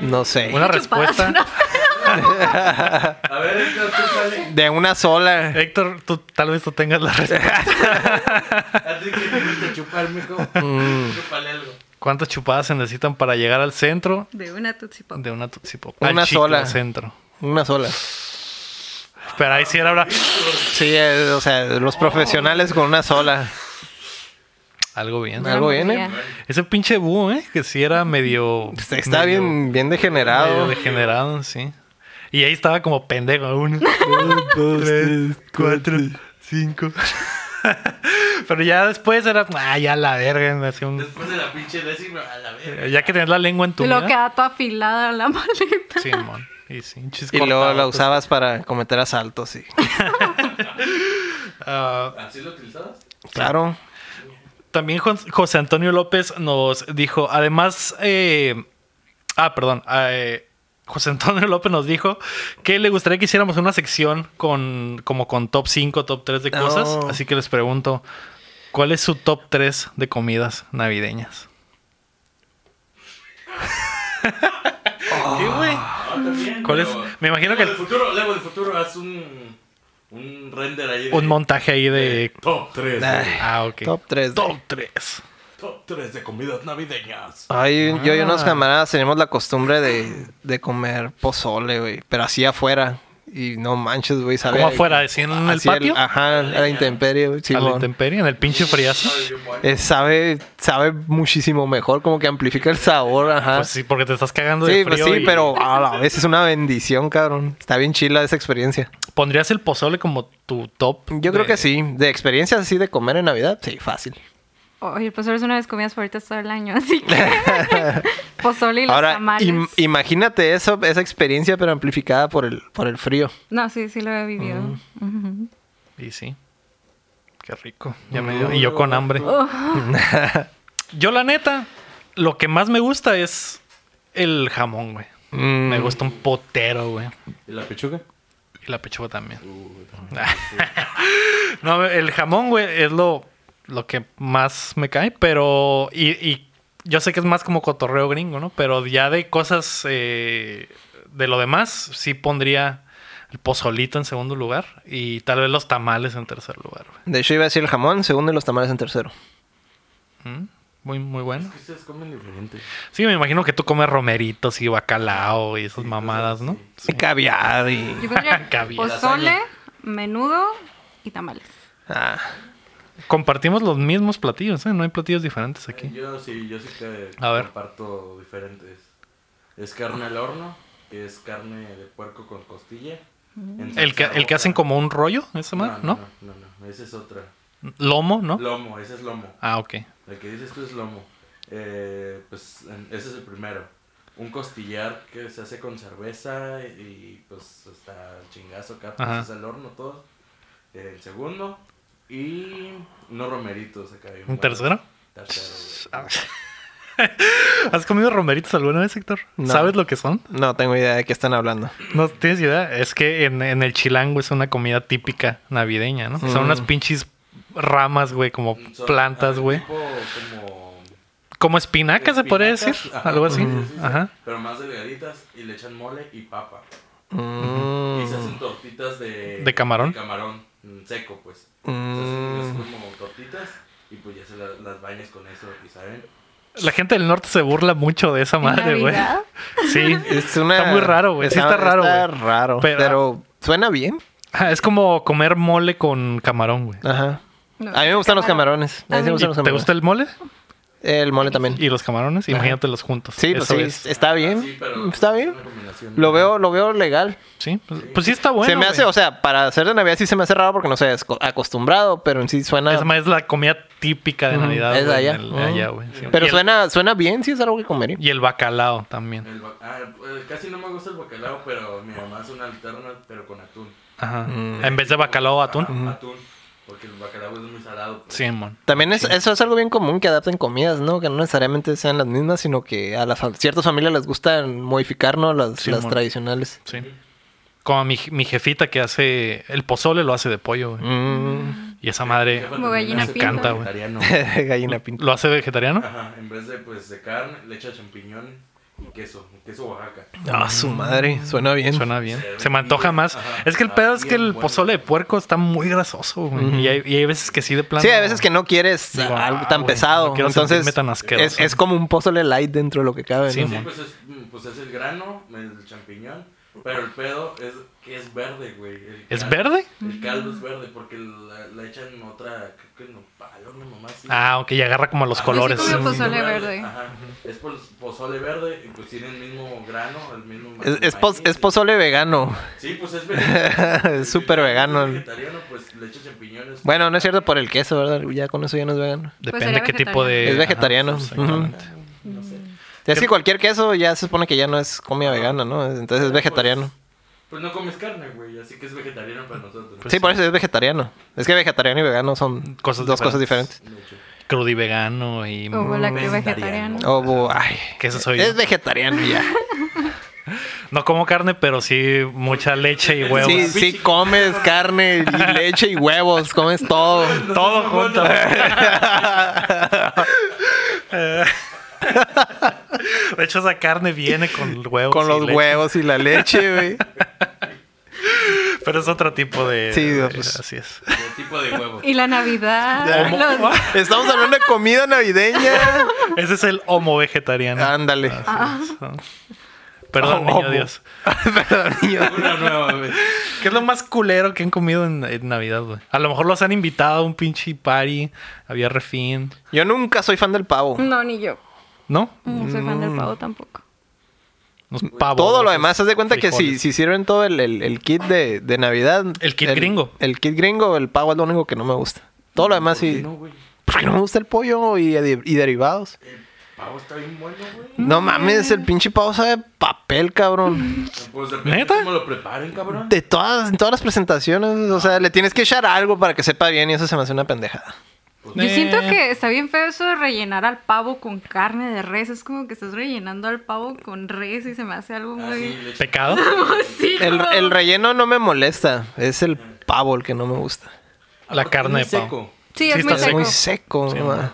[SPEAKER 2] No sé.
[SPEAKER 1] Una
[SPEAKER 3] Chupadas,
[SPEAKER 1] respuesta.
[SPEAKER 3] ¿no?
[SPEAKER 4] A ver, Héctor, tú sale.
[SPEAKER 2] De una sola.
[SPEAKER 1] Héctor, tú tal vez tú tengas la respuesta.
[SPEAKER 4] A ti que te gusta chupar, mijo.
[SPEAKER 1] Mm.
[SPEAKER 4] Chúpale algo.
[SPEAKER 1] ¿Cuántas chupadas se necesitan para llegar al centro
[SPEAKER 3] De una Tootsie Pop.
[SPEAKER 1] de una Tootsie Pop?
[SPEAKER 2] Una
[SPEAKER 1] al
[SPEAKER 2] sola.
[SPEAKER 1] centro.
[SPEAKER 2] Una sola.
[SPEAKER 1] Pero ahí sí era ahora
[SPEAKER 2] Sí, eh, o sea, los profesionales con una sola.
[SPEAKER 1] algo bien.
[SPEAKER 2] Algo
[SPEAKER 3] Una
[SPEAKER 2] viene.
[SPEAKER 3] mordida.
[SPEAKER 1] Ese pinche búho, ¿eh? Que sí era medio.
[SPEAKER 2] Está
[SPEAKER 1] medio-
[SPEAKER 2] bien, bien
[SPEAKER 1] medio
[SPEAKER 2] degenerado.
[SPEAKER 1] degenerado, sí. Y ahí estaba como pendejo. Uno, dos, tres, cuatro, cinco. Pero ya después era. Ah, ya la verga. me hacía un-
[SPEAKER 4] Después de la pinche décima, a la verga.
[SPEAKER 1] Ya que tenías la lengua en tu.
[SPEAKER 3] Lo
[SPEAKER 1] vida.
[SPEAKER 3] queda toda afilada la maleta.
[SPEAKER 1] Simón. Y sí, chis
[SPEAKER 2] Y luego
[SPEAKER 1] cortado,
[SPEAKER 2] la
[SPEAKER 1] pues.
[SPEAKER 2] usabas para cometer asaltos, sí.
[SPEAKER 1] Ah,
[SPEAKER 4] ¿Así lo utilizabas?
[SPEAKER 2] Claro.
[SPEAKER 1] También Jon- José Antonio López nos dijo, además, eh, ah, perdón, eh, José Antonio López nos dijo que le gustaría que hiciéramos una sección con como con top 5, top 3 de cosas,
[SPEAKER 2] Oh.
[SPEAKER 1] así que les pregunto, ¿cuál es su top 3 de comidas navideñas? ¿Qué, güey?
[SPEAKER 4] Ah, también.
[SPEAKER 1] ¿Cuál es?
[SPEAKER 4] pero-
[SPEAKER 1] Me imagino
[SPEAKER 4] Luego
[SPEAKER 1] que
[SPEAKER 4] del
[SPEAKER 1] el-
[SPEAKER 4] futuro, luego del futuro, haz un. Un render ahí. de-
[SPEAKER 1] un montaje ahí de...
[SPEAKER 4] Top 3.
[SPEAKER 2] Ay,
[SPEAKER 1] Ah, ok.
[SPEAKER 2] Top 3.
[SPEAKER 1] Top 3.
[SPEAKER 4] Top 3 de comidas navideñas.
[SPEAKER 2] Ay, yo y unos
[SPEAKER 1] Ah.
[SPEAKER 2] camaradas tenemos la costumbre de, de comer pozole, güey. Pero así afuera. Y no manches, güey. sabe-
[SPEAKER 1] ¿Cómo afuera? ¿Así en el
[SPEAKER 2] así
[SPEAKER 1] patio?
[SPEAKER 2] ajá, a la intemperie, güey.
[SPEAKER 1] A la
[SPEAKER 2] Simón.
[SPEAKER 1] intemperie, en el pinche friazo.
[SPEAKER 4] Ay, bien bueno.
[SPEAKER 2] Eh, sabe, sabe muchísimo mejor, como que amplifica el sabor, ajá.
[SPEAKER 1] Pues sí, porque te estás cagando de
[SPEAKER 2] sí,
[SPEAKER 1] frío.
[SPEAKER 2] pues sí,
[SPEAKER 1] y-
[SPEAKER 2] pero a la vez es una bendición, cabrón. Está bien chila esa experiencia.
[SPEAKER 1] ¿Pondrías el pozole como tu top?
[SPEAKER 2] Yo creo
[SPEAKER 1] de-
[SPEAKER 2] que sí. De experiencias así de comer en Navidad, sí, fácil.
[SPEAKER 3] Oye, el pozole es una de mis comidas favoritas todo el año, así que pozole y los
[SPEAKER 2] Ahora,
[SPEAKER 3] tamales.
[SPEAKER 2] im- imagínate eso, esa experiencia, pero amplificada por el, por el frío.
[SPEAKER 3] No, sí, sí lo he vivido. Ujú.
[SPEAKER 1] Y sí. Qué rico. Ya me
[SPEAKER 2] Mm.
[SPEAKER 1] dio- Y yo con hambre. yo, la neta, lo que más me gusta es el jamón, güey.
[SPEAKER 2] Mm.
[SPEAKER 1] Me gusta un potero, güey.
[SPEAKER 4] ¿Y la pechuga?
[SPEAKER 1] Y la pechuga también. no, el jamón, güey, es lo, lo que más me cae, pero... Y, y yo sé que es más como cotorreo gringo, ¿no? Pero ya de cosas eh, de lo demás, sí pondría el pozolito en segundo lugar y tal vez los tamales en tercer lugar, güey.
[SPEAKER 2] De hecho, iba a decir el jamón, segundo y los tamales en tercero.
[SPEAKER 1] Mm, Muy, muy bueno.
[SPEAKER 4] Ustedes comen diferente.
[SPEAKER 1] Sí, me imagino que tú comes romeritos y bacalao y esas mamadas, ¿no? Sí.
[SPEAKER 2] Y caviar y...
[SPEAKER 3] Yo pondría
[SPEAKER 1] Cabida.
[SPEAKER 3] pues pozole, menudo y tamales.
[SPEAKER 2] Ah,
[SPEAKER 1] Compartimos los mismos platillos, ¿eh? No hay platillos diferentes aquí.
[SPEAKER 4] Yo sí, yo sí que
[SPEAKER 1] A ver.
[SPEAKER 4] comparto diferentes. Es carne al horno, que es carne de puerco con costilla. en
[SPEAKER 1] El que,
[SPEAKER 4] salsa
[SPEAKER 1] el que hacen
[SPEAKER 4] roja.
[SPEAKER 1] como un rollo, ese más, ¿no?
[SPEAKER 4] No, no, no, no, esa es otra.
[SPEAKER 1] Lomo, ¿no?
[SPEAKER 4] Lomo, ese es lomo.
[SPEAKER 1] Ah, ok.
[SPEAKER 4] El que dices tú es lomo. Eh, pues en- ese es el primero. Un costillar que se hace con cerveza y pues está el chingazo acá, pues
[SPEAKER 1] Ajá.
[SPEAKER 4] es al horno todo. Eh, el segundo. Y unos romeritos acá. bien
[SPEAKER 1] ¿Un
[SPEAKER 4] buenos.
[SPEAKER 1] tercero? Ah,
[SPEAKER 4] Tercero, güey.
[SPEAKER 1] ¿Has comido romeritos alguna vez, Héctor?
[SPEAKER 2] No.
[SPEAKER 1] ¿Sabes lo que son?
[SPEAKER 2] No tengo idea de qué están hablando.
[SPEAKER 1] No tienes idea. Es que en, en el chilango es una comida típica navideña, ¿no? Son
[SPEAKER 2] Mm.
[SPEAKER 1] unas pinches ramas, güey, como
[SPEAKER 4] Son-
[SPEAKER 1] plantas,
[SPEAKER 4] ah,
[SPEAKER 1] güey.
[SPEAKER 4] Tipo como...
[SPEAKER 1] Como espinacas, se podría decir.
[SPEAKER 4] espinacas, ajá,
[SPEAKER 1] Algo así.
[SPEAKER 4] sí, sí, sí,
[SPEAKER 1] Ajá.
[SPEAKER 4] Pero más delgaditas y le echan mole y papa.
[SPEAKER 2] Mm,
[SPEAKER 4] Y se hacen tortitas de...
[SPEAKER 1] ¿De camarón?
[SPEAKER 4] camarón mm, seco, pues.
[SPEAKER 2] Mm.
[SPEAKER 4] Se hacen es como tortitas y pues ya se la- las bañas con eso y saben...
[SPEAKER 1] La gente del norte se burla mucho de esa
[SPEAKER 3] ¿En
[SPEAKER 1] madre, güey.
[SPEAKER 3] Navidad?
[SPEAKER 1] Sí.
[SPEAKER 2] es una-
[SPEAKER 1] Está muy raro, güey. Sí está raro,
[SPEAKER 2] Está
[SPEAKER 1] güey.
[SPEAKER 2] raro.
[SPEAKER 1] Pero-
[SPEAKER 2] Pero, suena bien.
[SPEAKER 1] Ajá, Es como comer mole con camarón, güey.
[SPEAKER 2] Ajá.
[SPEAKER 3] No, Ah,
[SPEAKER 2] a mí me gustan los camarones. A mí sí me
[SPEAKER 3] Ay.
[SPEAKER 1] ¿Y
[SPEAKER 2] gustan los
[SPEAKER 1] ¿Te
[SPEAKER 2] camarones.
[SPEAKER 1] gusta el mole?
[SPEAKER 2] El mole también.
[SPEAKER 1] ¿Y los camarones? Imagínatelos juntos.
[SPEAKER 2] Sí, pues
[SPEAKER 1] Eso
[SPEAKER 2] sí,
[SPEAKER 1] es. Ah,
[SPEAKER 2] está bien.
[SPEAKER 4] Ah,
[SPEAKER 2] mm,
[SPEAKER 4] Sí, pero
[SPEAKER 2] está
[SPEAKER 4] es
[SPEAKER 2] bien.
[SPEAKER 4] una combinación.
[SPEAKER 2] Lo veo, lo veo legal.
[SPEAKER 1] Sí, pues, pues sí está bueno.
[SPEAKER 2] se me hace,
[SPEAKER 1] güey.
[SPEAKER 2] o sea, para hacer de Navidad sí se me hace raro porque no sé, es co- acostumbrado, pero en sí suena.
[SPEAKER 1] Esa madre es la comida típica de
[SPEAKER 2] Ujú,
[SPEAKER 1] Navidad.
[SPEAKER 2] es de
[SPEAKER 1] güey,
[SPEAKER 2] allá.
[SPEAKER 1] en el-
[SPEAKER 2] Ujú.
[SPEAKER 1] allá, güey. Sí.
[SPEAKER 2] Pero
[SPEAKER 1] Y el-
[SPEAKER 2] suena, suena bien, sí es algo que comería.
[SPEAKER 1] Y el bacalao también.
[SPEAKER 4] El ba- ah, pues, casi no me gusta el bacalao, pero mi mamá hace una alterna, pero con atún.
[SPEAKER 1] Ajá.
[SPEAKER 2] Mm.
[SPEAKER 1] En vez de bacalao, atún.
[SPEAKER 4] Ajá, atún, porque el bacalao es muy salado. pues.
[SPEAKER 1] Sí, mon.
[SPEAKER 2] También es, eso es algo bien común que adapten comidas, ¿no? Que no necesariamente sean las mismas, sino que a las fa- ciertas familias les gusta modificar, ¿no? Las,
[SPEAKER 1] Sí,
[SPEAKER 2] las
[SPEAKER 1] mon.
[SPEAKER 2] tradicionales.
[SPEAKER 1] Sí. Como mi, mi jefita que hace el pozole lo hace de pollo, güey.
[SPEAKER 2] Mm,
[SPEAKER 1] Y esa
[SPEAKER 4] Mi
[SPEAKER 1] madre
[SPEAKER 4] jefa
[SPEAKER 3] Como
[SPEAKER 4] también
[SPEAKER 3] gallina
[SPEAKER 4] hace
[SPEAKER 1] pinta.
[SPEAKER 4] como vegetariano.
[SPEAKER 2] Gallina pinta.
[SPEAKER 1] lo hace vegetariano.
[SPEAKER 4] Ajá, en vez de, pues, de carne, le echa champiñones y queso, queso Oaxaca.
[SPEAKER 2] Ah, su madre, suena bien.
[SPEAKER 1] mm, Suena bien.
[SPEAKER 4] Se ve
[SPEAKER 1] Se me antoja
[SPEAKER 4] bien.
[SPEAKER 1] más.
[SPEAKER 4] Ajá.
[SPEAKER 1] Es que el
[SPEAKER 4] Ah,
[SPEAKER 1] pedo es que
[SPEAKER 4] bien
[SPEAKER 1] el
[SPEAKER 4] bueno.
[SPEAKER 1] pozole de puerco está muy grasoso, güey. y, hay, y hay veces que sí de plano.
[SPEAKER 2] Sí, hay veces que no quieres
[SPEAKER 1] Digo,
[SPEAKER 2] algo
[SPEAKER 1] ah,
[SPEAKER 2] tan
[SPEAKER 1] güey,
[SPEAKER 2] pesado.
[SPEAKER 1] no quiero
[SPEAKER 2] Entonces,
[SPEAKER 1] sentirme tan asqueroso.
[SPEAKER 2] es, es como un pozole light dentro de lo que cabe,
[SPEAKER 1] Sí,
[SPEAKER 2] ¿no?
[SPEAKER 4] Sí,
[SPEAKER 1] mon.
[SPEAKER 4] pues es, mm, pues es el grano, el champiñón, pero el pedo es que es verde, güey. el
[SPEAKER 1] ¿Es
[SPEAKER 4] caldo-
[SPEAKER 1] verde?
[SPEAKER 4] El caldo es verde porque la, la echan otra, creo que nopal, una mamá así.
[SPEAKER 1] Ah, aunque ya agarra como los
[SPEAKER 4] Ajá.
[SPEAKER 1] colores.
[SPEAKER 3] Yo sí comí
[SPEAKER 1] Sí.
[SPEAKER 3] pozole verde.
[SPEAKER 4] Ajá. Es por pozole verde y pues tiene el mismo grano, el mismo
[SPEAKER 2] Es, es, pos-
[SPEAKER 4] maíz.
[SPEAKER 2] es pozole vegano.
[SPEAKER 4] Sí, pues es vegano.
[SPEAKER 2] Es súper vegano.
[SPEAKER 4] Es vegetariano, pues le echa champiñones.
[SPEAKER 2] Bueno, no es cierto por el queso, ¿verdad? Ya con eso ya no es vegano.
[SPEAKER 1] Depende
[SPEAKER 3] pues, sería
[SPEAKER 1] qué tipo de.
[SPEAKER 2] Es vegetariano.
[SPEAKER 1] Ajá, pues, exactamente.
[SPEAKER 4] No sé.
[SPEAKER 2] Es que cualquier queso ya se supone que ya no es comida vegana, ¿no? Entonces es vegetariano.
[SPEAKER 4] Pues no comes carne, güey, así que es vegetariano para nosotros.
[SPEAKER 2] Sí, por eso es vegetariano. Es que vegetariano y vegano son
[SPEAKER 1] Cosas
[SPEAKER 2] dos cosas
[SPEAKER 1] diferentes.
[SPEAKER 2] diferentes.
[SPEAKER 4] De hecho.
[SPEAKER 1] Crudi vegano y.
[SPEAKER 3] Como la que
[SPEAKER 4] vegetariano.
[SPEAKER 3] vegetariana.
[SPEAKER 2] Oh, bo- ay.
[SPEAKER 1] Que eso soy
[SPEAKER 2] Es
[SPEAKER 1] yo.
[SPEAKER 2] vegetariano ya.
[SPEAKER 1] No como carne, pero sí mucha leche y huevos.
[SPEAKER 2] Sí, sí comes carne y leche y huevos, comes todo.
[SPEAKER 1] Todo junto. De hecho, esa carne viene con huevos.
[SPEAKER 2] Con
[SPEAKER 1] y
[SPEAKER 2] los
[SPEAKER 1] leche.
[SPEAKER 2] huevos y la leche, güey.
[SPEAKER 1] Pero es otro tipo de.
[SPEAKER 2] Sí,
[SPEAKER 1] de-
[SPEAKER 2] pues.
[SPEAKER 1] así es.
[SPEAKER 4] El tipo de huevo.
[SPEAKER 3] Y la Navidad.
[SPEAKER 2] Homo-
[SPEAKER 3] los-
[SPEAKER 2] Estamos hablando de comida navideña.
[SPEAKER 1] Ese es el homo vegetariano.
[SPEAKER 2] Ándale.
[SPEAKER 1] Perdón,
[SPEAKER 2] Oh,
[SPEAKER 1] niño
[SPEAKER 2] Ah, homo.
[SPEAKER 1] Dios.
[SPEAKER 2] Perdón, niño.
[SPEAKER 4] Una nueva vez.
[SPEAKER 1] ¿Qué es lo más culero que han comido en, en Navidad, güey? A lo mejor los han invitado a un pinche party. Había refín.
[SPEAKER 2] Yo nunca soy fan del pavo.
[SPEAKER 3] No, ni yo.
[SPEAKER 1] ¿No?
[SPEAKER 3] No soy fan del pavo tampoco.
[SPEAKER 1] Los pavos.
[SPEAKER 2] Todo lo
[SPEAKER 1] los
[SPEAKER 2] demás, haz de cuenta que si,
[SPEAKER 1] Ah, frijoles.
[SPEAKER 2] si sirven todo el, el- el kit de, de Navidad.
[SPEAKER 1] El kit gringo.
[SPEAKER 2] El kit gringo, el pavo es lo único que no me gusta. Todo lo demás
[SPEAKER 4] ¿Por qué
[SPEAKER 2] sí.
[SPEAKER 4] no, güey?
[SPEAKER 2] Porque no me gusta el pollo y, y derivados.
[SPEAKER 4] El pavo está bien bueno, güey.
[SPEAKER 2] No mames, el pinche pavo sabe papel, cabrón.
[SPEAKER 4] Pues depende
[SPEAKER 1] ¿Neta?
[SPEAKER 4] cómo lo preparen, cabrón.
[SPEAKER 2] De todas, en todas las presentaciones, o sea, le tienes que echar algo para que sepa bien y eso se me hace una pendejada.
[SPEAKER 3] Yo
[SPEAKER 1] Eh.
[SPEAKER 3] siento que está bien feo eso de rellenar al pavo con carne de res. Es como que estás rellenando al pavo con res y se me hace algo
[SPEAKER 4] Ah, sí,
[SPEAKER 3] muy.
[SPEAKER 4] le echan-
[SPEAKER 1] ¿Pecado?
[SPEAKER 3] Sí,
[SPEAKER 2] El,
[SPEAKER 3] como-
[SPEAKER 2] el relleno no me molesta, es el pavo el que no me gusta.
[SPEAKER 1] La
[SPEAKER 4] Aparte,
[SPEAKER 1] carne
[SPEAKER 4] muy
[SPEAKER 1] de pavo.
[SPEAKER 4] seco.
[SPEAKER 3] Sí, es
[SPEAKER 1] Sí,
[SPEAKER 3] muy
[SPEAKER 1] está
[SPEAKER 2] Es
[SPEAKER 3] seco.
[SPEAKER 2] muy seco.
[SPEAKER 1] Sí,
[SPEAKER 2] no
[SPEAKER 1] man.
[SPEAKER 2] mames.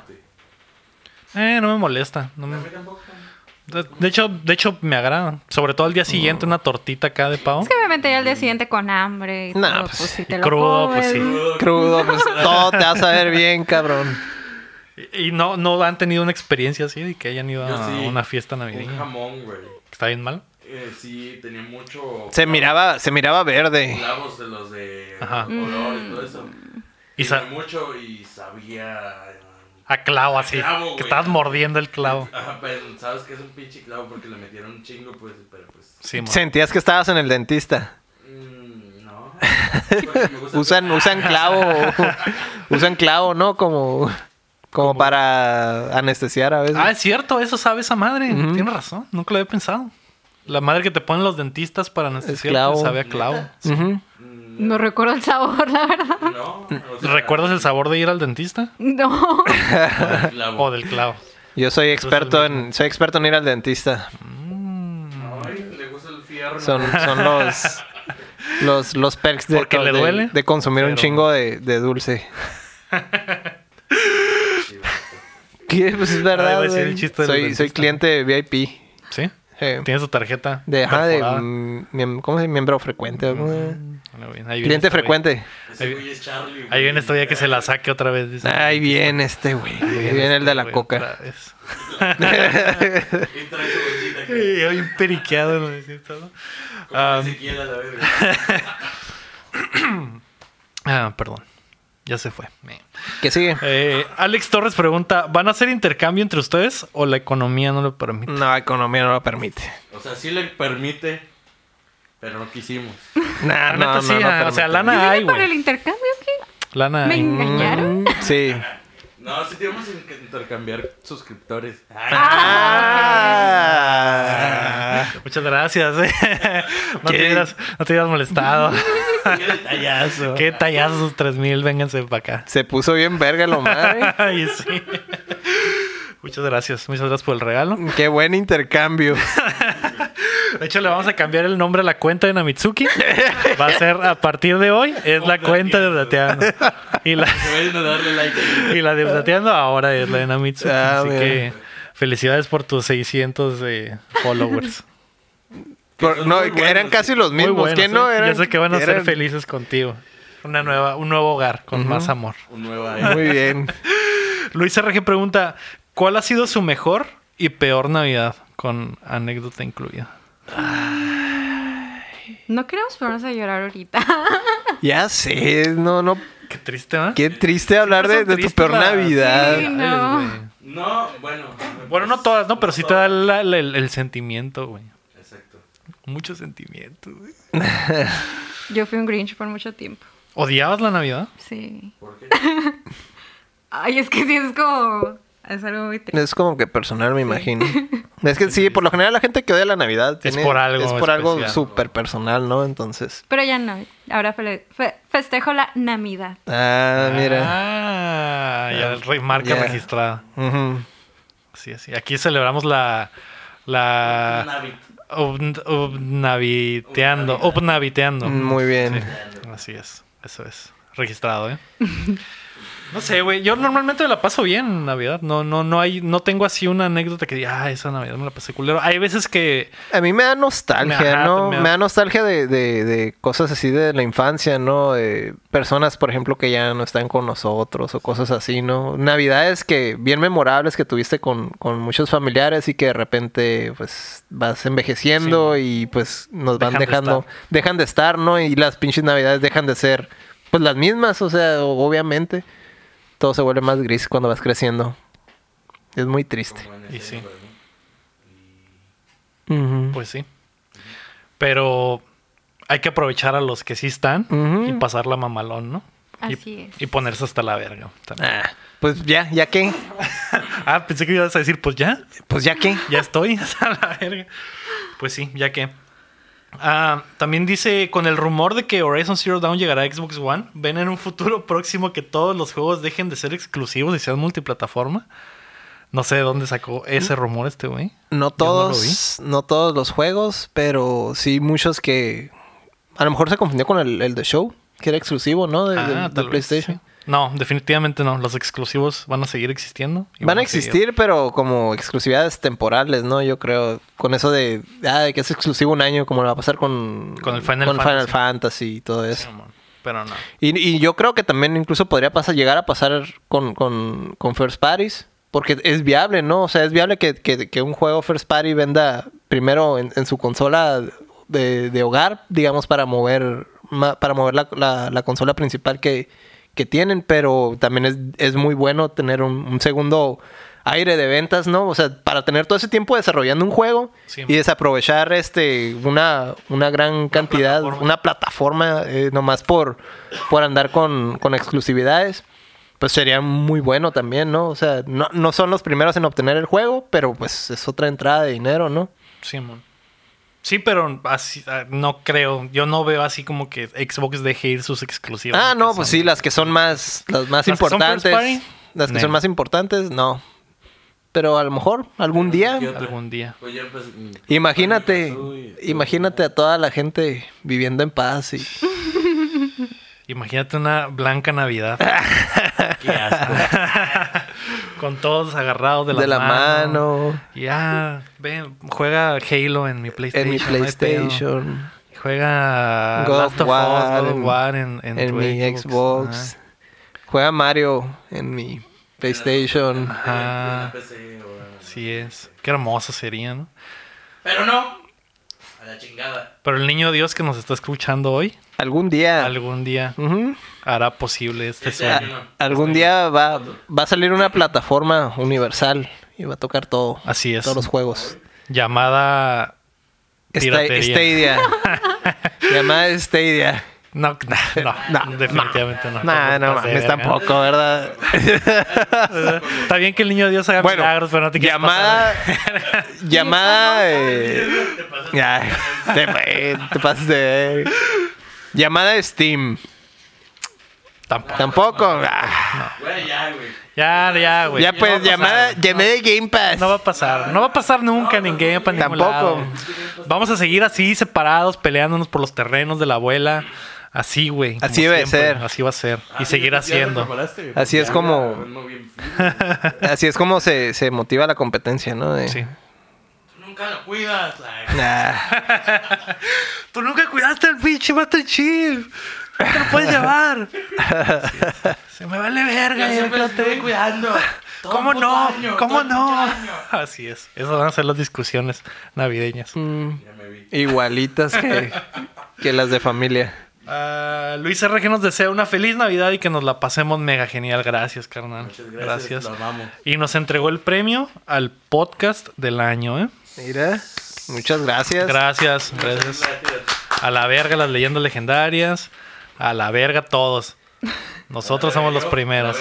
[SPEAKER 1] Eh, no me molesta. No me...
[SPEAKER 4] A mí tampoco.
[SPEAKER 1] De de hecho, de hecho me agrada. Sobre todo al día
[SPEAKER 4] Oh.
[SPEAKER 1] siguiente, una tortita acá de pavo.
[SPEAKER 3] Es que obviamente ya al día siguiente con hambre. Y
[SPEAKER 2] Nah,
[SPEAKER 3] todo,
[SPEAKER 2] pues,
[SPEAKER 3] pues,
[SPEAKER 2] y
[SPEAKER 3] si te lo
[SPEAKER 1] crudo,
[SPEAKER 3] comes.
[SPEAKER 1] pues, sí.
[SPEAKER 2] Crudo, pues todo te va a saber bien, cabrón.
[SPEAKER 1] Y y no, no han tenido una experiencia así de que hayan ido
[SPEAKER 4] Yo
[SPEAKER 1] a
[SPEAKER 4] sí.
[SPEAKER 1] una fiesta
[SPEAKER 4] Un
[SPEAKER 1] navideña.
[SPEAKER 4] jamón, güey.
[SPEAKER 1] Está bien mal.
[SPEAKER 4] Eh, sí, tenía mucho.
[SPEAKER 2] Se miraba, se miraba verde.
[SPEAKER 4] Clavos de los de
[SPEAKER 1] Ajá.
[SPEAKER 4] color y todo eso.
[SPEAKER 1] Y
[SPEAKER 4] Y
[SPEAKER 1] sa-
[SPEAKER 4] mucho y sabía. eh,
[SPEAKER 1] A clavo así.
[SPEAKER 4] clavo, güey.
[SPEAKER 1] que estabas mordiendo el clavo.
[SPEAKER 4] Ajá, pero sabes que es un pinche clavo porque le metieron un chingo, pues, pero pues.
[SPEAKER 1] Sí, mo-
[SPEAKER 2] Sentías que estabas en el dentista.
[SPEAKER 4] mm, no. Porque me gusta-
[SPEAKER 2] Usan, usan clavo, usan clavo, ¿no? Como, como para anestesiar a veces.
[SPEAKER 1] Ah, es cierto, eso sabe esa madre. Tienes razón, nunca lo había pensado. La madre que te ponen los dentistas para anestesiar
[SPEAKER 2] clavo.
[SPEAKER 1] sabe a clavo. Sí.
[SPEAKER 2] Ujú.
[SPEAKER 4] Mm,
[SPEAKER 3] No recuerdo el sabor, la verdad.
[SPEAKER 4] No. o sea,
[SPEAKER 1] ¿Recuerdas el sabor de ir al dentista?
[SPEAKER 3] No.
[SPEAKER 4] del clavo.
[SPEAKER 1] O del clavo.
[SPEAKER 2] Yo soy experto en soy experto en ir al dentista.
[SPEAKER 4] Ay, le gusta el fierro.
[SPEAKER 2] Son, son los, los, los perks de,
[SPEAKER 1] Porque le
[SPEAKER 2] de-
[SPEAKER 1] duele,
[SPEAKER 2] de consumir un
[SPEAKER 1] pero-
[SPEAKER 2] chingo de, de dulce. ¿Qué? Pues es
[SPEAKER 1] Ah, iba
[SPEAKER 2] verdad.
[SPEAKER 1] a decir el
[SPEAKER 2] güey.
[SPEAKER 1] chiste del
[SPEAKER 2] soy,
[SPEAKER 1] dentista.
[SPEAKER 2] soy cliente VIP.
[SPEAKER 1] ¿Sí?
[SPEAKER 2] eh,
[SPEAKER 1] Tiene su tarjeta.
[SPEAKER 2] de, ajá, de,
[SPEAKER 1] perforada.
[SPEAKER 2] mm, miem- ¿Cómo se dice? Miembro frecuente. o cómo se llama?
[SPEAKER 1] Ahí viene, ahí viene
[SPEAKER 2] Cliente
[SPEAKER 1] este güey.
[SPEAKER 2] frecuente.
[SPEAKER 4] Ese güey es Charlie. güey.
[SPEAKER 1] Ahí viene este día que se la saque otra vez. dice.
[SPEAKER 2] Ahí viene este güey. Ahí viene el de la
[SPEAKER 1] Güey,
[SPEAKER 2] coca.
[SPEAKER 1] otra vez.
[SPEAKER 4] Y trae su bolsita que
[SPEAKER 1] Y hoy periqueado, ¿no es cierto? no?
[SPEAKER 4] como
[SPEAKER 1] Ah,
[SPEAKER 4] Ezequiel a la verga.
[SPEAKER 1] ah, perdón. Ya se fue. Me-
[SPEAKER 2] ¿Qué sigue?
[SPEAKER 1] Eh, Alex Torres pregunta: ¿Van a hacer intercambio entre ustedes o la economía no lo permite?
[SPEAKER 2] No, economía no lo permite.
[SPEAKER 4] O sea, sí le permite, pero no quisimos.
[SPEAKER 2] Nah,
[SPEAKER 1] La
[SPEAKER 2] no,
[SPEAKER 1] neta,
[SPEAKER 2] no,
[SPEAKER 1] sí,
[SPEAKER 2] no
[SPEAKER 1] ah, o sea,
[SPEAKER 2] permite.
[SPEAKER 1] lana
[SPEAKER 3] ¿Yo
[SPEAKER 1] hay,
[SPEAKER 3] vine para el
[SPEAKER 1] güey.
[SPEAKER 3] intercambio aquí?
[SPEAKER 1] Lana
[SPEAKER 3] Me
[SPEAKER 1] hay.
[SPEAKER 3] engañaron.
[SPEAKER 2] Mm, Sí.
[SPEAKER 4] No, sí tenemos que intercambiar suscriptores.
[SPEAKER 2] Ah.
[SPEAKER 1] Muchas gracias. eh. No, te
[SPEAKER 2] ¿Qué?
[SPEAKER 1] hubieras, no te hubieras molestado.
[SPEAKER 4] ¡Qué detallazo!
[SPEAKER 1] Qué tallazos 3000, vénganse para acá.
[SPEAKER 2] Se puso bien verga lo madre.
[SPEAKER 1] Ay, sí. Muchas gracias, muchas gracias por el regalo.
[SPEAKER 2] Qué buen intercambio.
[SPEAKER 1] De hecho, le vamos a cambiar el nombre a la cuenta de Namitsuki. Va a ser a partir de hoy, es la cuenta de Dateando. Y la,
[SPEAKER 4] Pueden no darle like.
[SPEAKER 1] y la de Dateando ahora es la de Namitsuki.
[SPEAKER 2] Ah,
[SPEAKER 1] así
[SPEAKER 2] mira.
[SPEAKER 1] que felicidades por tus 600 de followers.
[SPEAKER 2] Por-
[SPEAKER 4] son
[SPEAKER 2] no,
[SPEAKER 4] muy buenos,
[SPEAKER 2] eran casi los
[SPEAKER 1] Muy
[SPEAKER 2] mismos.
[SPEAKER 1] buenos.
[SPEAKER 2] ¿Quién no
[SPEAKER 1] ¿eh?
[SPEAKER 2] eran?
[SPEAKER 1] Yo sé que van a ser
[SPEAKER 2] Eran-
[SPEAKER 1] felices contigo. Una nueva, un nuevo hogar con más amor.
[SPEAKER 4] Un nuevo
[SPEAKER 2] Muy bien.
[SPEAKER 1] Luis RG pregunta: ¿Cuál ha sido su mejor y peor Navidad? Con anécdota incluida.
[SPEAKER 3] No queremos ponernos a llorar ahorita.
[SPEAKER 1] Ah,
[SPEAKER 2] Ya sé, no, no.
[SPEAKER 1] Qué triste, ¿eh? ¿verdad?
[SPEAKER 2] Qué triste hablar de, de tu
[SPEAKER 1] Triste
[SPEAKER 2] peor
[SPEAKER 1] la-
[SPEAKER 2] Navidad.
[SPEAKER 3] Sí, no.
[SPEAKER 1] Ay, güey.
[SPEAKER 4] No, bueno. pues,
[SPEAKER 1] Bueno, no todas, ¿no? Pero sí te da la- la- el, el sentimiento, güey.
[SPEAKER 4] Exacto.
[SPEAKER 1] Mucho sentimiento, güey.
[SPEAKER 3] Yo fui un Grinch por mucho tiempo.
[SPEAKER 1] ¿Odiabas la Navidad?
[SPEAKER 3] Sí.
[SPEAKER 4] ¿Por qué?
[SPEAKER 3] Ay, es que sí, es como... Es algo muy triste.
[SPEAKER 2] Es como que personal, me imagino. Es que sí, por lo general la gente que odia la Navidad tiene-
[SPEAKER 1] por algo
[SPEAKER 2] Es por algo
[SPEAKER 1] especial.
[SPEAKER 2] súper personal, ¿no? Entonces.
[SPEAKER 3] Pero ya no. Ahora fele- fe- festejo la Navidad.
[SPEAKER 2] Ah, mira.
[SPEAKER 1] Ah, ya, re- marca
[SPEAKER 2] Ya.
[SPEAKER 1] registrada.
[SPEAKER 2] Ujú.
[SPEAKER 1] Sí, sí. Aquí celebramos la. La.
[SPEAKER 4] Navi.
[SPEAKER 1] ob- Obnaviteando. Obnaviteando.
[SPEAKER 2] Muy bien.
[SPEAKER 1] Sí, así es. Eso es. Registrado, ¿eh? No sé, güey. Yo normalmente me la paso bien en Navidad. No, no, no hay, no tengo así una anécdota que diga, ah, esa Navidad me la pasé culero. Hay veces que
[SPEAKER 2] A mí me da nostalgia,
[SPEAKER 1] Ajá,
[SPEAKER 2] ¿no?
[SPEAKER 1] me
[SPEAKER 2] Me
[SPEAKER 1] da-
[SPEAKER 2] da, nostalgia de, de- de cosas así de la infancia, ¿no? De personas, por ejemplo, que ya no están con nosotros o cosas así, ¿no? Navidades que bien memorables que tuviste con, con muchos familiares y que de repente, pues, vas envejeciendo y, pues, nos van
[SPEAKER 1] Dejan de
[SPEAKER 2] dejando...
[SPEAKER 1] estar.
[SPEAKER 2] dejan de estar, ¿no? Y las pinches Navidades dejan de ser, pues, las mismas, o sea, o- obviamente. Todo se vuelve más gris cuando vas creciendo. Es muy triste.
[SPEAKER 4] Como en
[SPEAKER 1] Y
[SPEAKER 4] ese
[SPEAKER 1] sí.
[SPEAKER 4] juego, ¿no?
[SPEAKER 2] Ujú.
[SPEAKER 1] Pues sí. Pero hay que aprovechar a los que sí están
[SPEAKER 2] Ujú.
[SPEAKER 1] y pasar la mamalón, ¿no? Y-
[SPEAKER 3] Así es.
[SPEAKER 1] Y ponerse hasta la verga. también.
[SPEAKER 2] Ah, pues ya, ya que...
[SPEAKER 1] Ah, pensé que ibas a decir, pues ya,
[SPEAKER 2] Pues ya que...
[SPEAKER 1] ya estoy hasta la verga. Pues sí, ya que. Ah, también dice, con el rumor de que Horizon Zero Dawn llegará a Xbox One, ¿ven en un futuro próximo que todos los juegos dejen de ser exclusivos y sean multiplataforma? No sé de dónde sacó ese
[SPEAKER 2] Mm.
[SPEAKER 1] rumor este güey.
[SPEAKER 2] No
[SPEAKER 1] Yo no lo
[SPEAKER 2] todos, no, todos los juegos, pero sí muchos que a lo mejor se confundió con el, el de Show, que era exclusivo, ¿no? De,
[SPEAKER 1] Ah,
[SPEAKER 2] de- de
[SPEAKER 1] tal vez,
[SPEAKER 2] PlayStation.
[SPEAKER 1] sí. No, definitivamente no. Los exclusivos van a seguir existiendo. y
[SPEAKER 2] Van a
[SPEAKER 1] seguir-
[SPEAKER 2] existir, pero como exclusividades temporales, ¿no? Yo creo, con eso de, ah, de que es exclusivo un año, como lo va a pasar con,
[SPEAKER 1] Con el Final Fantasy.
[SPEAKER 2] Fantasy y todo eso.
[SPEAKER 1] Simón, Pero no.
[SPEAKER 2] Y, y yo creo que también incluso podría pasar, llegar a pasar con, con, con First Parties. Porque es viable, ¿no? O sea, es viable que, que- que un juego First Party venda primero en, en su consola de, de hogar, digamos, para mover ma- para mover la, la- la consola principal que, que tienen. Pero también es, es muy bueno tener un, un segundo aire de ventas, ¿no? O sea, para tener todo ese tiempo desarrollando un juego
[SPEAKER 1] Sí.
[SPEAKER 2] y desaprovechar este una, una gran cantidad,
[SPEAKER 1] plataforma.
[SPEAKER 2] una plataforma eh, nomás por, por andar con, con exclusividades, pues sería muy bueno también, ¿no? O sea, no, no son los primeros en obtener el juego, pero pues es otra entrada de dinero, ¿no?
[SPEAKER 1] Simón. Sí, pero así, ah, no creo. Yo no veo así como que Xbox deje ir sus exclusivas.
[SPEAKER 2] ah, no,
[SPEAKER 1] que
[SPEAKER 2] pues
[SPEAKER 1] son-
[SPEAKER 2] sí, las que son más, las
[SPEAKER 1] Las
[SPEAKER 2] más
[SPEAKER 1] que son first
[SPEAKER 2] importantes.
[SPEAKER 1] party,
[SPEAKER 2] las que
[SPEAKER 1] no.
[SPEAKER 2] son más importantes, no. Pero a lo mejor algún día.
[SPEAKER 4] Yo-
[SPEAKER 1] Algún día.
[SPEAKER 4] Pues ya empezó-
[SPEAKER 2] Imagínate,
[SPEAKER 4] Pasó y-
[SPEAKER 2] imagínate a toda la gente viviendo en paz y
[SPEAKER 1] Imagínate una blanca Navidad.
[SPEAKER 4] Qué asco.
[SPEAKER 1] Con todos agarrados de la,
[SPEAKER 2] de la mano,
[SPEAKER 1] Ya, ven, juega Halo en mi PlayStation.
[SPEAKER 2] en mi
[SPEAKER 1] no hay pedo.
[SPEAKER 2] PlayStation,
[SPEAKER 1] Juega
[SPEAKER 2] God
[SPEAKER 1] Ah, Last
[SPEAKER 2] of
[SPEAKER 1] of
[SPEAKER 2] War,
[SPEAKER 1] Us, God of
[SPEAKER 2] en-
[SPEAKER 1] War en, en,
[SPEAKER 2] en
[SPEAKER 1] tu
[SPEAKER 2] mi Xbox.
[SPEAKER 1] Ajá.
[SPEAKER 2] Juega Mario en mi PlayStation.
[SPEAKER 1] Ajá.
[SPEAKER 4] Una PC o una-
[SPEAKER 1] Ah, Así es. Qué hermoso sería, ¿no?
[SPEAKER 4] Pero no. A la chingada.
[SPEAKER 1] Pero el niño Dios que nos está escuchando hoy,
[SPEAKER 2] Algún día.
[SPEAKER 1] algún día
[SPEAKER 2] Ujú.
[SPEAKER 1] hará posible este
[SPEAKER 4] Este
[SPEAKER 1] sueño.
[SPEAKER 4] año no.
[SPEAKER 2] Algún día va, va a salir una plataforma universal y va a tocar todo.
[SPEAKER 1] Así es.
[SPEAKER 2] Todos los Este, juegos.
[SPEAKER 1] Llamada.
[SPEAKER 2] Sta-
[SPEAKER 1] Piratería.
[SPEAKER 2] Stadia. Llamada Stadia.
[SPEAKER 1] No, no, no,
[SPEAKER 2] No,
[SPEAKER 1] definitivamente no.
[SPEAKER 2] Nah, no
[SPEAKER 1] Pasé de
[SPEAKER 2] mames,
[SPEAKER 1] verga.
[SPEAKER 2] tampoco, ¿verdad?
[SPEAKER 1] Está bien que el niño Dios haga
[SPEAKER 2] Bueno,
[SPEAKER 1] milagros, pero no te quieres
[SPEAKER 2] llamada.
[SPEAKER 1] pasar.
[SPEAKER 2] Llamada. eh, ya, te, eh, te pasas de ver. Llamada Steam.
[SPEAKER 1] Tampoco.
[SPEAKER 2] Tampoco. ah.
[SPEAKER 4] Güey, ya, güey.
[SPEAKER 1] Ya, ya, güey.
[SPEAKER 2] ya
[SPEAKER 1] Pues, No va a pasar,
[SPEAKER 2] pues, llamada,
[SPEAKER 1] güey.
[SPEAKER 2] llamada Game Pass.
[SPEAKER 1] No va a pasar, no va a pasar nunca en Game para ningún
[SPEAKER 2] Tampoco.
[SPEAKER 1] lado. Vamos a seguir así separados, peleándonos por los terrenos de la abuela. Así, güey. como
[SPEAKER 2] Así debe
[SPEAKER 1] siempre.
[SPEAKER 2] ser.
[SPEAKER 1] Así va a ser.
[SPEAKER 4] Ah,
[SPEAKER 1] y seguir
[SPEAKER 4] ya lo
[SPEAKER 1] haciendo.
[SPEAKER 4] preparaste, güey.
[SPEAKER 2] Así es
[SPEAKER 4] Ya,
[SPEAKER 2] como-
[SPEAKER 4] ya, ando bien fino.
[SPEAKER 2] Así es como se, se motiva la competencia, ¿no? De-
[SPEAKER 1] Sí.
[SPEAKER 4] Nunca lo cuidas. la-
[SPEAKER 2] Nah.
[SPEAKER 1] Tú nunca cuidaste al pinche Master Chief. No te lo puedes llevar. Se me vale verga.
[SPEAKER 4] Yo
[SPEAKER 1] ya
[SPEAKER 4] siempre
[SPEAKER 1] que
[SPEAKER 4] lo
[SPEAKER 1] lo
[SPEAKER 4] estoy
[SPEAKER 1] tengo.
[SPEAKER 4] cuidando. Todo
[SPEAKER 1] ¿Cómo
[SPEAKER 4] el puto
[SPEAKER 1] no?
[SPEAKER 4] año, todo
[SPEAKER 1] ¿Cómo
[SPEAKER 4] el
[SPEAKER 1] no?
[SPEAKER 4] puto año.
[SPEAKER 1] Así es. Esas van a ser las discusiones navideñas.
[SPEAKER 2] Mm,
[SPEAKER 4] Ya me vi.
[SPEAKER 2] Igualitas que, que las de familia.
[SPEAKER 1] Ah, Luis R. que nos desea una feliz Navidad y que nos la pasemos mega genial. Gracias, carnal.
[SPEAKER 4] Muchas gracias. Lo amamos.
[SPEAKER 1] Y nos entregó el premio al podcast del año, ¿eh?
[SPEAKER 2] Mira, muchas gracias.
[SPEAKER 1] Gracias, gracias. A la verga las leyendas legendarias. A la verga todos. Nosotros somos los primeros.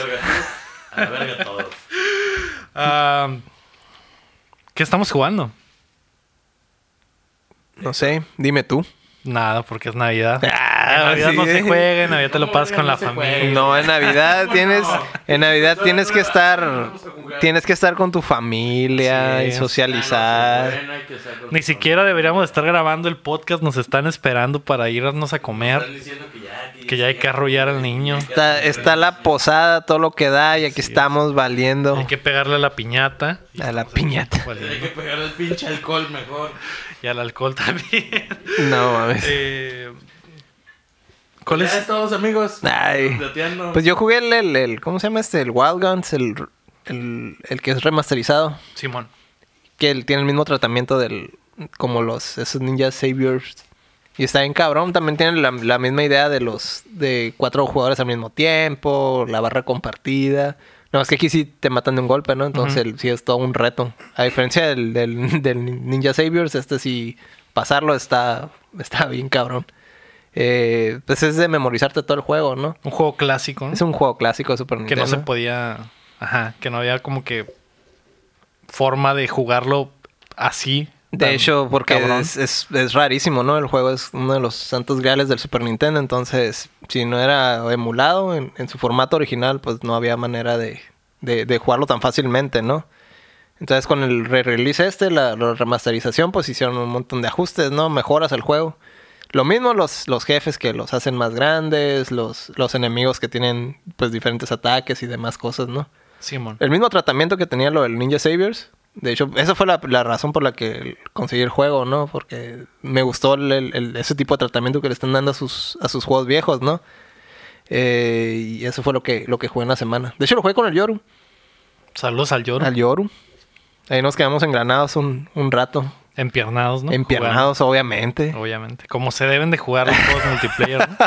[SPEAKER 4] A la verga tú, A la verga todos.
[SPEAKER 1] Ah, ¿Qué estamos jugando?
[SPEAKER 2] no sé, dime tú.
[SPEAKER 1] Nada, porque es Navidad. En
[SPEAKER 2] Ah,
[SPEAKER 1] Navidad
[SPEAKER 2] sí.
[SPEAKER 1] no se juega, en Navidad te lo pasas con la
[SPEAKER 4] No se
[SPEAKER 1] familia.
[SPEAKER 4] juega.
[SPEAKER 2] No, en Navidad tienes, en Navidad tienes que estar, tienes que estar con tu familia
[SPEAKER 1] Sí.
[SPEAKER 2] y
[SPEAKER 4] Ah, no, sí,
[SPEAKER 2] socializar.
[SPEAKER 4] bueno, hay que sacar-
[SPEAKER 1] Ni siquiera deberíamos estar grabando el podcast. Nos están esperando para irnos a
[SPEAKER 4] Están
[SPEAKER 1] comer.
[SPEAKER 4] diciendo que ya, que,
[SPEAKER 1] Que ya hay que arrullar al niño.
[SPEAKER 2] Está, está la posada, todo lo que da y aquí estamos valiendo
[SPEAKER 1] Hay que pegarle a la piñata. Pues,
[SPEAKER 2] a la piñata.
[SPEAKER 4] Hay que pegar el pinche alcohol mejor.
[SPEAKER 1] Y al alcohol también.
[SPEAKER 2] No mames.
[SPEAKER 1] Eh, ¿Cuál
[SPEAKER 4] ya
[SPEAKER 1] es?
[SPEAKER 4] todos amigos.
[SPEAKER 2] Ay.
[SPEAKER 4] Plateando.
[SPEAKER 2] Pues yo jugué el, el, el- ¿cómo se llama este? El Wild Guns, el, el, el que es remasterizado,
[SPEAKER 1] Simón.
[SPEAKER 2] que él tiene el mismo tratamiento del, como los, esos Ninja Saviors. Y está bien cabrón, también tienen la, la misma idea de los, de cuatro jugadores al mismo tiempo, la barra compartida. No, es que aquí sí te matan de un golpe, ¿no? Entonces el- sí es todo un reto. A diferencia del, del, del Ninja Saviors, este sí pasarlo está, está bien cabrón. Eh, pues es de memorizarte todo el juego, ¿no?
[SPEAKER 1] Un juego clásico, ¿no?
[SPEAKER 2] Es un juego clásico de Super
[SPEAKER 1] que
[SPEAKER 2] Nintendo.
[SPEAKER 1] no se podía. Ajá, que no había como que forma de jugarlo así.
[SPEAKER 2] De
[SPEAKER 1] tan
[SPEAKER 2] hecho, porque
[SPEAKER 1] cabrón.
[SPEAKER 2] es, es- es rarísimo, ¿no? El juego es uno de los santos graales del Super Nintendo, entonces si no era emulado en, en su formato original, pues no había manera de, de- de jugarlo tan fácilmente, ¿no? Entonces con el re-release este, la, la remasterización, pues hicieron un montón de ajustes, ¿no? Mejoras al juego. Lo mismo los, los jefes que los hacen más grandes, los, los enemigos que tienen pues diferentes ataques y demás cosas, ¿no?
[SPEAKER 1] Simón.
[SPEAKER 2] El mismo tratamiento que tenía lo del Ninja Saviors. De hecho, esa fue la, la razón por la que conseguí el juego, ¿no? Porque me gustó el- el- el- ese tipo de tratamiento que le están dando a sus, a sus juegos viejos, ¿no? Eh, y eso fue lo que, lo que jugué en la semana. De hecho, lo jugué con el Yoru.
[SPEAKER 1] Saludos al lloro.
[SPEAKER 2] Al Yoru. Ahí nos quedamos engranados un, un rato.
[SPEAKER 1] Empiernados, ¿no? Ah,
[SPEAKER 2] Empiernados, obviamente.
[SPEAKER 1] Jugando, obviamente. Como se deben de jugar los juegos multiplayer, ¿no?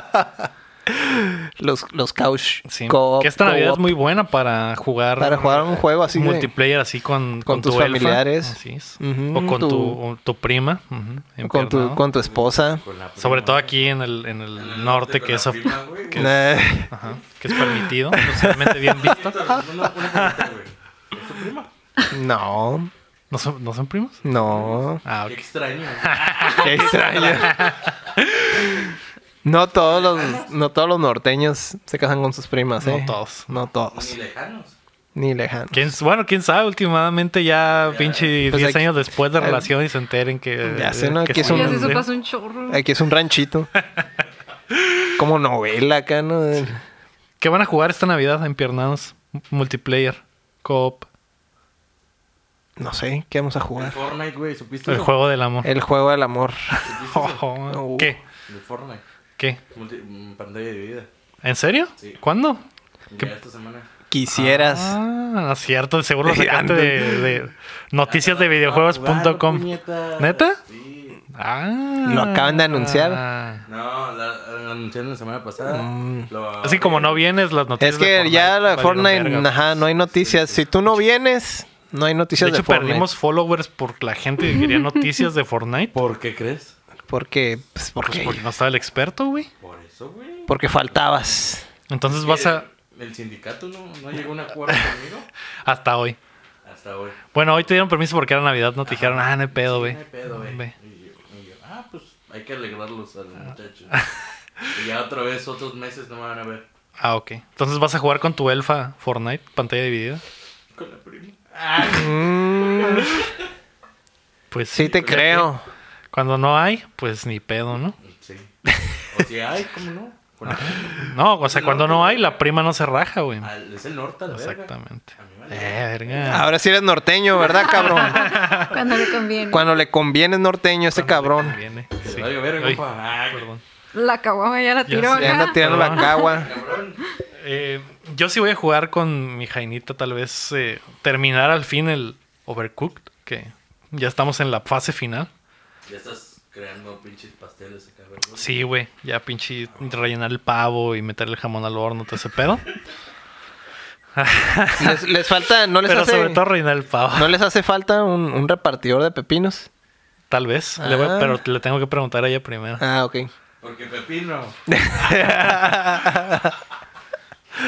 [SPEAKER 2] Los, los couch
[SPEAKER 1] Sí.
[SPEAKER 2] co-op,
[SPEAKER 1] que esta Navidad
[SPEAKER 2] co-op,
[SPEAKER 1] es muy buena para jugar.
[SPEAKER 2] Para jugar un juego así de-
[SPEAKER 1] Multiplayer así con,
[SPEAKER 2] con tus
[SPEAKER 1] elfa.
[SPEAKER 2] familiares.
[SPEAKER 1] Así es.
[SPEAKER 2] Ujú,
[SPEAKER 1] o con tu,
[SPEAKER 2] tu-
[SPEAKER 1] o tu prima. ujú,
[SPEAKER 2] con tu,
[SPEAKER 1] empiernado.
[SPEAKER 2] con tu esposa.
[SPEAKER 4] Con la prima.
[SPEAKER 1] Sobre todo aquí en el, en el
[SPEAKER 4] En el
[SPEAKER 1] norte,
[SPEAKER 4] con
[SPEAKER 1] que
[SPEAKER 4] la
[SPEAKER 1] es,
[SPEAKER 4] prima, güey.
[SPEAKER 1] que-
[SPEAKER 2] Nah.
[SPEAKER 1] ajá, que es permitido, socialmente bien visto.
[SPEAKER 4] Víctor, una- una pregunta, güey. ¿Es tu prima?
[SPEAKER 2] No,
[SPEAKER 1] ¿No son, ¿No son primos?
[SPEAKER 2] no.
[SPEAKER 1] Ah,
[SPEAKER 4] Qué
[SPEAKER 1] ok.
[SPEAKER 4] extraño.
[SPEAKER 2] Qué extraño. No todos los, no todos los norteños se casan con sus primas,
[SPEAKER 1] No
[SPEAKER 2] ¿eh?
[SPEAKER 1] todos.
[SPEAKER 2] No
[SPEAKER 4] Ni
[SPEAKER 2] todos.
[SPEAKER 4] lejanos.
[SPEAKER 2] Ni lejano.
[SPEAKER 1] ¿Quién- bueno, quién sabe, últimamente ya,
[SPEAKER 4] Ya.
[SPEAKER 1] pinche 10
[SPEAKER 2] Pues aquí-
[SPEAKER 1] años después de
[SPEAKER 2] eh,
[SPEAKER 1] relación y se enteren que...
[SPEAKER 2] ya sé, ¿no? Aquí es
[SPEAKER 1] son-
[SPEAKER 2] un-
[SPEAKER 3] Ya se
[SPEAKER 1] sí.
[SPEAKER 3] supo hace un chorro.
[SPEAKER 2] Aquí es un ranchito. Como novela acá, ¿no?
[SPEAKER 1] ¿Qué van a jugar esta Navidad en Piernados? Multiplayer, co-op,
[SPEAKER 2] No sé, ¿qué vamos a
[SPEAKER 4] El
[SPEAKER 2] jugar?
[SPEAKER 4] Fortnite, güey, ¿supiste?
[SPEAKER 1] el
[SPEAKER 4] eso?
[SPEAKER 1] juego del amor.
[SPEAKER 2] El juego del amor.
[SPEAKER 4] ¿Supiste eso?
[SPEAKER 1] Ojo,
[SPEAKER 2] Uh.
[SPEAKER 1] ¿Qué?
[SPEAKER 4] El Fortnite.
[SPEAKER 1] ¿Qué?
[SPEAKER 4] Multi- mm, pantalla dividida.
[SPEAKER 1] ¿En serio?
[SPEAKER 4] Sí.
[SPEAKER 1] ¿Cuándo?
[SPEAKER 4] Ya esta semana.
[SPEAKER 2] Quisieras.
[SPEAKER 1] Ah, cierto, seguro lo
[SPEAKER 2] Eh,
[SPEAKER 1] sacaste
[SPEAKER 2] ando-
[SPEAKER 1] de, de noticias de videojuegos.com.
[SPEAKER 4] Puñetas.
[SPEAKER 1] ¿Neta?
[SPEAKER 4] Sí.
[SPEAKER 1] Ah.
[SPEAKER 2] Lo acaban de anunciar.
[SPEAKER 1] Ah.
[SPEAKER 4] No, la, la anunciaron la semana pasada. Lo-
[SPEAKER 1] Mm. Así como no vienes las noticias.
[SPEAKER 2] Es
[SPEAKER 1] de
[SPEAKER 2] que ya la
[SPEAKER 1] valieron
[SPEAKER 2] Fortnite,
[SPEAKER 1] verga. pues.
[SPEAKER 2] ajá, no hay noticias. Si tú no vienes, no hay
[SPEAKER 1] De
[SPEAKER 2] noticias de,
[SPEAKER 1] hecho,
[SPEAKER 2] Fortnite.
[SPEAKER 1] perdimos followers por la gente que quería noticias de Fortnite.
[SPEAKER 4] ¿Por qué crees?
[SPEAKER 2] Porque,
[SPEAKER 1] Pues
[SPEAKER 2] pues, porque,
[SPEAKER 1] porque no estaba el experto, güey.
[SPEAKER 4] Por eso, güey.
[SPEAKER 2] porque faltabas.
[SPEAKER 1] Entonces vas a.
[SPEAKER 4] El sindicato no, no llegó a un acuerdo conmigo
[SPEAKER 1] Hasta hoy.
[SPEAKER 4] hasta hoy.
[SPEAKER 1] Bueno, hoy te dieron permiso porque era Navidad, no te dijeron, ah, no hay pedo, güey.
[SPEAKER 4] No hay pedo, güey.
[SPEAKER 1] Ve. Ah.
[SPEAKER 4] Y yo- y yo, ah, pues hay que alegrarlos a los muchachos. y ya otra vez, otros meses no me van a ver.
[SPEAKER 1] Ah, ok. Entonces vas a jugar con tu elfa Fortnite, pantalla dividida.
[SPEAKER 4] Con la prima.
[SPEAKER 2] Mm,
[SPEAKER 1] Pues
[SPEAKER 2] sí te creo.
[SPEAKER 1] Cuando no hay, pues ni pedo, ¿no?
[SPEAKER 4] Sí. O si hay, ¿cómo no? Con la prima.
[SPEAKER 1] No, o sea, cuando no hay, la prima no se raja, güey.
[SPEAKER 4] Al- es el norte, a Ah, la verga.
[SPEAKER 1] Exactamente.
[SPEAKER 4] A mí me vale.
[SPEAKER 1] Eh, verga.
[SPEAKER 2] Ah, Ahora sí eres norteño, ¿verdad, cabrón?
[SPEAKER 3] Cuando le conviene.
[SPEAKER 2] Cuando le conviene es norteño ese cabrón.
[SPEAKER 1] Viene.
[SPEAKER 4] Te
[SPEAKER 1] Sí.
[SPEAKER 4] vale verga,
[SPEAKER 1] Ay,
[SPEAKER 4] compa. Ah,
[SPEAKER 1] perdón.
[SPEAKER 3] La caguama ya la
[SPEAKER 1] Ya
[SPEAKER 3] tiró.
[SPEAKER 1] sé.
[SPEAKER 2] Ya
[SPEAKER 3] acá.
[SPEAKER 2] anda tirando la cagua.
[SPEAKER 4] Cabrón.
[SPEAKER 1] Eh, yo sí voy a jugar con mi Jainita, tal vez eh, terminar al fin el Overcooked, que ya estamos en la fase final.
[SPEAKER 4] Ya estás creando pinches pasteles acá, ¿verdad?
[SPEAKER 1] Sí, güey, ya pinche rellenar el pavo y meter el jamón al horno, todo ese pedo.
[SPEAKER 2] Les, les falta, no les
[SPEAKER 1] Pero
[SPEAKER 2] hace,
[SPEAKER 1] sobre todo rellenar el pavo,
[SPEAKER 2] no les hace falta un, un repartidor de pepinos.
[SPEAKER 1] tal vez. Le voy-
[SPEAKER 2] Ah.
[SPEAKER 1] pero le tengo que preguntar a ella primero.
[SPEAKER 2] Ah, ok.
[SPEAKER 4] Porque Pepino.
[SPEAKER 2] Ah,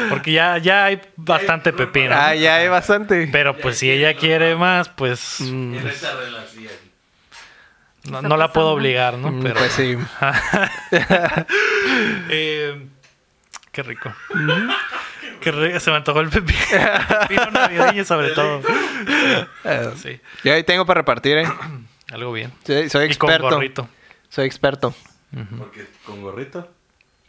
[SPEAKER 1] Porque ya, ya hay bastante pepino. ¿no?
[SPEAKER 2] Ah, ya hay bastante.
[SPEAKER 1] Pero pues si ella quiere más, pues
[SPEAKER 4] En esa relación.
[SPEAKER 1] no, no la puedo obligar, ¿no?
[SPEAKER 2] Mm,
[SPEAKER 1] Pero,
[SPEAKER 2] Pues sí.
[SPEAKER 1] Eh, qué rico. Qué rico, se me antojó el pepino. pepino navideño sobre todo. Sí,
[SPEAKER 2] Yo ahí tengo para repartir, ¿eh?
[SPEAKER 1] algo bien.
[SPEAKER 2] Sí, soy
[SPEAKER 1] Y con
[SPEAKER 2] experto.
[SPEAKER 1] gorrito.
[SPEAKER 2] Soy experto.
[SPEAKER 4] Porque con gorrito,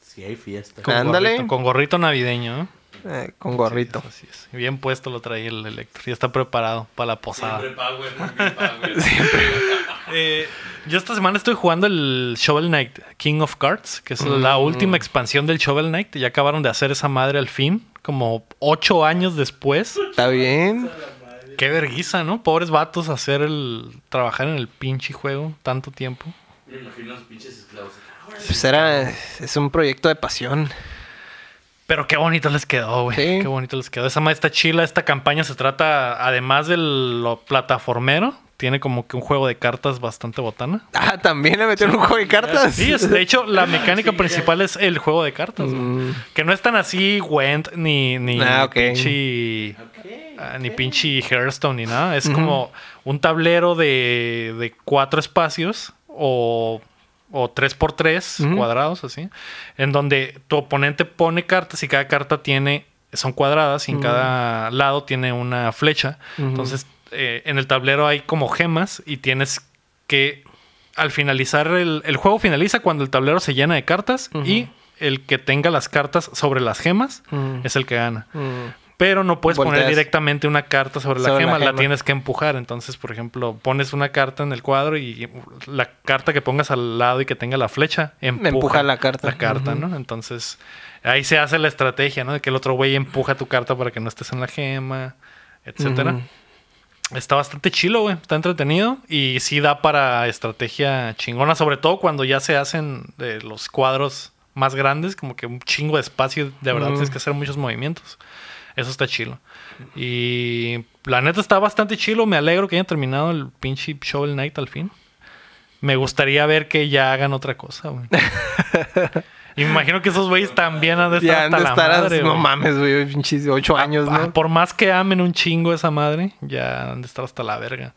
[SPEAKER 4] si hay fiesta.
[SPEAKER 1] Con
[SPEAKER 2] Ándale.
[SPEAKER 1] gorrito, con gorrito navideño, ¿no?
[SPEAKER 2] Eh, con gorrito.
[SPEAKER 1] Así es. Bien puesto lo traía el Elector. Ya está preparado para la posada.
[SPEAKER 4] Siempre power, muy power.
[SPEAKER 1] Eh, yo esta semana estoy jugando el Shovel Knight King of Cards, que es la última expansión del Shovel Knight. Ya acabaron de hacer esa madre al fin, como ocho años después.
[SPEAKER 2] Está bien.
[SPEAKER 1] Qué vergüenza, ¿no? Pobres vatos hacer el... trabajar en el pinche juego tanto tiempo.
[SPEAKER 4] Me imagino los pinches esclavos. Ah, Ahora
[SPEAKER 2] Pues era, es un proyecto de pasión.
[SPEAKER 1] Pero qué bonito les quedó, güey.
[SPEAKER 2] Sí.
[SPEAKER 1] Qué bonito les quedó. Esa madre está chila. Esta campaña se trata, además del lo plataformero, tiene como que un juego de cartas bastante botana.
[SPEAKER 2] Ah, también le metieron un juego de cartas.
[SPEAKER 1] Sí, es- de hecho, la mecánica principal es el juego de cartas. güey. Que no es tan así Went ni, ni
[SPEAKER 2] Mm. Ah, ok.
[SPEAKER 1] pinche... ah, ni pinche Hearthstone ni nada. Es como un tablero de, de cuatro espacios o, o tres por tres
[SPEAKER 2] Ujú.
[SPEAKER 1] cuadrados, así. En donde tu oponente pone cartas y cada carta tiene... Son cuadradas y en cada lado tiene una flecha.
[SPEAKER 2] Mm. Ujú.
[SPEAKER 1] Entonces, eh, en el tablero hay como gemas y tienes que al finalizar el, el juego finaliza cuando el tablero se llena de cartas y el que tenga las cartas sobre las gemas
[SPEAKER 2] Ujú.
[SPEAKER 1] es el que gana.
[SPEAKER 2] Mm.
[SPEAKER 1] Pero no puedes poner
[SPEAKER 2] Volteas.
[SPEAKER 1] directamente una carta sobre, la,
[SPEAKER 2] Sobre la
[SPEAKER 1] gema, la
[SPEAKER 2] gema.
[SPEAKER 1] tienes que empujar. Entonces, por ejemplo, pones una carta en el cuadro y la carta que pongas al lado y que tenga la flecha empuja,
[SPEAKER 2] Empuja la carta.
[SPEAKER 1] La carta, ¿no? Entonces, ahí se hace la estrategia, ¿no? De que el otro güey empuja tu carta para que no estés en la gema, etcétera.
[SPEAKER 2] Ujú.
[SPEAKER 1] Está bastante chilo, güey. Está entretenido y sí da para estrategia chingona, sobre todo cuando ya se hacen de los cuadros más grandes, como que un chingo de espacio, de verdad
[SPEAKER 2] Mm.
[SPEAKER 1] tienes que hacer muchos movimientos. Eso está chilo. Y la neta está bastante chilo, me alegro que hayan terminado el pinche Shovel Knight al fin. Me gustaría ver que ya hagan otra cosa, güey. Y me imagino que esos güeyes también han de estar
[SPEAKER 2] Ya han
[SPEAKER 1] hasta
[SPEAKER 2] de
[SPEAKER 1] la
[SPEAKER 2] estar,
[SPEAKER 1] madre,
[SPEAKER 2] no
[SPEAKER 1] güey.
[SPEAKER 2] mames, güey, pinches ocho años,
[SPEAKER 1] Ah,
[SPEAKER 2] pues, ¿no?
[SPEAKER 1] por más que amen un chingo esa madre, ya han de estar hasta la verga.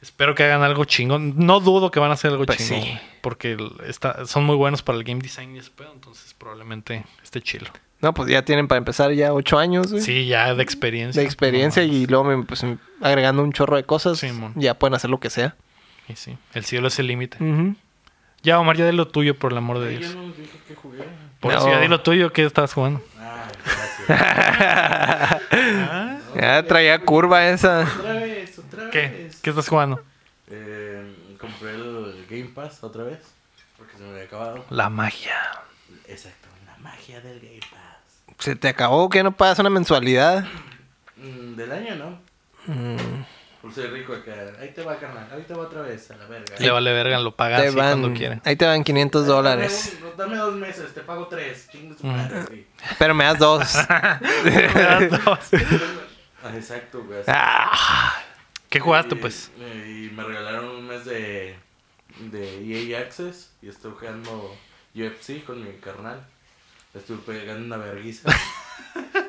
[SPEAKER 1] Espero que hagan algo chingón. No dudo que van a hacer algo
[SPEAKER 2] Pues
[SPEAKER 1] chingón.
[SPEAKER 2] sí.
[SPEAKER 1] güey, Porque el- está- son muy buenos para el game design y ese pedo. Entonces probablemente esté chilo.
[SPEAKER 2] No, pues ya tienen para empezar ya ocho años, güey.
[SPEAKER 1] Sí, ya de experiencia.
[SPEAKER 2] De experiencia
[SPEAKER 1] No,
[SPEAKER 2] y luego me- pues, agregando un chorro de cosas,
[SPEAKER 1] Simón.
[SPEAKER 2] ya pueden hacer lo que sea.
[SPEAKER 1] y sí, el cielo es el límite.
[SPEAKER 2] Ujú.
[SPEAKER 1] Ya, Omar, ya di lo tuyo, por el amor de
[SPEAKER 4] Yo
[SPEAKER 1] Dios.
[SPEAKER 4] no dije que jugué.
[SPEAKER 1] Por
[SPEAKER 2] No.
[SPEAKER 1] eso ya di lo tuyo, ¿qué estabas jugando?
[SPEAKER 4] Ah, gracias.
[SPEAKER 2] Ya traía curva esa.
[SPEAKER 4] otra vez, otra
[SPEAKER 1] ¿Qué?
[SPEAKER 4] vez.
[SPEAKER 1] ¿Qué estás jugando?
[SPEAKER 4] Eh, compré el Game Pass otra vez. Porque se me había acabado.
[SPEAKER 1] La magia.
[SPEAKER 4] Exacto, la magia del Game Pass.
[SPEAKER 2] Se te acabó que no pagas una mensualidad.
[SPEAKER 4] Mm, del año, ¿no?
[SPEAKER 2] Mm,
[SPEAKER 4] Por ser rico acá. Ahí te va, carnal. Ahí te va otra vez, a la verga.
[SPEAKER 1] Le vale verga, lo paga
[SPEAKER 2] te
[SPEAKER 1] así
[SPEAKER 2] van,
[SPEAKER 1] Ah, cuando quiera.
[SPEAKER 2] ahí te van 500 dólares. Mm.
[SPEAKER 4] Dame, un- pues, dame dos meses, te pago tres. Chingue su madre, güey.
[SPEAKER 2] Pero me das dos.
[SPEAKER 4] Ah, Exacto, güey. así.
[SPEAKER 2] Ah,
[SPEAKER 1] ¿Qué jugaste,
[SPEAKER 4] Y-
[SPEAKER 1] pues?
[SPEAKER 4] Y me regalaron un mes de, de EA Access y estoy jugando UFC con mi carnal. Estuve pegando una verguiza.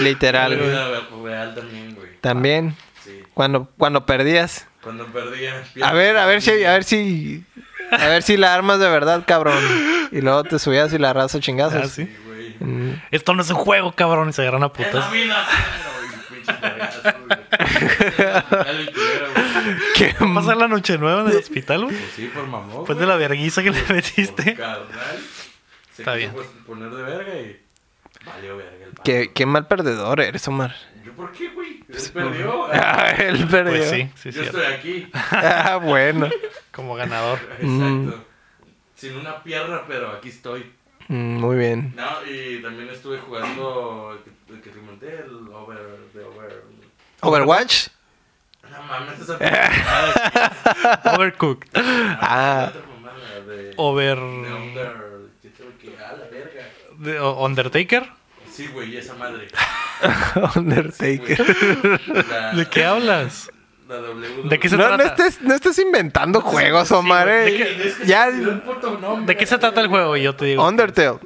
[SPEAKER 2] literal, güey.
[SPEAKER 4] Una ver- real también, güey.
[SPEAKER 2] También,
[SPEAKER 4] Sí.
[SPEAKER 2] cuando, cuando perdías.
[SPEAKER 4] Cuando perdía.
[SPEAKER 2] A ver, a ver si, a ver si, a ver si la armas de verdad, cabrón. Y luego te subías y la raza chingazos.
[SPEAKER 1] Ah, sí.
[SPEAKER 4] Sí, güey.
[SPEAKER 2] Mm,
[SPEAKER 1] Esto no es un juego, cabrón, y se agarran a
[SPEAKER 4] Es la
[SPEAKER 1] putas.
[SPEAKER 4] vida, pero, y pinches vergazos, güey. El culero, güey.
[SPEAKER 2] ¿Qué
[SPEAKER 4] Mm.
[SPEAKER 1] ¿Pasar la noche nueva en el hospital, güey?
[SPEAKER 4] Pues sí, por mamón.
[SPEAKER 1] Después de
[SPEAKER 4] güey.
[SPEAKER 1] la verguiza que le
[SPEAKER 4] Por
[SPEAKER 1] metiste.
[SPEAKER 4] carnal. Se
[SPEAKER 1] Está
[SPEAKER 4] quiso,
[SPEAKER 1] bien.
[SPEAKER 4] pues, poner de verga y. Valió verga el
[SPEAKER 2] Qué, qué mal perdedor eres, Omar.
[SPEAKER 4] vato. ¿Yo por qué, güey? Él perdió.
[SPEAKER 2] Ah, él perdió.
[SPEAKER 1] Pues sí, sí,
[SPEAKER 4] Yo
[SPEAKER 1] cierto.
[SPEAKER 4] estoy aquí.
[SPEAKER 2] Ah, bueno.
[SPEAKER 1] Como ganador.
[SPEAKER 2] Mm.
[SPEAKER 4] Exacto. Sin una pierna, pero aquí estoy.
[SPEAKER 2] Mm, Muy bien.
[SPEAKER 4] No, y también estuve jugando el que- el que te comenté, el over, de over.
[SPEAKER 2] ¿Overwatch?
[SPEAKER 4] No mames, esa mamada,
[SPEAKER 1] Overcooked.
[SPEAKER 2] Ah.
[SPEAKER 4] otra mamada de,
[SPEAKER 1] Over.
[SPEAKER 4] de under. Yo tengo que a la verga.
[SPEAKER 1] de- o- Undertaker.
[SPEAKER 4] Sí, güey, esa madre.
[SPEAKER 2] Undertaker.
[SPEAKER 4] La-
[SPEAKER 1] ¿De qué hablas?
[SPEAKER 4] La W.
[SPEAKER 1] ¿De qué se
[SPEAKER 2] No, no,
[SPEAKER 1] trata?
[SPEAKER 2] estés, no estés inventando juegos, Omar.
[SPEAKER 1] güey.
[SPEAKER 2] eh.
[SPEAKER 1] ¿De este
[SPEAKER 4] Es que
[SPEAKER 2] Ya,
[SPEAKER 4] se me olvidó el puto nombre.
[SPEAKER 1] ¿De qué se trata el juego? Y yo te digo.
[SPEAKER 2] Undertale.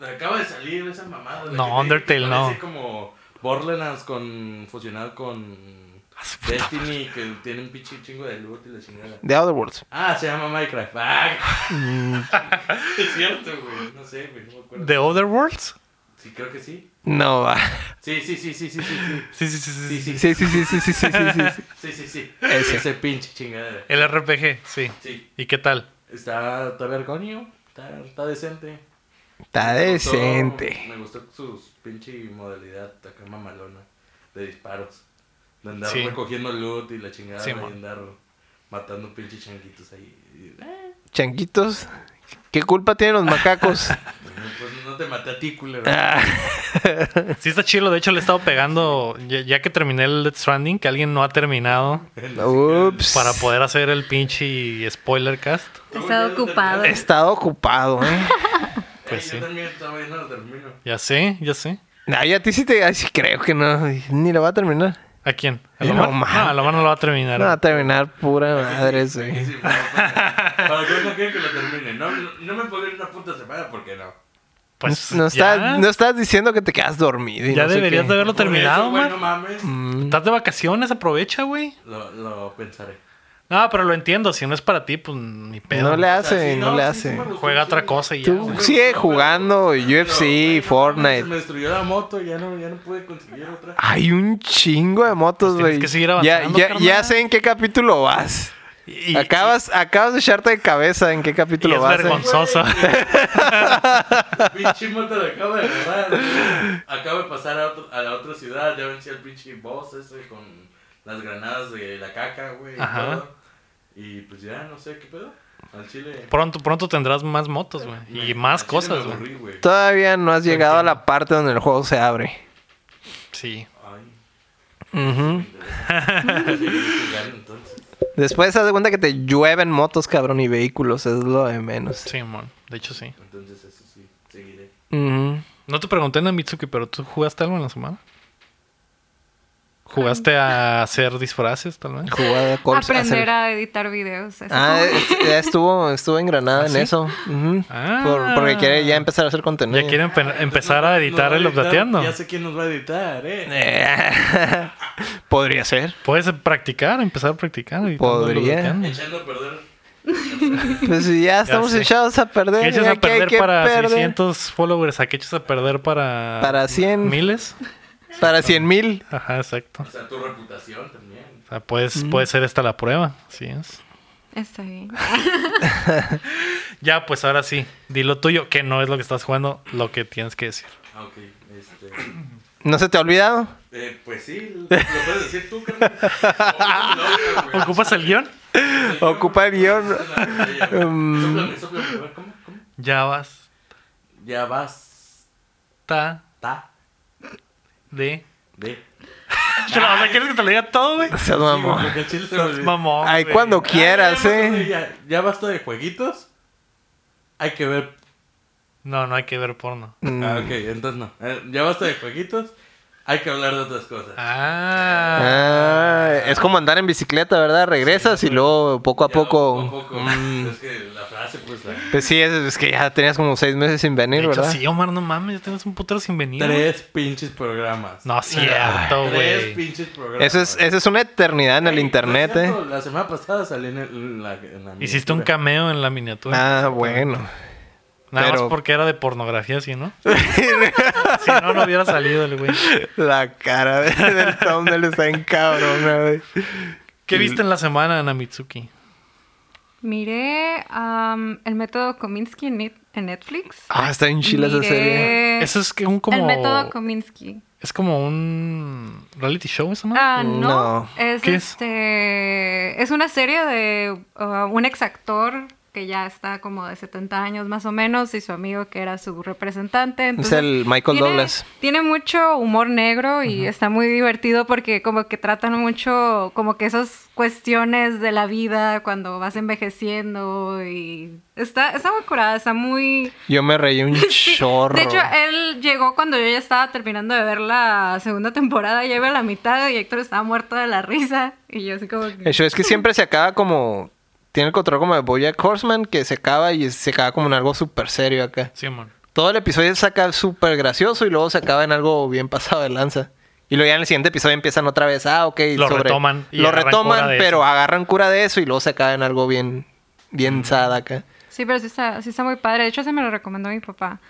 [SPEAKER 4] Acaba de salir esa mamada. la
[SPEAKER 1] No,
[SPEAKER 4] que te-
[SPEAKER 1] Undertale,
[SPEAKER 4] que
[SPEAKER 1] no.
[SPEAKER 4] parece como Borderlands con fusionado con Destiny que tiene un pinche chingo de loot y la chingada.
[SPEAKER 2] The Other Worlds.
[SPEAKER 4] Ah, se llama Minecraft. Ah.
[SPEAKER 1] Mm.
[SPEAKER 4] es cierto, güey. No sé, güey, no me acuerdo.
[SPEAKER 1] ¿The Other Worlds?
[SPEAKER 4] Sí, creo que sí.
[SPEAKER 2] No va.
[SPEAKER 4] Sí, sí, sí, sí, sí, sí. sí.
[SPEAKER 1] Sí, sí, sí, sí.
[SPEAKER 4] Sí,
[SPEAKER 2] Sí,
[SPEAKER 4] sí, sí,
[SPEAKER 2] sí, sí, sí, sí, sí, sí, sí.
[SPEAKER 4] sí, sí, sí.
[SPEAKER 2] Ese.
[SPEAKER 4] Ese. pinche chingadera.
[SPEAKER 1] El RPG, sí.
[SPEAKER 4] Sí,
[SPEAKER 1] ¿Y qué tal?
[SPEAKER 4] está, está vergonio, está, está decente.
[SPEAKER 2] Está
[SPEAKER 4] Me gustó-
[SPEAKER 2] decente.
[SPEAKER 4] Me gustó su pinche modalidad acá mamalona de disparos. De andar
[SPEAKER 1] Sí.
[SPEAKER 4] recogiendo loot y la chingada
[SPEAKER 1] Sí,
[SPEAKER 4] y
[SPEAKER 1] man.
[SPEAKER 4] andar matando pinches changuitos ahí. Y, eh,
[SPEAKER 2] Changuitos. ¿Qué culpa tienen los macacos?
[SPEAKER 4] Pues no te maté a ti, culero.
[SPEAKER 2] Ah,
[SPEAKER 1] Sí, está chido. De hecho, le he estado pegando. Ya, ya que terminé el Death Stranding, que alguien no ha terminado.
[SPEAKER 2] Ups.
[SPEAKER 1] Para poder hacer el pinche spoiler cast.
[SPEAKER 3] He estado ocupado.
[SPEAKER 2] He estado ocupado, ¿eh?
[SPEAKER 1] Pues
[SPEAKER 4] Pues
[SPEAKER 1] sí.
[SPEAKER 4] Yo también todavía no lo termino.
[SPEAKER 1] Ya sé, ya sé.
[SPEAKER 2] Ay, a ti sí te. Ay, sí creo que no. Ni lo va a terminar.
[SPEAKER 1] ¿A quién? ¿A
[SPEAKER 2] Eh,
[SPEAKER 1] lo
[SPEAKER 2] no
[SPEAKER 1] No,
[SPEAKER 2] mames.
[SPEAKER 1] a lo no lo va a
[SPEAKER 2] No
[SPEAKER 1] terminar.
[SPEAKER 2] va a terminar pura madre,
[SPEAKER 4] Sí,
[SPEAKER 2] güey.
[SPEAKER 1] Pues
[SPEAKER 4] sí, para, para que no quiero que lo termine. No, no, no me puedo ir una puta semana porque no.
[SPEAKER 1] pues ya,
[SPEAKER 2] no, estás, no estás diciendo que te quedas dormido. y
[SPEAKER 1] ya
[SPEAKER 2] no sé
[SPEAKER 1] deberías
[SPEAKER 2] qué.
[SPEAKER 1] de haberlo
[SPEAKER 4] Por
[SPEAKER 1] terminado,
[SPEAKER 4] eso, güey,
[SPEAKER 1] man.
[SPEAKER 4] no mames.
[SPEAKER 2] Mm,
[SPEAKER 1] Estás de vacaciones, aprovecha, güey.
[SPEAKER 4] Lo, lo pensaré.
[SPEAKER 1] No, pero lo entiendo. Si no es para ti, pues ni pedo.
[SPEAKER 2] no le
[SPEAKER 4] O sea,
[SPEAKER 2] hace,
[SPEAKER 4] sí,
[SPEAKER 2] no, le
[SPEAKER 4] sí, sí
[SPEAKER 2] hace.
[SPEAKER 4] me gustó
[SPEAKER 1] Juega
[SPEAKER 4] un
[SPEAKER 1] otra
[SPEAKER 4] chingo.
[SPEAKER 1] cosa y ya.
[SPEAKER 2] Tú
[SPEAKER 1] güey.
[SPEAKER 2] sigue jugando
[SPEAKER 4] Pero, güey,
[SPEAKER 2] UFC,
[SPEAKER 4] no,
[SPEAKER 2] Fortnite.
[SPEAKER 4] Se me destruyó la moto, ya no, ya no pude conseguir otra.
[SPEAKER 2] Hay un chingo de motos,
[SPEAKER 1] Pues tienes
[SPEAKER 2] güey.
[SPEAKER 1] que seguir
[SPEAKER 2] ya,
[SPEAKER 1] avanzando,
[SPEAKER 2] ya,
[SPEAKER 1] carnal.
[SPEAKER 2] ya sé en qué capítulo vas.
[SPEAKER 1] Y- y-
[SPEAKER 2] acabas, acabas de echarte de cabeza en qué
[SPEAKER 1] y
[SPEAKER 2] capítulo
[SPEAKER 1] es
[SPEAKER 2] vas. eh.
[SPEAKER 1] vergonzoso.
[SPEAKER 4] Pinche moto la acabo de agarrar. Acabo de pasar a, otro- a la otra ciudad. Ya vencí al pinche boss ese con las granadas de la caca, güey. y
[SPEAKER 1] Ajá.
[SPEAKER 4] todo. Y pues ya no sé qué pedo. Al chile.
[SPEAKER 1] pronto, pronto tendrás más motos, güey. Y
[SPEAKER 4] me-
[SPEAKER 1] más
[SPEAKER 4] al chile
[SPEAKER 1] cosas,
[SPEAKER 4] me
[SPEAKER 1] güey.
[SPEAKER 4] aburrí, güey.
[SPEAKER 2] Todavía no has llegado a la parte donde el juego se abre.
[SPEAKER 1] Sí.
[SPEAKER 4] Ay,
[SPEAKER 2] Ujú.
[SPEAKER 4] me interesa. Seguir jugando, entonces.
[SPEAKER 2] Después haz de cuenta que te llueven motos, cabrón, y vehículos. Es lo de menos.
[SPEAKER 1] Sí, mon. De hecho, sí.
[SPEAKER 4] Entonces, eso sí, seguiré.
[SPEAKER 2] Ujú.
[SPEAKER 1] No te pregunté, Namitsuki, pero ¿tú jugaste algo en la semana? ¿Jugaste a hacer disfraces, tal vez?
[SPEAKER 2] Jugada Colts,
[SPEAKER 3] Aprender
[SPEAKER 2] hacer-
[SPEAKER 3] a editar videos. así
[SPEAKER 2] Ah,
[SPEAKER 3] como-
[SPEAKER 2] es- ya estuvo, estuvo en Granada
[SPEAKER 1] ¿Ah,
[SPEAKER 2] en
[SPEAKER 1] sí?
[SPEAKER 2] eso. Ujú.
[SPEAKER 1] Ah.
[SPEAKER 2] Por- porque quiere ya empezar a hacer contenido.
[SPEAKER 1] Ya quieren empe- empezar a
[SPEAKER 4] Nos va-
[SPEAKER 1] editar
[SPEAKER 4] nos va
[SPEAKER 1] el
[SPEAKER 4] editar,
[SPEAKER 1] updateando.
[SPEAKER 4] Ya sé quién nos va a editar, eh.
[SPEAKER 2] Eh, Podría ser.
[SPEAKER 1] Puedes practicar, empezar a practicar. y
[SPEAKER 2] Podría.
[SPEAKER 1] tanto lo
[SPEAKER 4] Echando a perder.
[SPEAKER 2] Pues si ya estamos
[SPEAKER 1] sé.
[SPEAKER 2] echados a perder.
[SPEAKER 1] que echas
[SPEAKER 2] ya
[SPEAKER 1] a
[SPEAKER 2] que hay
[SPEAKER 1] perder
[SPEAKER 2] que
[SPEAKER 1] para
[SPEAKER 2] perder.
[SPEAKER 1] 600 followers? ¿A qué echas a perder para...
[SPEAKER 2] Para 100.
[SPEAKER 1] ¿Miles?
[SPEAKER 2] Para 100 mil.
[SPEAKER 1] Ajá, exacto.
[SPEAKER 4] O sea, tu reputación también.
[SPEAKER 1] O sea,
[SPEAKER 2] Mm.
[SPEAKER 1] puedes, puede ser esta la prueba. Así es.
[SPEAKER 3] Está bien.
[SPEAKER 1] Ya, pues ahora sí. Di lo tuyo, que no es lo que estás jugando, lo que tienes que decir.
[SPEAKER 4] Ah, ok. Este,
[SPEAKER 2] ¿No se te ha olvidado?
[SPEAKER 4] eh, pues sí, lo puedes decir tú, carnal. Ocupa el nombre, güey.
[SPEAKER 1] ¿Ocupas el guión?
[SPEAKER 2] Ocupa el guión. Mm.
[SPEAKER 4] Súplame, súplame, súplame, a ver, ¿Cómo? ¿Cómo?
[SPEAKER 1] Ya basta
[SPEAKER 4] Ya vas. Ta.
[SPEAKER 1] de...
[SPEAKER 4] De.
[SPEAKER 1] ¿Te la- o sea, ¿Quieres que te lo diga todo, güey?
[SPEAKER 2] Seas mamón.
[SPEAKER 4] Porque al chile se me
[SPEAKER 1] Estás
[SPEAKER 4] olvidó.
[SPEAKER 1] Mamón,
[SPEAKER 2] Ay,
[SPEAKER 1] güey.
[SPEAKER 2] cuando
[SPEAKER 4] Ah, ya
[SPEAKER 2] quieras,
[SPEAKER 4] basta de-
[SPEAKER 2] eh.
[SPEAKER 4] Ya, ya basta de jueguitos. Hay que ver.
[SPEAKER 1] No, no hay que ver porno.
[SPEAKER 2] Mm.
[SPEAKER 4] Ah, ok, entonces no. Eh, ya basta de jueguitos. Hay que hablar de otras cosas.
[SPEAKER 1] Ah.
[SPEAKER 2] Ah, es como andar en bicicleta, ¿verdad? Regresas y luego poco a
[SPEAKER 4] Ya,
[SPEAKER 2] poco. Mm.
[SPEAKER 4] poco a poco. Es que la frase, pues, la...
[SPEAKER 2] Pues sí, es, es que ya tenías como seis meses sin
[SPEAKER 1] De
[SPEAKER 2] venir,
[SPEAKER 1] hecho,
[SPEAKER 2] ¿verdad?
[SPEAKER 1] sí, Omar, no mames, ya tienes un putero sin venir. güey.
[SPEAKER 4] Tres pinches programas.
[SPEAKER 1] No es cierto,
[SPEAKER 4] Tres
[SPEAKER 1] güey.
[SPEAKER 4] pinches programas.
[SPEAKER 2] Eso es, eso es una eternidad en el
[SPEAKER 4] Ey,
[SPEAKER 2] internet,
[SPEAKER 4] por
[SPEAKER 2] ¿eh?
[SPEAKER 4] cierto, La semana pasada salí en, el- en la, en la
[SPEAKER 1] Hiciste un
[SPEAKER 4] miniatura.
[SPEAKER 1] cameo en la miniatura.
[SPEAKER 2] Ah, bueno.
[SPEAKER 1] Nada
[SPEAKER 2] pero-
[SPEAKER 1] más porque era de pornografía, ¿sí, no? si no, no hubiera salido el güey.
[SPEAKER 2] La cara de- del Tom del está en cabrona, güey.
[SPEAKER 1] ¿Qué viste en la semana, Namitsuki?
[SPEAKER 3] Miré am, el método Kominsky en net- en Netflix.
[SPEAKER 2] Ah, está en chila esa
[SPEAKER 3] Miré
[SPEAKER 2] serie.
[SPEAKER 1] Eso es que un como...
[SPEAKER 3] Eh, El método Kominsky.
[SPEAKER 1] Es como un reality show, ¿eso no?
[SPEAKER 3] Ah, no.
[SPEAKER 2] No.
[SPEAKER 3] Es,
[SPEAKER 1] ¿Qué es?
[SPEAKER 3] este, es una serie de ah, un exactor que ya está como de 70 años más o menos y su amigo que era su representante. Entonces,
[SPEAKER 2] el Michael
[SPEAKER 3] tiene-
[SPEAKER 2] Douglas.
[SPEAKER 3] Tiene mucho humor negro y está muy divertido porque como que tratan mucho como que esas cuestiones de la vida cuando vas envejeciendo y está, está muy curada, está muy...
[SPEAKER 2] Yo me reí un
[SPEAKER 3] Sí,
[SPEAKER 2] chorro.
[SPEAKER 3] De hecho, eh, él llegó cuando yo ya estaba terminando de ver la segunda temporada, ya iba a la mitad y Héctor estaba muerto de la risa. Y yo así como que...
[SPEAKER 2] El show es que siempre se acaba como... Tiene el control como de Bojack Horseman que se acaba y se acaba como en algo súper serio acá.
[SPEAKER 1] Sí, amor.
[SPEAKER 2] Todo el episodio se acaba súper gracioso y luego se acaba en algo bien pasado de lanza. Y luego ya en el siguiente episodio empiezan otra vez. Ah, ok.
[SPEAKER 1] Lo retoman y
[SPEAKER 2] Lo
[SPEAKER 1] agarran cura
[SPEAKER 2] retoman,
[SPEAKER 1] de
[SPEAKER 2] pero
[SPEAKER 1] eso. Mm.
[SPEAKER 2] agarran cura de eso y luego se acaba en algo bien... Bien sad acá.
[SPEAKER 3] Sí, pero sí está, sí está muy padre. De hecho, se me lo recomendó mi papá.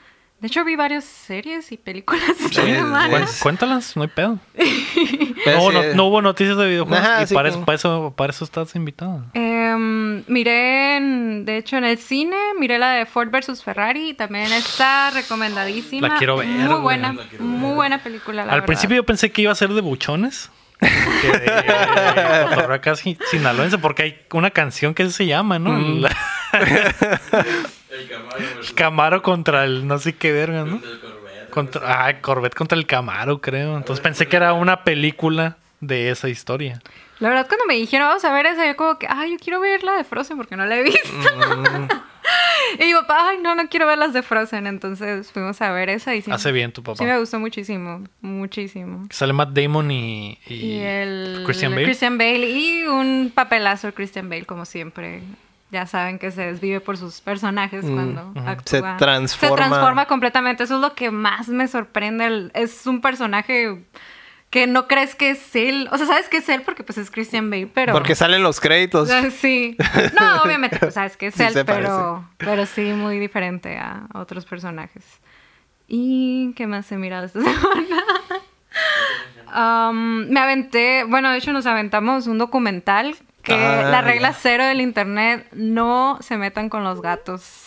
[SPEAKER 3] De hecho, vi varias series y películas esta
[SPEAKER 2] Sí,
[SPEAKER 3] semana.
[SPEAKER 1] Cuen- Cuéntalas, no hay pedo.
[SPEAKER 2] Pero
[SPEAKER 1] No,
[SPEAKER 2] Pues sí,
[SPEAKER 1] no, no hubo noticias de videojuegos
[SPEAKER 2] Ajá,
[SPEAKER 1] y
[SPEAKER 2] sí,
[SPEAKER 1] para,
[SPEAKER 2] como-
[SPEAKER 1] eso, para, eso, para eso estás invitado.
[SPEAKER 3] Em, miré, en- de hecho, en el cine, miré la de Ford versus Ferrari. y También está recomendadísima.
[SPEAKER 1] La quiero ver,
[SPEAKER 3] Muy
[SPEAKER 1] güey.
[SPEAKER 3] buena,
[SPEAKER 4] La quiero ver.
[SPEAKER 3] muy buena película. la
[SPEAKER 1] Al
[SPEAKER 3] verdad.
[SPEAKER 1] principio yo pensé que iba a ser de buchones. Que de- de cotorreo acá sin- sinaloense, porque hay una canción que se llama, ¿no?
[SPEAKER 2] Mm.
[SPEAKER 1] La-
[SPEAKER 4] El Camaro versus
[SPEAKER 1] Camaro contra el no sé qué verga, ¿no?
[SPEAKER 4] el Corvette.
[SPEAKER 1] Contra, ah, Corvette contra el Camaro, creo. Entonces pensé que era una película de esa historia.
[SPEAKER 3] La verdad, cuando me dijeron, vamos a ver esa, yo como que, ay, yo quiero ver la de Frozen porque no la he visto.
[SPEAKER 1] Mm.
[SPEAKER 3] y mi papá, ay, no, no quiero ver las de Frozen. Entonces fuimos a ver esa y sí,
[SPEAKER 1] Hace bien tu papá.
[SPEAKER 3] sí me gustó muchísimo, muchísimo.
[SPEAKER 1] Sale Matt Damon y, y
[SPEAKER 3] Y, el
[SPEAKER 1] Christian Bale.
[SPEAKER 3] Bale y un papelazo de Christian Bale, como siempre. Ya saben que se desvive por sus personajes
[SPEAKER 1] Mm,
[SPEAKER 3] cuando actúa.
[SPEAKER 2] Se transforma.
[SPEAKER 3] Se transforma completamente. Eso es lo que más me sorprende. El- Es un personaje que no crees que es él. O sea, sabes que es él porque pues es Christian Bale, pero...
[SPEAKER 2] Porque salen los créditos.
[SPEAKER 3] Ah, Sí. No, obviamente, pues sabes que es
[SPEAKER 2] Sí
[SPEAKER 3] él,
[SPEAKER 2] se
[SPEAKER 3] pero, pero sí, muy diferente a otros personajes. ¿Y qué más he mirado esta semana? Um, me aventé, bueno, de hecho nos aventamos un documental que
[SPEAKER 2] Ah,
[SPEAKER 3] la regla
[SPEAKER 2] ya.
[SPEAKER 3] cero del internet, no se metan con los gatos.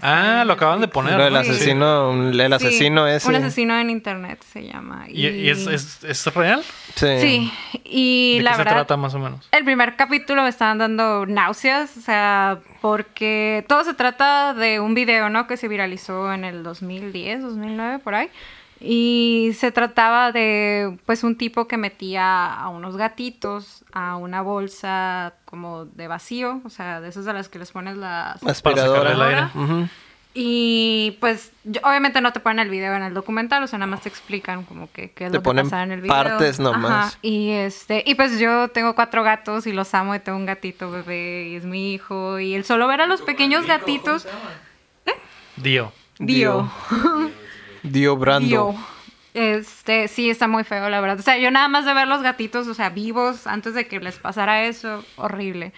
[SPEAKER 1] Ah, lo acaban de poner.
[SPEAKER 2] Lo del
[SPEAKER 1] ¿no?
[SPEAKER 3] Sí.
[SPEAKER 2] asesino, el
[SPEAKER 3] Sí,
[SPEAKER 2] asesino ese.
[SPEAKER 3] Un asesino en internet se llama.
[SPEAKER 1] ¿Y, y es, es- es real?
[SPEAKER 2] Sí.
[SPEAKER 3] Sí, y
[SPEAKER 1] ¿De
[SPEAKER 3] la
[SPEAKER 1] qué se
[SPEAKER 3] verdad...
[SPEAKER 1] trata más o menos?
[SPEAKER 3] El primer capítulo me estaban dando náuseas, o sea, porque todo se trata de un video, ¿no? Que se viralizó en el 2010, 2009, por ahí. Y se trataba de, pues, un tipo que metía a unos gatitos a una bolsa como de vacío, o sea, de esas a las que les pones las...
[SPEAKER 1] Para sacar el
[SPEAKER 2] Aspiradora.
[SPEAKER 1] aire.
[SPEAKER 2] Ujú.
[SPEAKER 3] Y, pues, yo- obviamente no te ponen el video en el documental, o sea, nada más te explican como que qué es
[SPEAKER 2] Te
[SPEAKER 3] lo que
[SPEAKER 2] ponen
[SPEAKER 3] pasaba en el video.
[SPEAKER 2] partes nomás.
[SPEAKER 3] Ajá, y este, y pues yo tengo cuatro gatos y los amo y tengo un gatito bebé y es mi hijo y el solo ver a los pequeños gatitos,
[SPEAKER 1] Dio.
[SPEAKER 3] Dio,
[SPEAKER 2] Dio Brando.
[SPEAKER 3] Dio, Este, sí, está muy feo, la verdad. O sea, yo nada más de ver los gatitos, o sea, vivos, antes de que les pasara eso, horrible.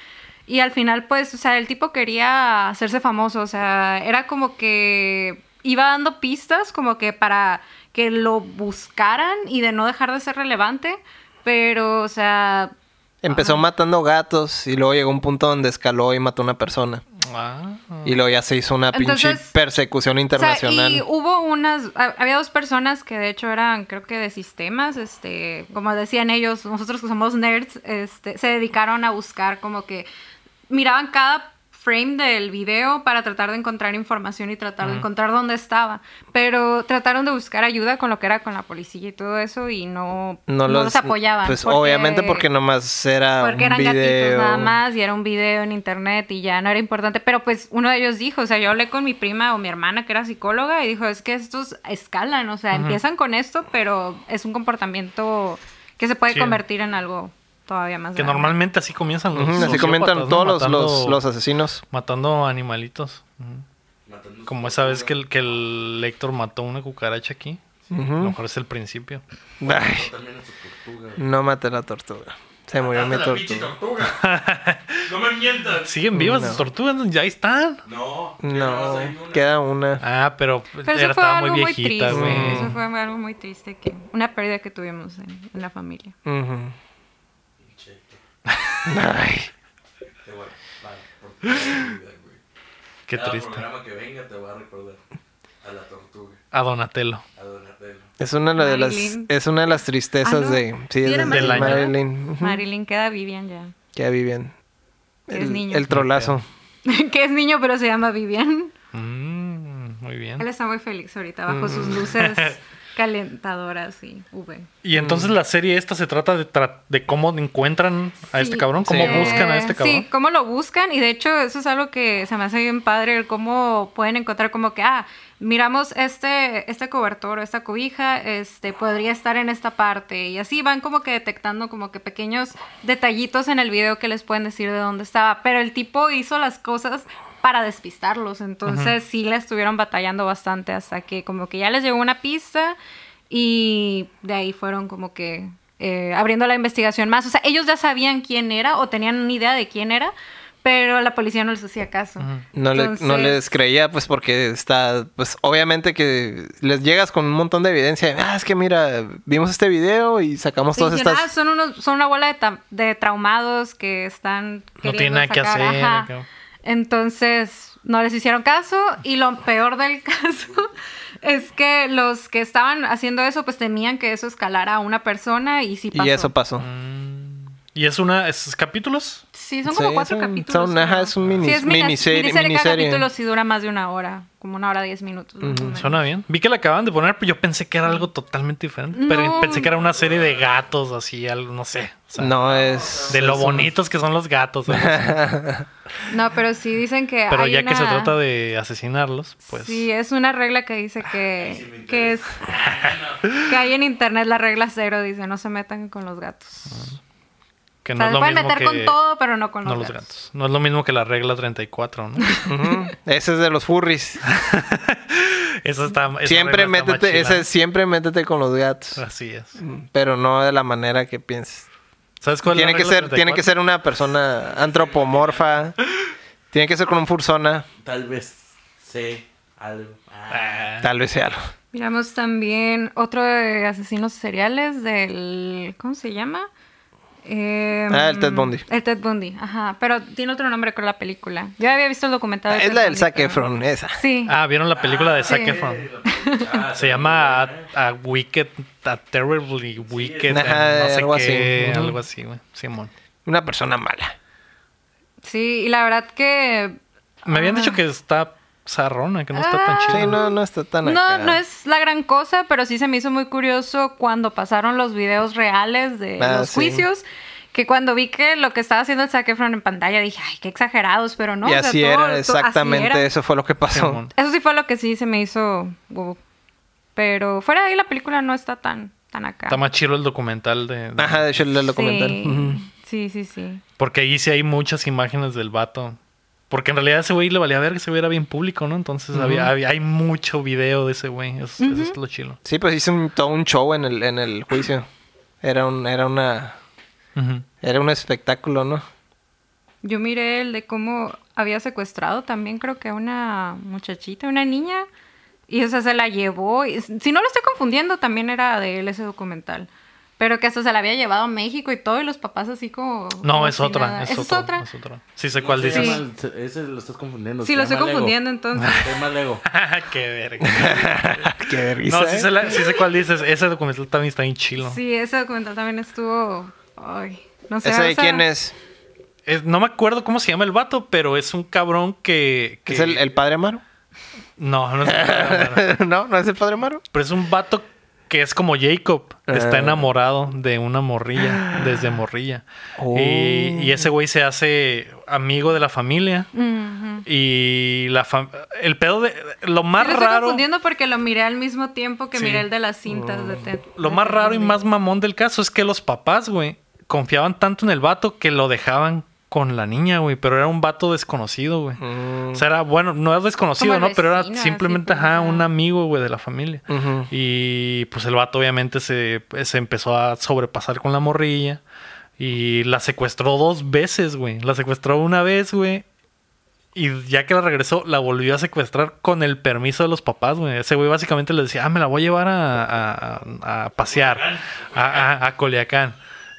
[SPEAKER 3] Y al final, pues, o sea, el tipo quería hacerse famoso, o sea, era como que iba dando pistas como que para que lo buscaran y de no dejar de ser relevante, pero, o sea,
[SPEAKER 2] Empezó matando gatos y luego llegó un punto donde escaló y mató a una persona.
[SPEAKER 1] Ah.
[SPEAKER 2] Y luego ya se hizo una pinche
[SPEAKER 3] Mm. Entonces,
[SPEAKER 2] persecución
[SPEAKER 3] O
[SPEAKER 2] internacional.
[SPEAKER 3] sea, y hubo unas, ha- había dos personas que de hecho eran, creo que de sistemas, este, como decían ellos, nosotros que somos nerds, este, se dedicaron a buscar como que miraban cada frame del video para tratar de encontrar información y tratar de encontrar dónde estaba, pero trataron de buscar ayuda con lo que era con la policía y todo eso y no, no los, apoyaban.
[SPEAKER 2] Pues obviamente porque nomás era
[SPEAKER 3] Porque
[SPEAKER 2] Ah, un
[SPEAKER 3] eran
[SPEAKER 2] video.
[SPEAKER 3] gatitos nada más y era un video en internet y ya no era importante. Pero pues uno de ellos dijo, o sea, yo hablé con mi prima o mi hermana que era psicóloga y dijo, es que estos escalan, o sea, empiezan con esto, pero es un comportamiento que se puede
[SPEAKER 1] Sí.
[SPEAKER 3] convertir en algo todavía más
[SPEAKER 1] Que
[SPEAKER 3] grande.
[SPEAKER 1] normalmente así comienzan los.
[SPEAKER 2] Ujú, así
[SPEAKER 1] sociópatas,
[SPEAKER 2] comentan
[SPEAKER 1] ¿no?
[SPEAKER 2] todos los, los,
[SPEAKER 1] Matando-
[SPEAKER 2] los asesinos.
[SPEAKER 1] Matando animalitos. Ujú.
[SPEAKER 4] Matando
[SPEAKER 1] Como
[SPEAKER 4] su-
[SPEAKER 1] esa vez que el, que el Héctor mató una cucaracha aquí. A lo mejor es el principio.
[SPEAKER 2] Ay,
[SPEAKER 4] También a su tortuga. güey.
[SPEAKER 2] no maté la tortuga. Se murió mi
[SPEAKER 4] Mata la pinche
[SPEAKER 2] tortuga.
[SPEAKER 4] tortuga. No me mientas.
[SPEAKER 1] ¿Siguen vivas
[SPEAKER 2] Mm, No.
[SPEAKER 1] las tortugas? Ya ahí están.
[SPEAKER 4] No,
[SPEAKER 2] No,
[SPEAKER 4] queda.
[SPEAKER 2] queda una.
[SPEAKER 1] Ah, pero,
[SPEAKER 3] Pero
[SPEAKER 1] era,
[SPEAKER 3] eso fue
[SPEAKER 1] estaba
[SPEAKER 3] algo
[SPEAKER 1] muy
[SPEAKER 3] muy,
[SPEAKER 1] viejita,
[SPEAKER 3] triste,
[SPEAKER 1] güey.
[SPEAKER 3] eso fue algo muy triste, que una pérdida que tuvimos en, en la familia.
[SPEAKER 2] Ujú.
[SPEAKER 4] Te voy a pagar por tu vida, güey.
[SPEAKER 1] Qué
[SPEAKER 4] Cada
[SPEAKER 1] triste.
[SPEAKER 4] programa que venga te va a recordar a la tortuga,
[SPEAKER 1] A Donatello.
[SPEAKER 4] a Donatello.
[SPEAKER 2] Es una de las
[SPEAKER 3] Marilyn.
[SPEAKER 2] es una de las tristezas
[SPEAKER 3] Ah, no.
[SPEAKER 2] de sí,
[SPEAKER 3] Sí,
[SPEAKER 2] es de
[SPEAKER 3] era
[SPEAKER 1] Marilyn.
[SPEAKER 2] Marilyn. Ujú.
[SPEAKER 3] Marilyn queda Vivian ya.
[SPEAKER 2] Ya Vivian.
[SPEAKER 3] Es
[SPEAKER 2] El,
[SPEAKER 3] niño.
[SPEAKER 2] el trolazo.
[SPEAKER 3] que es niño, pero se llama Vivian.
[SPEAKER 1] Mm, muy
[SPEAKER 3] Él
[SPEAKER 1] bien.
[SPEAKER 3] está muy feliz ahorita
[SPEAKER 2] Mm.
[SPEAKER 3] bajo sus luces calentadoras y V.
[SPEAKER 1] Y entonces la serie esta se trata de, tra- de cómo encuentran a este
[SPEAKER 3] Sí.
[SPEAKER 1] cabrón, cómo
[SPEAKER 2] Sí.
[SPEAKER 1] buscan a este
[SPEAKER 3] Eh, Sí,
[SPEAKER 1] cabrón.
[SPEAKER 3] cómo lo buscan y de hecho eso es algo que se me hace bien padre, el cómo pueden encontrar como que, ah, miramos este, este cobertor o esta cobija, este, podría estar en esta parte y así van como que detectando como que pequeños detallitos en el video que les pueden decir de dónde estaba, pero el tipo hizo las cosas para despistarlos, entonces sí la estuvieron batallando bastante hasta que como que ya les llegó una pista y de ahí fueron como que eh, abriendo la investigación más. O sea, ellos ya sabían quién era o tenían una idea de quién era, pero la policía no les hacía caso.
[SPEAKER 2] No, le- no
[SPEAKER 3] Entonces-
[SPEAKER 2] les creía, pues porque está, pues obviamente que les llegas con un montón de evidencia. Ah, es que mira, vimos este video y sacamos
[SPEAKER 3] Y
[SPEAKER 2] todas
[SPEAKER 3] dijeron, "Ah,
[SPEAKER 2] estas...
[SPEAKER 3] son, unos, son una bola de, ta- de traumados que están...
[SPEAKER 1] No
[SPEAKER 3] queriendo
[SPEAKER 1] tiene nada que
[SPEAKER 3] sacar,
[SPEAKER 1] hacer,
[SPEAKER 3] ajá".
[SPEAKER 1] acá.
[SPEAKER 3] Entonces, no les hicieron caso y lo peor del caso es que los que estaban haciendo eso, pues temían que eso escalara a una persona y sí pasó.
[SPEAKER 2] Y eso pasó.
[SPEAKER 1] Mm. ¿Y es una. ¿Es capítulos?
[SPEAKER 3] Sí, son como
[SPEAKER 2] Sí,
[SPEAKER 3] cuatro
[SPEAKER 2] son-
[SPEAKER 3] capítulos.
[SPEAKER 2] son-
[SPEAKER 3] creo.
[SPEAKER 2] ajá, es un mini-
[SPEAKER 3] sí, es mini-
[SPEAKER 2] miniserie-
[SPEAKER 3] miniserie. cada
[SPEAKER 2] miniserie.
[SPEAKER 3] capítulo sí dura más de una hora, como una hora diez minutos. más o menos.
[SPEAKER 1] Suena bien. Vi que la acaban de poner, pero yo pensé que era algo totalmente diferente. Pero
[SPEAKER 3] No.
[SPEAKER 1] pensé que era una serie de gatos, así, algo, no sé. O sea,
[SPEAKER 2] no es...
[SPEAKER 1] De lo bonitos que son los gatos. ¿no?
[SPEAKER 3] No, pero sí dicen que.
[SPEAKER 1] Pero
[SPEAKER 3] hay
[SPEAKER 1] ya que se
[SPEAKER 3] una-
[SPEAKER 1] trata de asesinarlos, pues.
[SPEAKER 3] Sí, es una regla que dice que,
[SPEAKER 4] sí me
[SPEAKER 3] que, es, que hay en internet la regla cero, dice, no se metan con los gatos.
[SPEAKER 1] Que
[SPEAKER 3] O
[SPEAKER 1] no
[SPEAKER 3] sea,
[SPEAKER 1] es
[SPEAKER 3] se
[SPEAKER 1] lo
[SPEAKER 3] pueden
[SPEAKER 1] mismo
[SPEAKER 3] meter
[SPEAKER 1] que.
[SPEAKER 3] con todo, pero no con
[SPEAKER 1] no
[SPEAKER 3] los,
[SPEAKER 1] los
[SPEAKER 3] gatos.
[SPEAKER 1] gatos. No es lo mismo que la regla 34, ¿no?
[SPEAKER 2] Ujú. Ese es de los furries.
[SPEAKER 1] Esa está. esa
[SPEAKER 2] siempre
[SPEAKER 1] regla está más
[SPEAKER 2] métete,
[SPEAKER 1] chila.
[SPEAKER 2] ese, siempre métete con los gatos.
[SPEAKER 1] Así es.
[SPEAKER 2] Pero no de la manera que pienses.
[SPEAKER 1] ¿Sabes cuál
[SPEAKER 2] Tiene
[SPEAKER 1] es la
[SPEAKER 2] que
[SPEAKER 1] regla
[SPEAKER 2] ser, tiene
[SPEAKER 1] 34?
[SPEAKER 2] que ser una persona antropomorfa. Tiene que ser con un fursona.
[SPEAKER 4] Tal vez sé algo. Ah,
[SPEAKER 1] Ah,
[SPEAKER 2] Tal vez sea algo.
[SPEAKER 3] Miramos también otro de asesinos seriales del. ¿Cómo se llama? Eh,
[SPEAKER 2] Ah, el Ted Bundy.
[SPEAKER 3] El Ted Bundy, ajá. Pero tiene otro nombre, creo, la película. Yo había visto el documental. de
[SPEAKER 2] Ah, Es
[SPEAKER 3] Ted
[SPEAKER 2] la del
[SPEAKER 3] Bundy,
[SPEAKER 2] Zac
[SPEAKER 3] pero-
[SPEAKER 2] Efron, esa.
[SPEAKER 3] Sí.
[SPEAKER 1] Ah, ¿vieron la película de Zac
[SPEAKER 3] sí.
[SPEAKER 1] Efron?
[SPEAKER 4] ah,
[SPEAKER 1] Se llama a, a Wicked, a Terribly Wicked,
[SPEAKER 2] Ajá,
[SPEAKER 1] no sé
[SPEAKER 2] algo
[SPEAKER 1] qué,
[SPEAKER 2] así. Ujú.
[SPEAKER 1] algo así, güey. Simón.
[SPEAKER 2] Una persona mala.
[SPEAKER 3] Sí, y la verdad que.
[SPEAKER 1] Me habían
[SPEAKER 3] Ah.
[SPEAKER 1] dicho que está zarrona, que no está tan
[SPEAKER 3] Ah.
[SPEAKER 1] chida.
[SPEAKER 2] Sí, no, no está tan
[SPEAKER 3] No,
[SPEAKER 2] acá.
[SPEAKER 3] no es la gran cosa, pero sí se me hizo muy curioso cuando pasaron los videos reales de
[SPEAKER 2] Ah,
[SPEAKER 3] los
[SPEAKER 2] sí.
[SPEAKER 3] juicios. Que cuando vi que lo que estaba haciendo el Zac Efron en pantalla, dije, ay, qué exagerados, pero no.
[SPEAKER 2] y
[SPEAKER 3] o sea,
[SPEAKER 2] así
[SPEAKER 3] todo- todo-
[SPEAKER 2] era,
[SPEAKER 3] así
[SPEAKER 2] exactamente
[SPEAKER 3] era.
[SPEAKER 2] eso fue lo que pasó.
[SPEAKER 1] Simón.
[SPEAKER 3] Eso sí fue lo que sí se me hizo. wow. Pero fuera de ahí la película no está tan, tan acá.
[SPEAKER 1] Está más chido el documental de, de-
[SPEAKER 2] Ajá, de hecho el
[SPEAKER 3] Sí.
[SPEAKER 2] documental. Ujú.
[SPEAKER 3] Sí, sí, sí.
[SPEAKER 1] porque ahí sí hay muchas imágenes del vato Porque en realidad ese güey le valía ver que ese güey era bien público, ¿no? Entonces había, había- hay mucho video de ese güey. Es- Eso es lo chilo.
[SPEAKER 2] Sí, pues hizo un- todo un show en el, en el juicio. Era un, era una,
[SPEAKER 1] Ujú.
[SPEAKER 2] era un espectáculo, ¿no?
[SPEAKER 3] Yo miré el de cómo había secuestrado también, creo que a una muchachita, una niña. Y, o sea, se la llevó. y- si no lo estoy confundiendo, también era de él ese documental. Pero que hasta se la había llevado a México y todo, y los papás así como...
[SPEAKER 1] No,
[SPEAKER 3] como
[SPEAKER 1] es
[SPEAKER 3] si nada.
[SPEAKER 1] otra, es,
[SPEAKER 3] Esa
[SPEAKER 1] otra, es otra. Sí sé cuál
[SPEAKER 4] No, se
[SPEAKER 1] dices.
[SPEAKER 4] llama- se- Ese lo estás confundiendo.
[SPEAKER 3] Sí,
[SPEAKER 4] se
[SPEAKER 3] lo
[SPEAKER 4] llama
[SPEAKER 3] estoy
[SPEAKER 4] Lego.
[SPEAKER 3] confundiendo entonces.
[SPEAKER 4] Se llama Lego.
[SPEAKER 1] Qué verga.
[SPEAKER 2] Qué vergüenza.
[SPEAKER 1] No, sí
[SPEAKER 2] ¿eh?
[SPEAKER 1] sé, la- sí sé cuál dices. Ese documental también está bien chilo.
[SPEAKER 3] Sí, ese documental también estuvo... Ay, no sé.
[SPEAKER 2] ¿Ese
[SPEAKER 3] o
[SPEAKER 2] de
[SPEAKER 3] sea,
[SPEAKER 2] quién es?
[SPEAKER 1] Es- no me acuerdo cómo se llama el vato, pero es un cabrón que... que-
[SPEAKER 2] ¿Es el, el padre Amaro?
[SPEAKER 1] No, Ah, no es un cabrón.
[SPEAKER 2] no, no es el padre Amaro.
[SPEAKER 1] Pero es un vato que es como Jacob. que Está
[SPEAKER 2] Ah.
[SPEAKER 1] enamorado de una morrilla, desde morrilla.
[SPEAKER 2] Oh.
[SPEAKER 1] Y, y ese güey se hace amigo de la familia.
[SPEAKER 3] Ujú.
[SPEAKER 1] Y la fam- el pedo de... Lo
[SPEAKER 3] Mm. Sí,
[SPEAKER 1] más
[SPEAKER 3] lo estoy
[SPEAKER 1] raro...
[SPEAKER 3] confundiendo porque lo miré al mismo tiempo que
[SPEAKER 1] Sí. Mm.
[SPEAKER 3] miré el de las cintas de Ted.
[SPEAKER 1] Lo más raro y más mamón del caso es que los papás, güey, confiaban tanto en el vato que lo dejaban con la niña, güey. Pero era un vato desconocido, güey.
[SPEAKER 2] Mm.
[SPEAKER 1] O sea, era bueno, no era desconocido,
[SPEAKER 3] Como
[SPEAKER 1] ¿no?
[SPEAKER 3] el
[SPEAKER 1] Pero era
[SPEAKER 3] vecino,
[SPEAKER 1] simplemente,
[SPEAKER 3] así, pues,
[SPEAKER 1] ajá,
[SPEAKER 3] ajá.
[SPEAKER 1] un amigo, güey, de la familia.
[SPEAKER 2] Ujú.
[SPEAKER 1] Y pues el vato obviamente se, se empezó a sobrepasar con la morrilla. Y la secuestró dos veces, güey. La secuestró una vez, güey. Y ya que la regresó, la volvió a secuestrar con el permiso de los papás, güey. Ese güey básicamente le decía, ah, me la voy a llevar a, a- a- a pasear a, a- a Culiacán.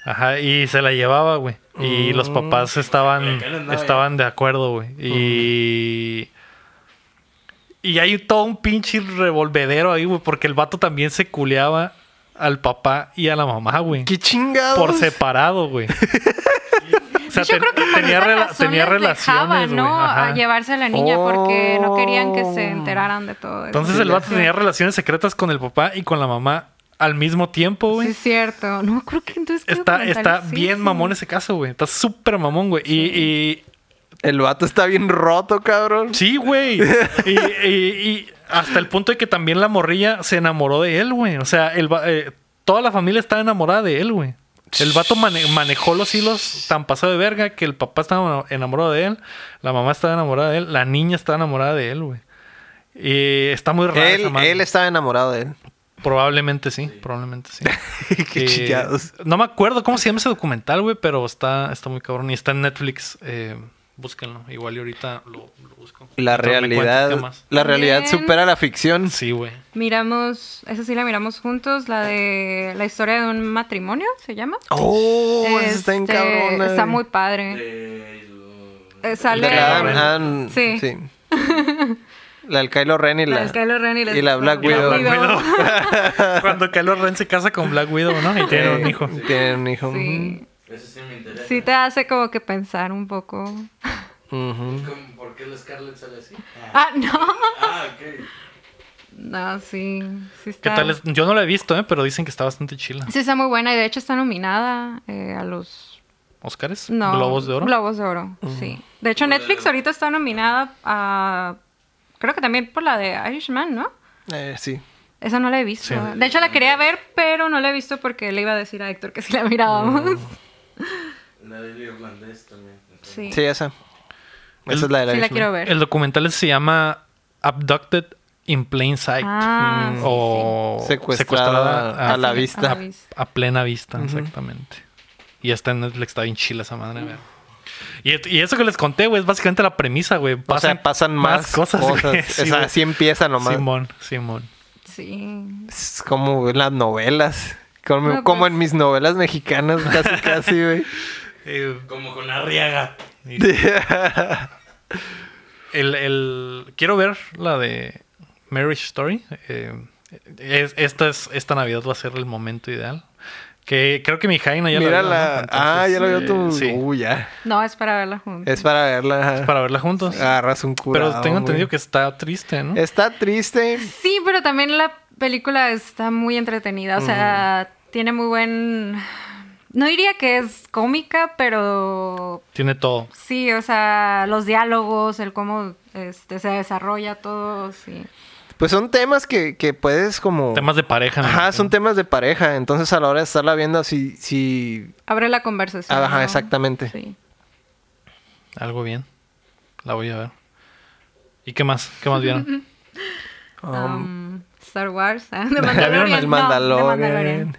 [SPEAKER 1] Ajá, y se la llevaba, güey. Y los papás estaban,
[SPEAKER 4] Mm. Culiacán andaba ya.
[SPEAKER 1] estaban de acuerdo, güey. Y...
[SPEAKER 4] Mm.
[SPEAKER 1] Y hay todo un pinche revolvedero ahí, güey, porque el vato también se culeaba al papá y a la mamá, güey.
[SPEAKER 2] ¡Qué chingados!
[SPEAKER 1] Por separado, güey. o sea,
[SPEAKER 3] Yo
[SPEAKER 1] ten-
[SPEAKER 3] creo que por
[SPEAKER 1] tenía,
[SPEAKER 3] esa
[SPEAKER 1] rela-
[SPEAKER 3] razón
[SPEAKER 1] tenía
[SPEAKER 3] les dejaba,
[SPEAKER 1] relaciones, güey.
[SPEAKER 3] ¿no?
[SPEAKER 1] ajá.
[SPEAKER 3] A llevarse a la niña porque no querían que se
[SPEAKER 2] Oh.
[SPEAKER 3] enteraran de todo. eso.
[SPEAKER 1] Entonces el vato tenía relaciones secretas con el papá y con la mamá al mismo tiempo,
[SPEAKER 3] Sí,
[SPEAKER 1] güey.
[SPEAKER 3] es cierto. No, creo que entonces... ¿qué
[SPEAKER 1] está
[SPEAKER 3] documental
[SPEAKER 1] está
[SPEAKER 3] es
[SPEAKER 1] bien
[SPEAKER 3] ese?
[SPEAKER 1] mamón ese caso, güey. Está súper mamón, güey. Y,
[SPEAKER 2] El vato está bien roto,
[SPEAKER 1] y
[SPEAKER 2] cabrón.
[SPEAKER 1] sí, güey. y, y- y hasta el punto de que también la morrilla se enamoró de él, güey. O sea, el va- eh, toda la familia estaba enamorada de él, güey. El vato mane- manejó los hilos tan pasado de verga que el papá estaba enamorado de él, la mamá estaba enamorada de él, la niña estaba enamorada de él, güey. Y está muy raro.
[SPEAKER 2] Él, él estaba enamorado de él.
[SPEAKER 1] Probablemente sí, probablemente sí.
[SPEAKER 2] Qué
[SPEAKER 1] Eh,
[SPEAKER 2] chillados.
[SPEAKER 1] No me acuerdo cómo se llama ese documental, güey, pero está, está muy cabrón. Y está en Netflix. eh, búsquenlo. Igual y ahorita lo, lo busco.
[SPEAKER 2] La
[SPEAKER 1] Mientras me cuentas, ¿qué
[SPEAKER 2] realidad,
[SPEAKER 1] más?
[SPEAKER 2] la realidad
[SPEAKER 3] También-
[SPEAKER 2] supera la ficción.
[SPEAKER 1] Sí, güey.
[SPEAKER 3] Miramos, esa sí la miramos juntos, la de la historia de un matrimonio, ¿se llama?
[SPEAKER 2] Oh, esa está bien
[SPEAKER 3] Este,
[SPEAKER 2] cabrón.
[SPEAKER 3] Está muy padre.
[SPEAKER 4] Eh,
[SPEAKER 3] Eh, sale...
[SPEAKER 1] de la- Adam-
[SPEAKER 3] Sí.
[SPEAKER 2] La del Kylo Ren y la.
[SPEAKER 3] la de Skyler Ren y la,
[SPEAKER 2] y la Black Widow.
[SPEAKER 1] Cuando Kylo Ren se casa con Black Widow, ¿no? Y tiene
[SPEAKER 2] Eh,
[SPEAKER 1] un hijo.
[SPEAKER 2] Tiene un hijo.
[SPEAKER 3] Sí.
[SPEAKER 4] Eso sí me interesa.
[SPEAKER 3] Sí te hace como que pensar un poco.
[SPEAKER 2] Ujú.
[SPEAKER 4] ¿Cómo- ¿Por qué la Scarlett sale así?
[SPEAKER 3] Ah, no.
[SPEAKER 4] Ah, ok.
[SPEAKER 3] No, sí. sí
[SPEAKER 1] ¿Qué
[SPEAKER 3] está,
[SPEAKER 1] tal? es? Yo no la he visto, ¿eh? Pero dicen que está bastante chila.
[SPEAKER 3] Sí está muy buena y de hecho está nominada eh, a los...
[SPEAKER 1] ¿Oscars?
[SPEAKER 3] No,
[SPEAKER 1] ¿Globos de oro?
[SPEAKER 3] Globos de Oro, sí. De hecho Netflix ahorita está nominada a... Creo que también por la de Irishman, ¿no?
[SPEAKER 2] Eh, sí.
[SPEAKER 3] Esa no la he visto.
[SPEAKER 1] Sí.
[SPEAKER 3] De hecho la quería ver, pero no la he visto porque le iba a decir a Héctor que si la mirábamos.
[SPEAKER 4] La del irlandés también.
[SPEAKER 3] Sí.
[SPEAKER 2] Sí, esa. Esa es la de la
[SPEAKER 3] Sí la
[SPEAKER 2] misma.
[SPEAKER 3] quiero ver.
[SPEAKER 1] El documental se llama Abducted in Plain Sight. Mm,
[SPEAKER 3] Ah, sí,
[SPEAKER 1] o
[SPEAKER 2] Secuestrada a la vista.
[SPEAKER 3] a la
[SPEAKER 1] A, a plena vista, exactamente. Y está en Netflix, está bien chila esa madre, güey. Y, et- y eso que les conté, güey, es básicamente la premisa, güey.
[SPEAKER 2] O sea, pasan más, cosas.
[SPEAKER 1] güey.
[SPEAKER 2] Es
[SPEAKER 1] Sí, güey.
[SPEAKER 2] así empieza nomás.
[SPEAKER 1] Simón, Simón.
[SPEAKER 3] Sí.
[SPEAKER 2] Es como en las novelas. Como,
[SPEAKER 3] No,
[SPEAKER 2] como
[SPEAKER 3] pues.
[SPEAKER 2] en mis novelas mexicanas, casi, casi, güey.
[SPEAKER 1] Eh,
[SPEAKER 4] Como con Arriaga.
[SPEAKER 1] el, el- quiero ver la de Marriage Story. Eh, es- esta, es, esta Navidad va a ser el momento ideal. Que creo que mi Jaina ya la
[SPEAKER 2] Mira
[SPEAKER 1] vio,
[SPEAKER 2] la.
[SPEAKER 1] ¿no? Entonces,
[SPEAKER 2] ah, ya lo vio
[SPEAKER 1] eh,
[SPEAKER 2] tú.
[SPEAKER 1] sí.
[SPEAKER 2] Uy, ya.
[SPEAKER 3] No, es para verla juntos.
[SPEAKER 2] Es para verla.
[SPEAKER 1] Para verla juntos.
[SPEAKER 2] Agarras un culo.
[SPEAKER 1] Pero tengo entendido que está triste, ¿no?
[SPEAKER 2] Está triste.
[SPEAKER 3] Sí, pero también la película está muy entretenida. O sea, tiene muy buen. No diría que es cómica, pero
[SPEAKER 1] Tiene todo.
[SPEAKER 3] sí, o sea, los diálogos, el cómo este, se desarrolla todo, sí.
[SPEAKER 2] Pues son temas que, que puedes como...
[SPEAKER 1] Temas de pareja. me
[SPEAKER 2] Ajá,
[SPEAKER 1] imagino.
[SPEAKER 2] son temas de pareja. Entonces a la hora de estarla viendo, si... si...
[SPEAKER 3] Ah. Abre la conversación.
[SPEAKER 2] Ajá,
[SPEAKER 3] ¿no?
[SPEAKER 2] exactamente.
[SPEAKER 3] Sí.
[SPEAKER 1] Algo bien. La voy a ver. ¿Y qué más? ¿Qué más vieron?
[SPEAKER 3] Um, Star Wars. ah, de
[SPEAKER 2] Oh, ¿Ya vieron el
[SPEAKER 3] Mandalorian. No, de
[SPEAKER 2] Mandalorian?
[SPEAKER 3] Mandalorian.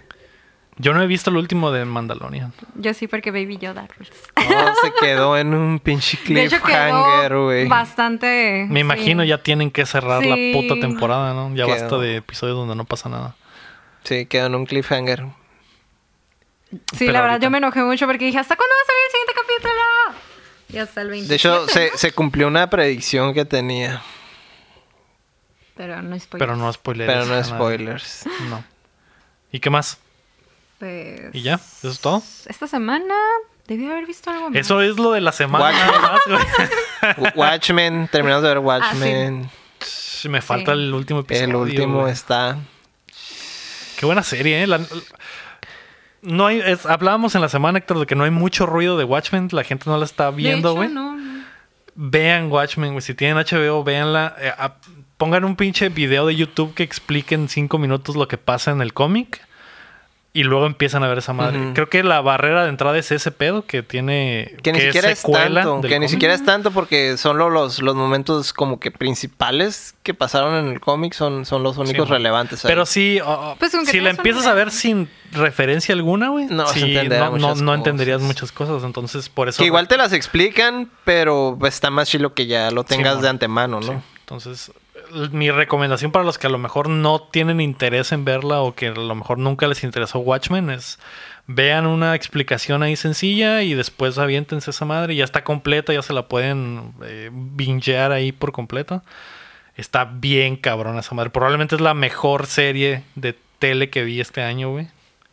[SPEAKER 1] Yo no he visto el último de Mandalorian.
[SPEAKER 3] Yo sí, porque Baby Yoda. rules.
[SPEAKER 2] No, se quedó en un pinche
[SPEAKER 3] De hecho,
[SPEAKER 2] cliffhanger,
[SPEAKER 3] quedó
[SPEAKER 2] güey.
[SPEAKER 3] bastante.
[SPEAKER 1] Me imagino
[SPEAKER 3] sí.
[SPEAKER 1] ya tienen que cerrar
[SPEAKER 3] Sí.
[SPEAKER 1] la puta temporada, ¿no? Ya
[SPEAKER 2] Quedó.
[SPEAKER 1] basta de episodios donde no pasa nada.
[SPEAKER 2] Sí, quedó en un cliffhanger.
[SPEAKER 3] Sí,
[SPEAKER 1] Pero
[SPEAKER 3] la verdad,
[SPEAKER 1] ahorita.
[SPEAKER 3] yo me enojé mucho porque dije, ¿hasta cuándo va a salir el siguiente capítulo? Y hasta el 20.
[SPEAKER 2] De hecho, se, se cumplió una predicción que tenía,
[SPEAKER 3] Pero no spoilers.
[SPEAKER 1] Pero no spoilers.
[SPEAKER 2] pero no
[SPEAKER 1] nada.
[SPEAKER 2] spoilers.
[SPEAKER 1] No. ¿Y qué más?
[SPEAKER 3] Pues,
[SPEAKER 1] ¿Y ya? ¿Eso es todo?
[SPEAKER 3] Esta semana debí haber visto algo más.
[SPEAKER 1] Eso es lo de la semana.
[SPEAKER 2] Guac.
[SPEAKER 1] nada más, güey.
[SPEAKER 2] Watchmen, terminamos de
[SPEAKER 3] Ah,
[SPEAKER 2] ver Watchmen.
[SPEAKER 1] Ch, Me falta
[SPEAKER 3] Sí.
[SPEAKER 1] el último episodio.
[SPEAKER 2] El último
[SPEAKER 1] Pues güey.
[SPEAKER 2] está.
[SPEAKER 1] Qué buena serie, ¿eh? La- no hay, es- hablábamos en la semana, Héctor, de que no hay mucho ruido de Watchmen. La gente no la está
[SPEAKER 3] De
[SPEAKER 1] viendo,
[SPEAKER 3] hecho,
[SPEAKER 1] güey.
[SPEAKER 3] no, no.
[SPEAKER 1] Vean Watchmen, güey. Si tienen HBO, véanla. Eh, a- pongan un pinche video de YouTube que explique en cinco minutos lo que pasa en el cómic. Y luego empiezan a ver esa madre.
[SPEAKER 2] Ujú.
[SPEAKER 1] Creo que la barrera de entrada es ese pedo que tiene.
[SPEAKER 2] Que ni siquiera es
[SPEAKER 1] secuela
[SPEAKER 2] tanto. Que
[SPEAKER 1] del
[SPEAKER 2] ni
[SPEAKER 1] cómic.
[SPEAKER 2] siquiera es tanto porque son lo- los, los momentos como que principales que pasaron en el cómic son, son los únicos
[SPEAKER 1] Sí,
[SPEAKER 2] relevantes. ahí.
[SPEAKER 1] Pero sí, o- o-
[SPEAKER 3] Pues aunque
[SPEAKER 1] si la
[SPEAKER 3] tengas una
[SPEAKER 1] empiezas a
[SPEAKER 3] idea.
[SPEAKER 1] ver sin referencia alguna, güey, sí,
[SPEAKER 2] No
[SPEAKER 1] no,
[SPEAKER 2] vas a entender
[SPEAKER 1] no,
[SPEAKER 2] muchas
[SPEAKER 1] no entenderías
[SPEAKER 2] cosas.
[SPEAKER 1] muchas cosas. Entonces, por eso.
[SPEAKER 2] Que igual te las explican, pero pues, está más chilo que ya lo tengas
[SPEAKER 1] mon.
[SPEAKER 2] de antemano,
[SPEAKER 1] Sí.
[SPEAKER 2] ¿no?
[SPEAKER 1] Entonces, l- mi recomendación para los que a lo mejor no tienen interés en verla o que a lo mejor nunca les interesó Watchmen es vean una explicación ahí sencilla y después aviéntense esa madre. Ya está completa, ya se la pueden eh, bingear ahí por completo. Está bien cabrona esa madre. Probablemente es la mejor serie de tele que vi este año, güey.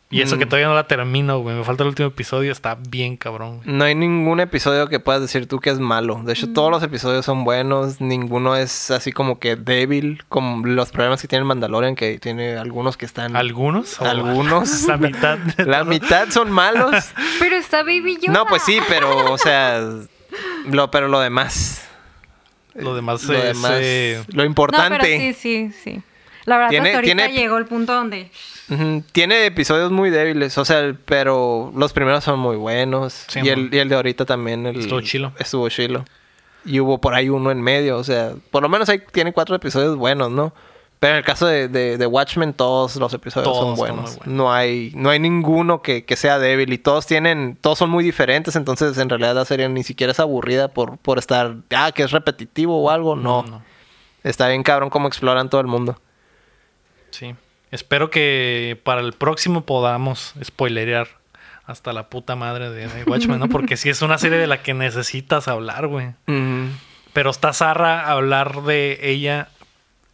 [SPEAKER 1] Y eso
[SPEAKER 2] Mm.
[SPEAKER 1] que todavía no la termino, güey. Me falta el último episodio. Está bien cabrón, güey.
[SPEAKER 2] No hay ningún episodio que puedas decir tú que es malo. De hecho,
[SPEAKER 3] Mm.
[SPEAKER 2] todos los episodios son buenos. Ninguno es así como que débil, como los problemas que tiene el Mandalorian, que tiene algunos que están...
[SPEAKER 1] ¿Algunos?
[SPEAKER 2] Algunos.
[SPEAKER 1] La mitad. de
[SPEAKER 2] La
[SPEAKER 1] todo.
[SPEAKER 2] mitad son malos.
[SPEAKER 3] Pero está Baby Yoda.
[SPEAKER 2] No, pues sí, pero, o sea, lo, pero lo demás.
[SPEAKER 1] Lo demás
[SPEAKER 2] Lo
[SPEAKER 1] es,
[SPEAKER 2] demás.
[SPEAKER 1] eh,
[SPEAKER 2] Lo
[SPEAKER 3] No, pero sí,
[SPEAKER 2] importante.
[SPEAKER 3] sí, sí. La verdad,
[SPEAKER 2] Tiene-
[SPEAKER 3] hasta ahorita
[SPEAKER 2] tiene-
[SPEAKER 3] llegó el punto donde.
[SPEAKER 2] Ujú, Tiene episodios muy débiles, o sea, el- pero los primeros son muy buenos.
[SPEAKER 1] Sí,
[SPEAKER 2] y, el,
[SPEAKER 1] man.
[SPEAKER 2] y el de ahorita también. El,
[SPEAKER 1] Estuvo chilo.
[SPEAKER 2] Estuvo chilo. Y hubo por ahí uno en medio, o sea, por lo menos ahí tiene cuatro episodios buenos, ¿no? Pero en el caso de, de- de Watchmen, todos los episodios son
[SPEAKER 1] Todos son
[SPEAKER 2] buenos.
[SPEAKER 1] muy buenos.
[SPEAKER 2] No hay, no hay ninguno que, que sea débil y todos tienen, todos son muy diferentes, entonces en realidad la serie ni siquiera es aburrida por, por estar, ah, que es repetitivo o algo. No.
[SPEAKER 1] no.
[SPEAKER 2] Está bien cabrón cómo exploran todo el mundo.
[SPEAKER 1] Sí. Espero que para el próximo podamos spoilerear hasta la puta madre de, de Watchmen, ¿no? Porque sí es una serie de la que necesitas hablar, güey. Pero está zarra hablar de ella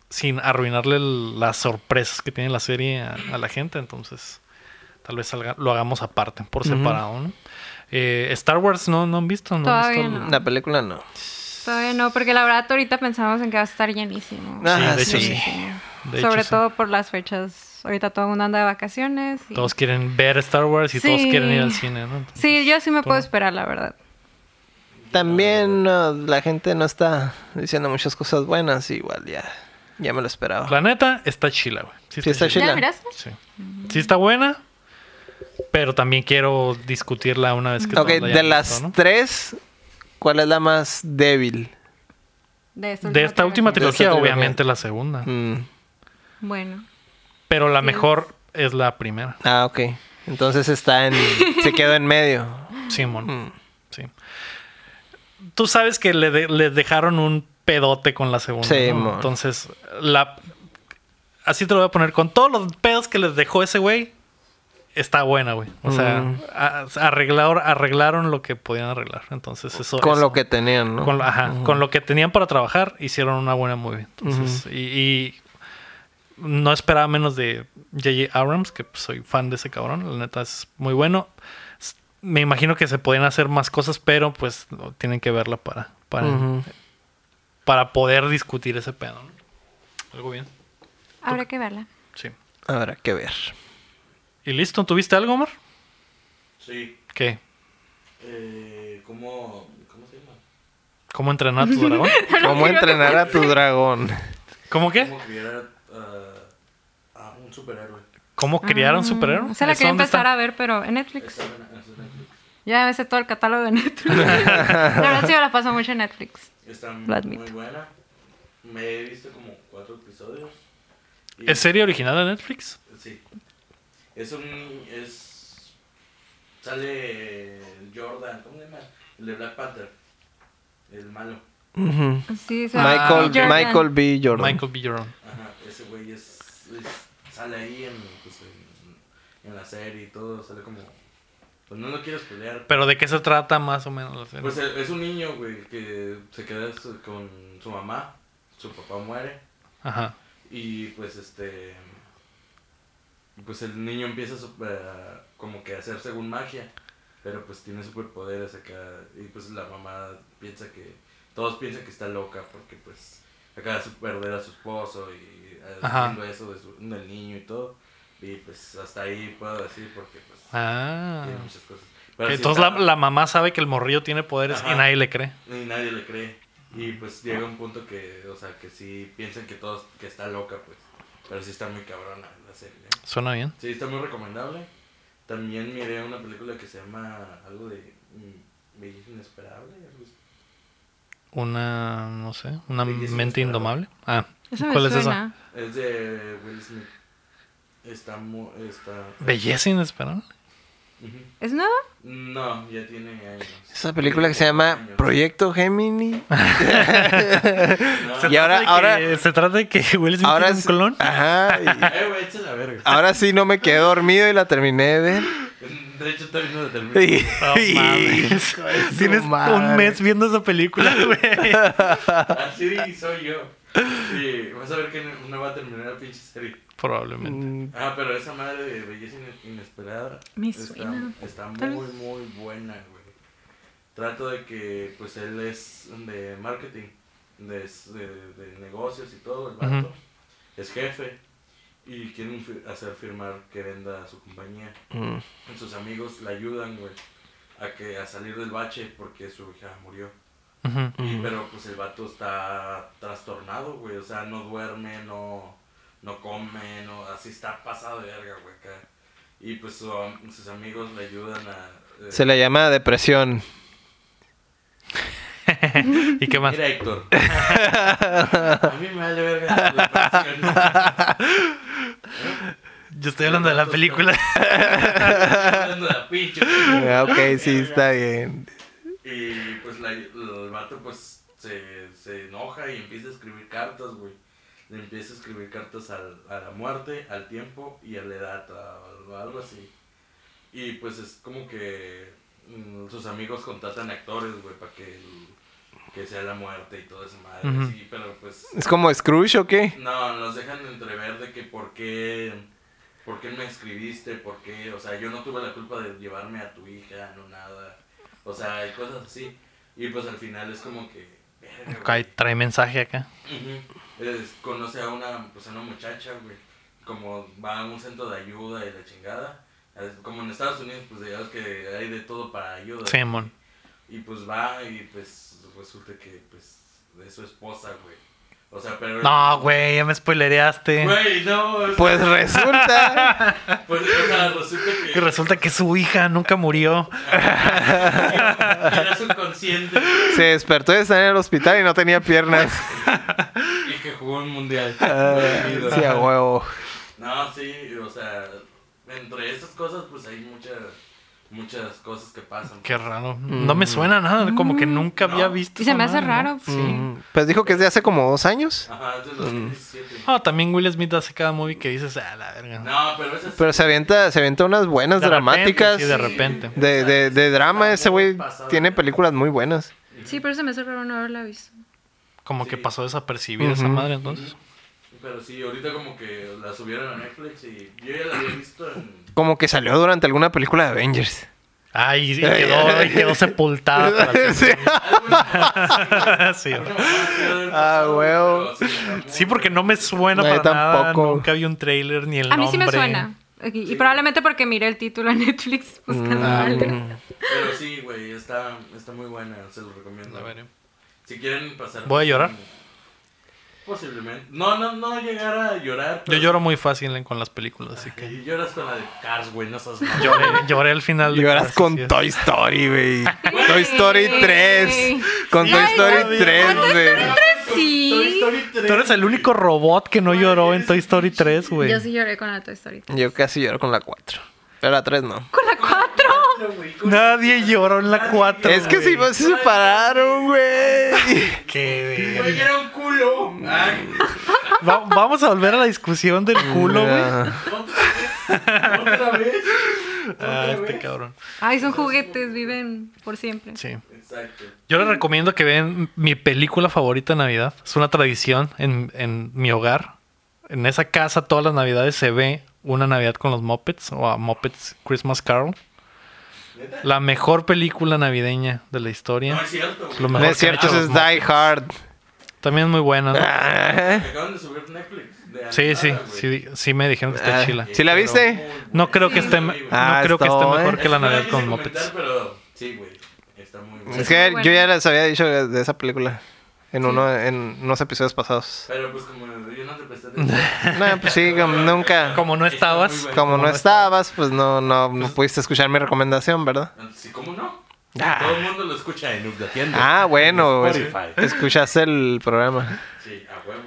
[SPEAKER 1] sin arruinarle el- las sorpresas que tiene la serie a, a la gente. Entonces, tal vez salga- lo hagamos aparte, por
[SPEAKER 2] Ujú.
[SPEAKER 1] separado, ¿no? Eh, Star Wars no, no han visto, ¿no? han
[SPEAKER 3] Todavía
[SPEAKER 1] visto el-
[SPEAKER 3] no.
[SPEAKER 2] La película no.
[SPEAKER 3] Todavía no, porque la verdad, ahorita pensamos en que va a estar llenísimo.
[SPEAKER 2] Ah,
[SPEAKER 1] de hecho, sí. De hecho,
[SPEAKER 3] Sobre
[SPEAKER 1] sí.
[SPEAKER 3] todo por las fechas. Ahorita todo el mundo anda de vacaciones. y-
[SPEAKER 1] Todos quieren ver Star Wars y todos
[SPEAKER 3] Sí.
[SPEAKER 1] quieren ir al cine, ¿no? Entonces,
[SPEAKER 3] Sí, yo sí me
[SPEAKER 1] tú
[SPEAKER 3] puedo
[SPEAKER 1] no.
[SPEAKER 3] esperar, la verdad.
[SPEAKER 2] También no, la gente no está diciendo muchas cosas buenas, igual ya, ya me lo esperaba.
[SPEAKER 1] La neta, está chila, güey.
[SPEAKER 2] Sí, está
[SPEAKER 1] chila.
[SPEAKER 2] chila.
[SPEAKER 3] ¿Ya miras?
[SPEAKER 1] Sí. Sí está buena, pero también quiero discutirla una vez que
[SPEAKER 2] Ok,
[SPEAKER 1] todos la
[SPEAKER 2] de
[SPEAKER 1] hayamos
[SPEAKER 2] las
[SPEAKER 1] visto, ¿no?
[SPEAKER 2] tres, ¿cuál es la más débil?
[SPEAKER 3] De, esta
[SPEAKER 1] De esta última
[SPEAKER 2] trilogía.
[SPEAKER 1] trilogía,
[SPEAKER 2] De esta trilogía.
[SPEAKER 1] obviamente la segunda.
[SPEAKER 2] Mm,
[SPEAKER 3] Bueno.
[SPEAKER 1] Pero la
[SPEAKER 3] Sí.
[SPEAKER 1] mejor es la primera.
[SPEAKER 2] Ah, ok. Entonces está en... se quedó en medio.
[SPEAKER 1] Simón.
[SPEAKER 2] Mm,
[SPEAKER 1] Sí. Tú sabes que le, de- le dejaron un pedote con la segunda.
[SPEAKER 2] Sí,
[SPEAKER 1] ¿no?
[SPEAKER 2] mon.
[SPEAKER 1] Entonces, la. Así te lo voy a poner. Con todos los pedos que les dejó ese güey, está buena, güey. O sea,
[SPEAKER 2] Mm.
[SPEAKER 1] a- arreglaron, arreglaron lo que podían arreglar. Entonces, eso.
[SPEAKER 2] Con
[SPEAKER 1] eso-
[SPEAKER 2] lo que tenían, ¿no?
[SPEAKER 1] Con, lo- ajá, con lo que tenían para trabajar, hicieron una buena movie. Entonces, y, y no esperaba menos de J.J. Abrams, que pues, soy fan de ese cabrón. La neta es muy bueno. S- Me imagino que se pueden hacer más cosas, pero pues no, tienen que verla para, para,
[SPEAKER 2] Ujú.
[SPEAKER 1] para poder discutir ese pedo. ¿no? Algo bien.
[SPEAKER 3] Habrá que verla.
[SPEAKER 1] Sí.
[SPEAKER 2] Habrá que ver.
[SPEAKER 1] Y listo, ¿tuviste algo, Omar?
[SPEAKER 4] Sí.
[SPEAKER 1] ¿Qué?
[SPEAKER 4] Eh, ¿cómo, ¿Cómo se llama?
[SPEAKER 1] ¿Cómo entrenar a tu dragón?
[SPEAKER 2] ¿Cómo entrenar a tu dragón?
[SPEAKER 1] ¿Cómo qué?
[SPEAKER 4] ¿Cómo criar a- a un superhéroe?
[SPEAKER 1] ¿Cómo criar a un superhéroe?
[SPEAKER 3] O sea, Ah, la
[SPEAKER 1] ¿Eso
[SPEAKER 3] quería
[SPEAKER 1] dónde
[SPEAKER 3] empezar
[SPEAKER 1] está?
[SPEAKER 3] a ver, pero en Netflix.
[SPEAKER 4] Está en- está en Netflix.
[SPEAKER 3] Ya me sé todo el catálogo de Netflix. la verdad, sí, me la paso mucho en Netflix.
[SPEAKER 4] Está
[SPEAKER 3] Lo admito.
[SPEAKER 4] muy buena. Me he visto como cuatro episodios. Y-
[SPEAKER 1] ¿Es serie original de Netflix?
[SPEAKER 4] Sí. Es un. Es. Sale Jordan, ¿cómo se llama? El de Black Panther. El malo.
[SPEAKER 2] Ujú.
[SPEAKER 3] Sí, se llama
[SPEAKER 2] Michael,
[SPEAKER 1] Jordan.
[SPEAKER 2] Michael B. Jordan.
[SPEAKER 1] Michael B. Jordan.
[SPEAKER 4] Ajá, ese güey es, es- Sale ahí en, pues, en, en la serie y todo. Sale como. Pues no lo quiero spoilear.
[SPEAKER 1] ¿Pero de qué se trata más o menos la serie?
[SPEAKER 4] Pues es es un niño, güey, que se queda su- con su mamá. Su papá muere.
[SPEAKER 1] Ajá.
[SPEAKER 4] Y pues este. Pues el niño empieza a su- a como que a hacer según magia. Pero pues tiene superpoderes acá. Y pues la mamá piensa que. Todos piensan que está loca porque pues acaba de su- perder a su esposo y eh,
[SPEAKER 1] Ajá.
[SPEAKER 4] haciendo eso de su- del niño y todo. Y pues hasta ahí puedo decir porque pues
[SPEAKER 1] Ah.
[SPEAKER 4] tiene muchas cosas. Pero sí
[SPEAKER 1] Entonces la,
[SPEAKER 4] está-
[SPEAKER 1] la mamá sabe que el morrillo tiene poderes y
[SPEAKER 4] Ajá.
[SPEAKER 1] nadie le cree.
[SPEAKER 4] y nadie le cree. Y pues llega un punto que, o sea, que sí piensan que todos, que está loca, pues. Pero sí está muy cabrona la serie. ¿eh?
[SPEAKER 1] Suena bien.
[SPEAKER 4] Sí, está muy recomendable. También miré una película que se llama algo de mm, Belleza Inesperable. algo así.
[SPEAKER 1] Una, no sé, una
[SPEAKER 4] Sí, es un
[SPEAKER 1] mente
[SPEAKER 4] disparado.
[SPEAKER 1] indomable. Ah,
[SPEAKER 3] Eso me
[SPEAKER 1] ¿cuál es esa?
[SPEAKER 3] suena.
[SPEAKER 4] Es de Will Smith. Está muy... Está...
[SPEAKER 1] Belleza inesperada.
[SPEAKER 4] Ujú.
[SPEAKER 3] ¿Es nueva?
[SPEAKER 4] No, ya tiene años.
[SPEAKER 2] Esa película que se llama
[SPEAKER 4] Años.
[SPEAKER 2] Proyecto Gemini.
[SPEAKER 4] No.
[SPEAKER 2] Y ahora-
[SPEAKER 1] Se trata de que- se trata de
[SPEAKER 2] ahora-
[SPEAKER 1] que Will Smith
[SPEAKER 2] Ahora
[SPEAKER 1] es un
[SPEAKER 2] es-
[SPEAKER 1] clon.
[SPEAKER 2] Ajá. y-
[SPEAKER 4] Eh, güey, échale la verga.
[SPEAKER 2] ahora sí no me quedé dormido y la terminé de ver. Oh,
[SPEAKER 4] De hecho, todavía no la termino.
[SPEAKER 2] Y-
[SPEAKER 1] No
[SPEAKER 2] y-
[SPEAKER 1] mames.
[SPEAKER 2] hijo de su
[SPEAKER 1] Tienes un
[SPEAKER 2] madre.
[SPEAKER 1] mes viendo esa película, güey.
[SPEAKER 4] Así soy yo. Sí, vas a ver que no, no va a terminar la pinche serie.
[SPEAKER 1] Probablemente.
[SPEAKER 2] Mm,
[SPEAKER 4] Ah, pero esa madre de belleza ine- inesperada
[SPEAKER 3] Me
[SPEAKER 4] está,
[SPEAKER 3] suena.
[SPEAKER 4] está
[SPEAKER 3] Tal
[SPEAKER 4] muy,
[SPEAKER 3] vez.
[SPEAKER 4] muy buena, güey. Trato de que, pues, él es de marketing, de, s- de, de negocios y todo, el vato.
[SPEAKER 1] Ujú.
[SPEAKER 4] Es jefe y quieren fi- hacer firmar que venda su compañía.
[SPEAKER 2] mm.
[SPEAKER 4] Sus amigos le ayudan, güey, a, que, a salir del bache porque su hija murió.
[SPEAKER 1] Ujú.
[SPEAKER 4] Y, pero pues el vato está trastornado, güey. O sea, no duerme, no, no come, no, así está pasado de verga, güey. acá. Y pues su am- sus amigos le ayudan a... eh,
[SPEAKER 2] Se le llama depresión.
[SPEAKER 1] ¿Y qué más?
[SPEAKER 4] Mira, Héctor. a mí me vale verga. la depresión.
[SPEAKER 1] Yo estoy hablando de la película.
[SPEAKER 4] Hablando de la pinche, güey.
[SPEAKER 2] Ah, Ok, sí, está bien.
[SPEAKER 4] Y pues la- el vato pues se, se enoja y empieza a escribir cartas, güey. Le empieza a escribir cartas al, a la muerte, al tiempo y a la edad, a- a algo así. Y pues es como que mm, sus amigos contratan actores, güey, para que, que sea la muerte y toda esa madre.
[SPEAKER 1] Ujú.
[SPEAKER 4] Sí, pero pues...
[SPEAKER 2] ¿Es como Scrooge o qué?
[SPEAKER 4] No, nos dejan entrever de que por qué, por qué me escribiste, por qué, o sea, yo no tuve la culpa de llevarme a tu hija, no nada, o sea, hay cosas así. Y pues al final es como que... verga,
[SPEAKER 1] Ok,
[SPEAKER 4] güey.
[SPEAKER 1] trae mensaje acá.
[SPEAKER 4] Ujú. Es- conoce a una, pues, a una muchacha, güey, como va a un centro de ayuda y la chingada. Es Como en Estados Unidos, pues digamos que hay de todo para ayuda.
[SPEAKER 1] Simón.
[SPEAKER 4] Y pues va y pues resulta que pues es su esposa, güey. O sea, pero...
[SPEAKER 1] No, güey, ya me spoilereaste.
[SPEAKER 4] Güey, no, o sea,
[SPEAKER 2] Pues resulta.
[SPEAKER 4] Pues, o sea, resulta
[SPEAKER 1] Y
[SPEAKER 4] que
[SPEAKER 1] resulta que su hija nunca murió.
[SPEAKER 4] era subconsciente
[SPEAKER 2] Se despertó de estar en el hospital y no tenía piernas.
[SPEAKER 4] y que jugó un mundial.
[SPEAKER 2] Ah, sí, a huevo.
[SPEAKER 4] No, sí, o sea, entre esas cosas, pues hay muchas, muchas cosas que pasan.
[SPEAKER 1] Qué raro. No
[SPEAKER 2] Mm.
[SPEAKER 1] me suena nada. Como que nunca había
[SPEAKER 4] No.
[SPEAKER 1] visto.
[SPEAKER 3] Y se
[SPEAKER 1] esa
[SPEAKER 3] me hace
[SPEAKER 1] madre, ¿no?
[SPEAKER 3] raro. Sí.
[SPEAKER 2] Mm, Pues dijo que es de hace como dos años.
[SPEAKER 4] Ajá, es de 2017.
[SPEAKER 1] Ah, también Will Smith hace cada movie que dices, ah, la verga.
[SPEAKER 4] No, pero esas
[SPEAKER 2] Pero se avienta, se avienta unas buenas
[SPEAKER 1] De repente,
[SPEAKER 2] dramáticas.
[SPEAKER 1] sí, de repente.
[SPEAKER 2] de, de- de drama, ese güey tiene películas muy buenas.
[SPEAKER 3] Sí, pero se me hace raro no haberla visto.
[SPEAKER 1] Como que
[SPEAKER 4] Sí.
[SPEAKER 1] pasó desapercibida esa
[SPEAKER 2] Ujú.
[SPEAKER 1] madre entonces.
[SPEAKER 4] Pero sí, ahorita como que la subieron a Netflix y yo ya la había visto en...
[SPEAKER 2] Como que salió durante alguna película de Avengers.
[SPEAKER 1] Ay, y quedó, y quedó sepultada. Ah, para siempre.
[SPEAKER 2] Sí.
[SPEAKER 1] sí.
[SPEAKER 4] Alguna mamá que debe haber
[SPEAKER 2] Ah,
[SPEAKER 4] pasado,
[SPEAKER 2] huevo.
[SPEAKER 4] pero sí, está muy-
[SPEAKER 1] Sí, porque no me suena
[SPEAKER 2] No, yo
[SPEAKER 1] para nada.
[SPEAKER 2] tampoco.
[SPEAKER 1] Nunca vi un trailer ni el
[SPEAKER 3] A mí sí me
[SPEAKER 1] nombre.
[SPEAKER 3] suena. Y, y probablemente porque miré el título en Netflix
[SPEAKER 4] Mm.
[SPEAKER 3] buscando algo.
[SPEAKER 4] Pero sí, güey, está, está muy buena, se lo recomiendo.
[SPEAKER 1] A ver, eh.
[SPEAKER 4] Si quieren pasar.
[SPEAKER 1] Voy a llorar.
[SPEAKER 4] Posiblemente. No, no, no llegar a llorar.
[SPEAKER 1] Yo
[SPEAKER 4] pero-
[SPEAKER 1] lloro muy fácil con las películas, así que.
[SPEAKER 4] Y lloras con la de Cars, güey, no seas mal.
[SPEAKER 1] Lloré, lloré al final. de
[SPEAKER 2] Lloras
[SPEAKER 1] Cars,
[SPEAKER 2] con
[SPEAKER 1] así es.
[SPEAKER 2] Toy Story, güey. Toy Story
[SPEAKER 3] Sí.
[SPEAKER 2] 3. Con Toy
[SPEAKER 3] Ay,
[SPEAKER 2] Story
[SPEAKER 1] Dios.
[SPEAKER 2] 3,
[SPEAKER 3] Toy Story
[SPEAKER 2] güey.
[SPEAKER 3] Sí.
[SPEAKER 4] Toy Story 3.
[SPEAKER 1] Tú eres el único robot que no lloró en Toy Story 3, güey.
[SPEAKER 3] Yo sí lloré con la Toy Story 3.
[SPEAKER 2] Yo casi lloro con la 4. Pero la 3 no.
[SPEAKER 3] ¡Con la 4!
[SPEAKER 1] Nadie lloró en la 4.
[SPEAKER 2] Es que pues, si no se separaron, güey.
[SPEAKER 1] Qué
[SPEAKER 4] Güey, era un culo. Ay,
[SPEAKER 1] Va- vamos a volver a la discusión del culo, güey.
[SPEAKER 2] Ah,
[SPEAKER 4] otra vez.
[SPEAKER 1] Ah, este cabrón.
[SPEAKER 3] Ay, son juguetes, viven por siempre.
[SPEAKER 1] Sí.
[SPEAKER 4] Exacto.
[SPEAKER 1] Yo les recomiendo que vean mi película favorita de Navidad. Es una tradición en, en mi hogar. En esa casa todas las Navidades se ve una Navidad con los Muppets o a Muppets Christmas Carol. La mejor película navideña de la historia.
[SPEAKER 4] No es cierto, güey.
[SPEAKER 1] Lo mejor
[SPEAKER 2] No
[SPEAKER 1] que
[SPEAKER 2] es
[SPEAKER 1] han
[SPEAKER 2] cierto,
[SPEAKER 1] hecho
[SPEAKER 2] eso
[SPEAKER 1] los
[SPEAKER 2] es
[SPEAKER 1] Muppets.
[SPEAKER 2] Die Hard.
[SPEAKER 1] También es muy buena. ¿no?
[SPEAKER 2] Ah,
[SPEAKER 4] Me acaban de subir Netflix. de
[SPEAKER 1] Sí,
[SPEAKER 4] animada,
[SPEAKER 1] sí,
[SPEAKER 4] güey.
[SPEAKER 1] sí, sí me dijeron que está
[SPEAKER 2] ah,
[SPEAKER 1] chila.
[SPEAKER 2] ¿Sí la viste?
[SPEAKER 1] No creo que esté, no
[SPEAKER 2] Ah,
[SPEAKER 1] creo que esté
[SPEAKER 2] esto,
[SPEAKER 1] mejor
[SPEAKER 2] eh.
[SPEAKER 1] que la
[SPEAKER 4] Es que no
[SPEAKER 1] Navidad
[SPEAKER 4] quise
[SPEAKER 1] con
[SPEAKER 4] comentar,
[SPEAKER 1] Muppets.
[SPEAKER 4] Pero sí, güey. Está muy bueno.
[SPEAKER 2] Es que
[SPEAKER 3] Bueno.
[SPEAKER 2] yo ya les había dicho de de esa película. En, uno, en unos episodios pasados.
[SPEAKER 4] Pero pues como yo no te presté atención.
[SPEAKER 2] No, pues sí, como nunca.
[SPEAKER 1] Como no estabas,
[SPEAKER 4] Está muy
[SPEAKER 2] Como no estabas, pues no, no, no pudiste escuchar mi recomendación, ¿verdad?
[SPEAKER 4] Sí, ¿cómo no?
[SPEAKER 2] Ah.
[SPEAKER 4] Todo el mundo lo escucha en Ubdatiendo.
[SPEAKER 2] Ah, bueno, es-
[SPEAKER 4] Spotify.
[SPEAKER 2] escuchaste el programa.
[SPEAKER 4] Sí, a huevo.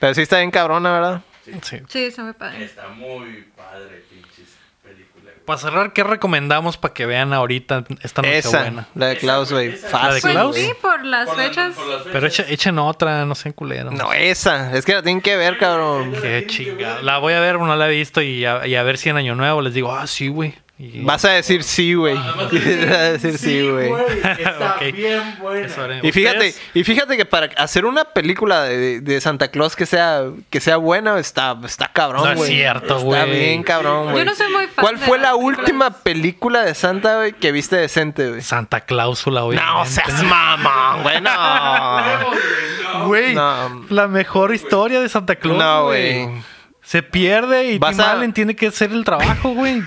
[SPEAKER 2] Pero sí está bien cabrona, ¿verdad?
[SPEAKER 1] Sí.
[SPEAKER 3] Sí, está muy padre.
[SPEAKER 4] Está muy padre, pinches película, güey.
[SPEAKER 1] Para cerrar, ¿qué recomendamos para que vean ahorita esta noche
[SPEAKER 2] Esa,
[SPEAKER 1] buena?
[SPEAKER 2] la de
[SPEAKER 4] Esa,
[SPEAKER 2] Klaus,
[SPEAKER 4] güey,
[SPEAKER 2] güey.
[SPEAKER 4] esa.
[SPEAKER 1] ¿La de
[SPEAKER 2] Fácil.
[SPEAKER 3] Pues
[SPEAKER 1] Klaus?
[SPEAKER 2] güey.
[SPEAKER 3] sí, por las
[SPEAKER 4] Por la-
[SPEAKER 3] fechas.
[SPEAKER 4] por las
[SPEAKER 1] Pero echen, echen otra, no sean culeros.
[SPEAKER 2] No, esa. Es que la tienen que ver, cabrón.
[SPEAKER 1] Qué chingada. La voy a ver, no la he visto y a, y a ver si en Año Nuevo les digo, ah, sí, güey. Y-
[SPEAKER 2] Vas a decir sí, güey. Vas a decir Ah, sí, güey.
[SPEAKER 4] Está
[SPEAKER 1] Ok.
[SPEAKER 4] bien buena.
[SPEAKER 1] Eso haré.
[SPEAKER 2] Y fíjate,
[SPEAKER 1] ¿Ustedes?
[SPEAKER 2] y fíjate que para hacer una película de, de Santa Claus que sea, que sea buena, está, está cabrón,
[SPEAKER 1] No
[SPEAKER 2] güey.
[SPEAKER 1] es cierto,
[SPEAKER 2] Está
[SPEAKER 1] güey.
[SPEAKER 2] bien, cabrón,
[SPEAKER 3] Yo
[SPEAKER 2] güey.
[SPEAKER 3] no soy muy fan.
[SPEAKER 2] ¿Cuál
[SPEAKER 3] de
[SPEAKER 2] fue la
[SPEAKER 3] las películas.
[SPEAKER 2] última película de Santa, güey, que viste decente, güey?
[SPEAKER 1] Santa Cláusula, güey.
[SPEAKER 2] No seas mamón, güey, no.
[SPEAKER 1] Güey,
[SPEAKER 2] No.
[SPEAKER 1] la mejor historia de Santa Claus.
[SPEAKER 2] No,
[SPEAKER 1] güey.
[SPEAKER 2] güey.
[SPEAKER 1] Se pierde y
[SPEAKER 2] Vas
[SPEAKER 1] Tim
[SPEAKER 2] a-
[SPEAKER 1] Allen tiene que hacer el trabajo, güey.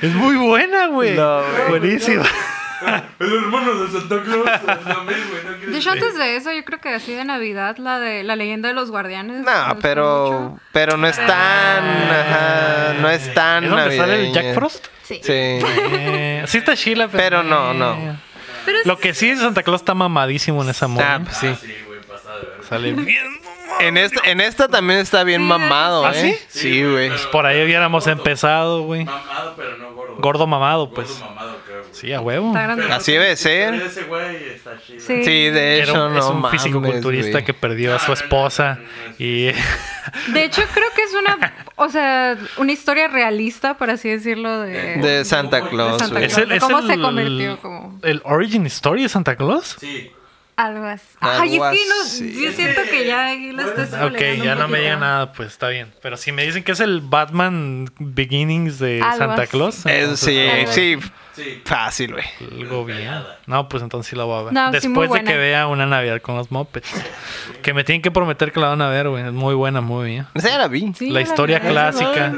[SPEAKER 1] es muy buena, güey.
[SPEAKER 2] No, güey.
[SPEAKER 1] Buenísima.
[SPEAKER 4] El hermano de Santa Claus. Es lo mismo, güey, no quiero-
[SPEAKER 3] De hecho, antes de eso, yo creo que así de Navidad, la de la leyenda de los guardianes. me
[SPEAKER 2] No,
[SPEAKER 3] gustó
[SPEAKER 2] pero,
[SPEAKER 3] mucho. Ah.
[SPEAKER 2] pero no es tan, ajá, no es tan
[SPEAKER 1] ¿Es donde sale el
[SPEAKER 2] navideña.
[SPEAKER 1] Jack Frost?
[SPEAKER 3] Sí.
[SPEAKER 2] Sí.
[SPEAKER 1] Eh, sí está chila,
[SPEAKER 2] Pero no, no.
[SPEAKER 3] Pero es-
[SPEAKER 1] Lo que sí, Santa Claus está mamadísimo en esa
[SPEAKER 2] Ah,
[SPEAKER 1] moda.
[SPEAKER 2] pues
[SPEAKER 4] Ah,
[SPEAKER 2] sí.
[SPEAKER 4] sí, güey, pasada de ver.
[SPEAKER 1] Sale bien.
[SPEAKER 2] En esta, en esta también está bien
[SPEAKER 3] Sí,
[SPEAKER 2] mamado,
[SPEAKER 1] ¿Ah, sí?
[SPEAKER 2] ¿eh? Sí, güey.
[SPEAKER 4] Pero-
[SPEAKER 1] Por ahí hubiéramos empezado, güey.
[SPEAKER 4] Mamado, pero no gordo.
[SPEAKER 1] Gordo mamado,
[SPEAKER 4] Gordo
[SPEAKER 1] pues.
[SPEAKER 4] mamado, creo, güey.
[SPEAKER 1] Sí, a huevo.
[SPEAKER 3] Está grande.
[SPEAKER 2] Así debe
[SPEAKER 4] Pero
[SPEAKER 2] ser.
[SPEAKER 4] Ese güey está chido.
[SPEAKER 3] Sí.
[SPEAKER 2] Sí, de
[SPEAKER 1] Era
[SPEAKER 2] hecho,
[SPEAKER 1] un,
[SPEAKER 2] no
[SPEAKER 1] es un
[SPEAKER 2] mames,
[SPEAKER 1] fisicoculturista
[SPEAKER 2] güey.
[SPEAKER 1] que perdió
[SPEAKER 4] Ah,
[SPEAKER 1] a su esposa y
[SPEAKER 3] De hecho, creo que es una, o sea, una historia realista, por así decirlo, de,
[SPEAKER 2] De Santa Claus,
[SPEAKER 3] Santa
[SPEAKER 2] güey.
[SPEAKER 3] Claus. ¿Cómo se convirtió como?
[SPEAKER 1] el origin story de Santa Claus.
[SPEAKER 4] Sí.
[SPEAKER 3] algo así.
[SPEAKER 2] Algo
[SPEAKER 3] Ay, es que no,
[SPEAKER 2] así.
[SPEAKER 3] yo siento que ya ahí lo estás
[SPEAKER 1] Ok,
[SPEAKER 3] spoileando
[SPEAKER 1] ya
[SPEAKER 3] un
[SPEAKER 1] no me
[SPEAKER 3] poquito.
[SPEAKER 1] diga nada, pues está bien. Pero si me dicen que es el Batman Beginnings de
[SPEAKER 3] Algo
[SPEAKER 1] Santa
[SPEAKER 3] así.
[SPEAKER 1] Claus,
[SPEAKER 2] Eso
[SPEAKER 1] entonces,
[SPEAKER 2] sí,
[SPEAKER 3] Algo
[SPEAKER 2] sí,
[SPEAKER 4] Sí.
[SPEAKER 2] fácil, güey.
[SPEAKER 1] Algo bien. No, pues entonces sí la voy a ver.
[SPEAKER 3] No, sí, muy
[SPEAKER 1] Después de
[SPEAKER 3] buena.
[SPEAKER 1] que vea una Navidad con los Muppets. que me tienen que prometer que la van a ver, güey. Es muy buena, muy bien.
[SPEAKER 2] Esa ya la vi.
[SPEAKER 3] Sí,
[SPEAKER 1] la
[SPEAKER 3] ya
[SPEAKER 1] historia
[SPEAKER 3] vi.
[SPEAKER 1] clásica.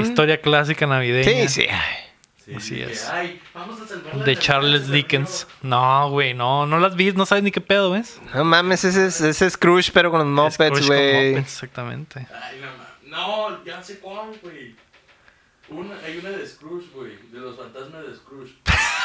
[SPEAKER 1] Historia clásica navideña.
[SPEAKER 2] Sí, sí. ay.
[SPEAKER 4] sí,
[SPEAKER 1] Así
[SPEAKER 4] de que,
[SPEAKER 1] es.
[SPEAKER 4] "Ay, vamos a salvar la
[SPEAKER 1] De
[SPEAKER 4] Navidad,
[SPEAKER 1] Charles
[SPEAKER 4] se
[SPEAKER 1] Dickens. No, güey, no. No las vi, no sabes ni qué pedo, ¿ves?
[SPEAKER 2] No mames, ese es, ese es Scrooge, pero con los
[SPEAKER 1] Scrooge
[SPEAKER 2] Muppets,
[SPEAKER 1] con
[SPEAKER 2] güey.
[SPEAKER 1] Muppets, exactamente.
[SPEAKER 4] perdió". Ay, no, ma- no, ya sé cuál, güey. Una, hay una de Scrooge, güey. De los fantasmas de Scrooge.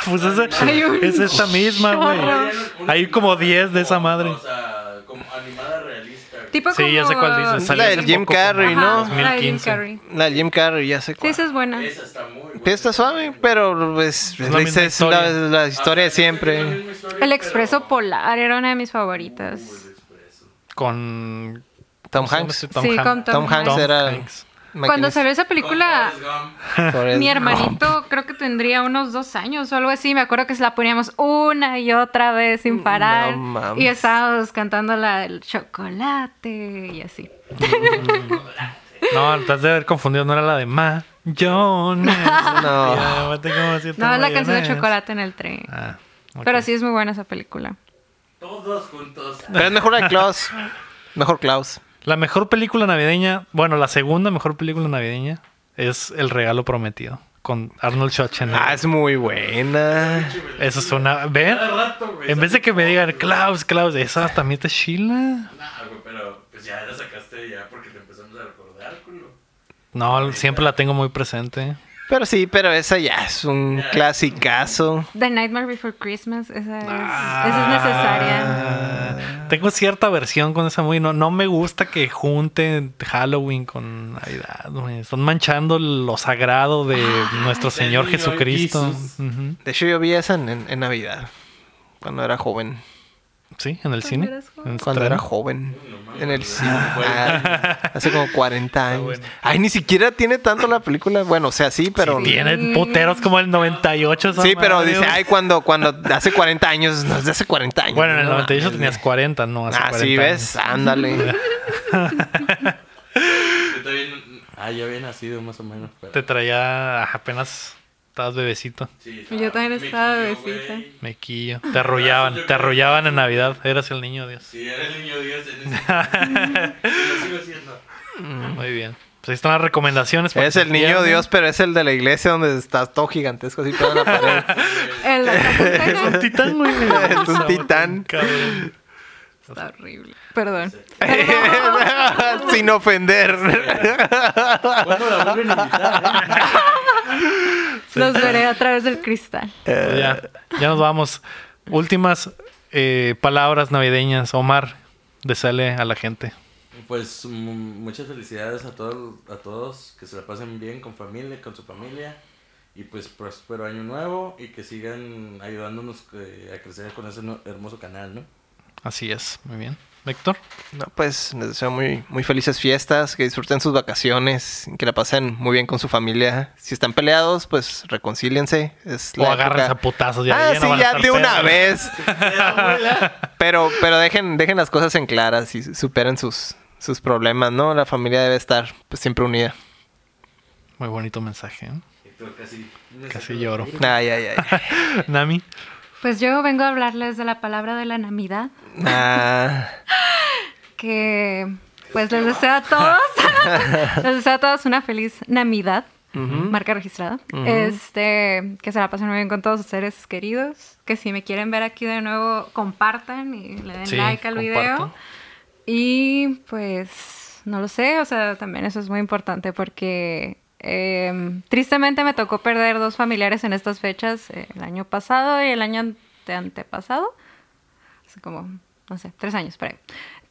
[SPEAKER 1] Pues ese-
[SPEAKER 3] Hay un
[SPEAKER 1] es esta misma, güey.
[SPEAKER 3] chorro.
[SPEAKER 1] Hay como 10 de esa madre.
[SPEAKER 4] O sea, como animada realista. güey.
[SPEAKER 3] Tipo
[SPEAKER 1] Sí,
[SPEAKER 3] como...
[SPEAKER 1] ya sé cuál dices. Salió
[SPEAKER 2] La
[SPEAKER 1] hace
[SPEAKER 2] del Jim
[SPEAKER 1] poco, como
[SPEAKER 2] Carrey,
[SPEAKER 1] en
[SPEAKER 2] ¿no?
[SPEAKER 3] Ajá, la de Jim
[SPEAKER 1] 2015.
[SPEAKER 3] Carrey.
[SPEAKER 2] La de Jim Carrey, ya sé
[SPEAKER 3] Sí,
[SPEAKER 2] cuál.
[SPEAKER 3] esa es buena.
[SPEAKER 4] Esa está muy buena.
[SPEAKER 2] Pero está suave, pero pues,
[SPEAKER 1] la misma
[SPEAKER 2] es la,
[SPEAKER 1] historia.
[SPEAKER 2] la historia de
[SPEAKER 4] Es la
[SPEAKER 2] siempre.
[SPEAKER 4] misma historia,
[SPEAKER 3] El
[SPEAKER 4] pero-
[SPEAKER 3] Expreso Polar era una de mis favoritas.
[SPEAKER 4] Uh, el expreso.
[SPEAKER 1] Con
[SPEAKER 2] Tom
[SPEAKER 1] ¿cómo se llama
[SPEAKER 2] Hanks.
[SPEAKER 1] este? Tom
[SPEAKER 3] Sí,
[SPEAKER 1] Hanks.
[SPEAKER 3] con Tom
[SPEAKER 2] Tom Hanks
[SPEAKER 1] Tom
[SPEAKER 2] era...
[SPEAKER 1] Hanks.
[SPEAKER 3] Cuando salió esa película,
[SPEAKER 4] Con Forrest Gump.
[SPEAKER 2] Forrest
[SPEAKER 3] mi
[SPEAKER 2] Gump.
[SPEAKER 3] hermanito creo que tendría unos dos años o algo así. Me acuerdo que se la poníamos una y otra vez sin parar.
[SPEAKER 2] No mames.
[SPEAKER 3] y estábamos cantando la del chocolate y así.
[SPEAKER 1] No, estás de haber confundido, no era la de Ma. John.
[SPEAKER 2] No.
[SPEAKER 3] No, es la canción de chocolate en el tren.
[SPEAKER 1] Ah, ok.
[SPEAKER 3] Pero sí es muy buena esa película.
[SPEAKER 4] Todos juntos.
[SPEAKER 2] Pero es mejor la de Klaus. Mejor Klaus.
[SPEAKER 1] La mejor película navideña, bueno, la segunda mejor película navideña es El Regalo Prometido. con Arnold Schwarzenegger.
[SPEAKER 2] Ah, es muy buena.
[SPEAKER 1] Eso es una. ¿Ven?
[SPEAKER 4] Cada rato, güey,
[SPEAKER 1] En vez de que me
[SPEAKER 4] sale-
[SPEAKER 1] digan, Klaus, Klaus, esa también te chila.
[SPEAKER 4] Nah, güey, pero pues ya la sacaste ya porque te empezamos a recordar, culo.
[SPEAKER 1] No, siempre la tengo muy presente.
[SPEAKER 2] Pero sí, pero esa ya es un clasicazo.
[SPEAKER 3] The Nightmare Before Christmas, esa es, esa es necesaria.
[SPEAKER 1] Ah, Tengo cierta versión con esa muy. No, no me gusta que junten Halloween con Navidad. güey. Están manchando lo sagrado de nuestro Señor
[SPEAKER 4] niño
[SPEAKER 1] Jesucristo.
[SPEAKER 4] Jesús.
[SPEAKER 1] Ujú.
[SPEAKER 2] De hecho, yo vi esa en, en- en Navidad. Cuando era joven.
[SPEAKER 1] Sí, en el cine.
[SPEAKER 3] eras joven.
[SPEAKER 1] En el
[SPEAKER 2] Cuando era
[SPEAKER 1] estreno.
[SPEAKER 2] joven. En el cine.
[SPEAKER 4] cuarenta
[SPEAKER 2] Ah, hace como 40 años.
[SPEAKER 1] bueno.
[SPEAKER 2] Ay, ni siquiera tiene tanto la película. Bueno, o sea, sí, pero. Sí,
[SPEAKER 1] Tienen puteros como el 98. esa
[SPEAKER 2] pero
[SPEAKER 1] madre,
[SPEAKER 2] dice,
[SPEAKER 1] güey.
[SPEAKER 2] ay, cuando, cuando hace 40 años, no es de hace 40 años.
[SPEAKER 1] Bueno, en el
[SPEAKER 2] no
[SPEAKER 1] 98
[SPEAKER 2] mames.
[SPEAKER 1] tenías 40, no hace
[SPEAKER 2] Ah,
[SPEAKER 1] 40
[SPEAKER 2] sí,
[SPEAKER 1] años.
[SPEAKER 2] ves, ándale.
[SPEAKER 4] Yo también- Ah, yo había nacido más o menos. Pero...
[SPEAKER 1] Te traía ajá, apenas. Estabas bebecito.
[SPEAKER 4] Sí, ah,
[SPEAKER 3] Yo también
[SPEAKER 4] me
[SPEAKER 3] estaba
[SPEAKER 4] quilló,
[SPEAKER 3] bebecita.
[SPEAKER 4] güey.
[SPEAKER 1] Mequillo. Te arrullaban. Te arrullaban en Navidad. Eras el niño Dios.
[SPEAKER 4] Sí, era el niño Dios en ese. Lo sigo haciendo.
[SPEAKER 1] Muy bien. Pues ahí están las recomendaciones. para
[SPEAKER 2] Es
[SPEAKER 1] que
[SPEAKER 2] el niño
[SPEAKER 1] pierdan.
[SPEAKER 2] Dios, pero es el de la iglesia donde estás todo gigantesco así toda la pared.
[SPEAKER 3] El
[SPEAKER 1] Es un
[SPEAKER 3] Acapulco
[SPEAKER 1] titán, güey.
[SPEAKER 2] Es un titán.
[SPEAKER 1] Cabrón.
[SPEAKER 3] está horrible. Perdón.
[SPEAKER 2] Sin ofender.
[SPEAKER 4] ¿Cuándo la vuelven a invitar? eh?
[SPEAKER 3] Los veré a través del cristal.
[SPEAKER 1] Pues ya, ya nos vamos. Últimas eh, palabras navideñas. Omar, desale a la gente.
[SPEAKER 4] Pues mm, muchas felicidades a, todo, a todos, que se la pasen bien con familia, con su familia y pues próspero año nuevo y que sigan ayudándonos eh, a crecer con ese no- hermoso canal, ¿no?
[SPEAKER 1] Así es. Muy bien. Héctor.
[SPEAKER 2] No, pues les deseo muy, muy felices fiestas, que disfruten sus vacaciones, que la pasen muy bien con su familia. Si están peleados, pues reconcíliense. Es
[SPEAKER 1] O
[SPEAKER 2] la
[SPEAKER 1] agarren
[SPEAKER 2] época-
[SPEAKER 1] a putazos. Ya,
[SPEAKER 2] ah,
[SPEAKER 1] no
[SPEAKER 2] sí,
[SPEAKER 1] van a
[SPEAKER 2] ya
[SPEAKER 1] estar
[SPEAKER 2] de una
[SPEAKER 1] pedos.
[SPEAKER 2] vez. pero pero dejen, dejen las cosas en claras y superen sus, sus problemas, ¿no? La familia debe estar pues, siempre unida.
[SPEAKER 1] Muy bonito mensaje. ¿eh?
[SPEAKER 4] Y tú casi,
[SPEAKER 1] Casi lloro.
[SPEAKER 2] Ay, ay, ay.
[SPEAKER 1] Nami.
[SPEAKER 3] Pues yo vengo a hablarles de la palabra de la Navidad,
[SPEAKER 2] Ah,
[SPEAKER 3] que pues les deseo a todos, les deseo a todos una feliz Navidad,
[SPEAKER 2] Mm.
[SPEAKER 3] marca registrada. Este, que se la pasen muy bien con todos sus seres queridos, que si me quieren ver aquí de nuevo, compartan y le den
[SPEAKER 1] Sí,
[SPEAKER 3] like al video.
[SPEAKER 1] compartan.
[SPEAKER 3] Y pues, no lo sé, o sea, también eso es muy importante porque eh, tristemente me tocó perder dos familiares en estas fechas, eh, el año pasado y el año ante- antepasado. Hace como, no sé, tres años por ahí.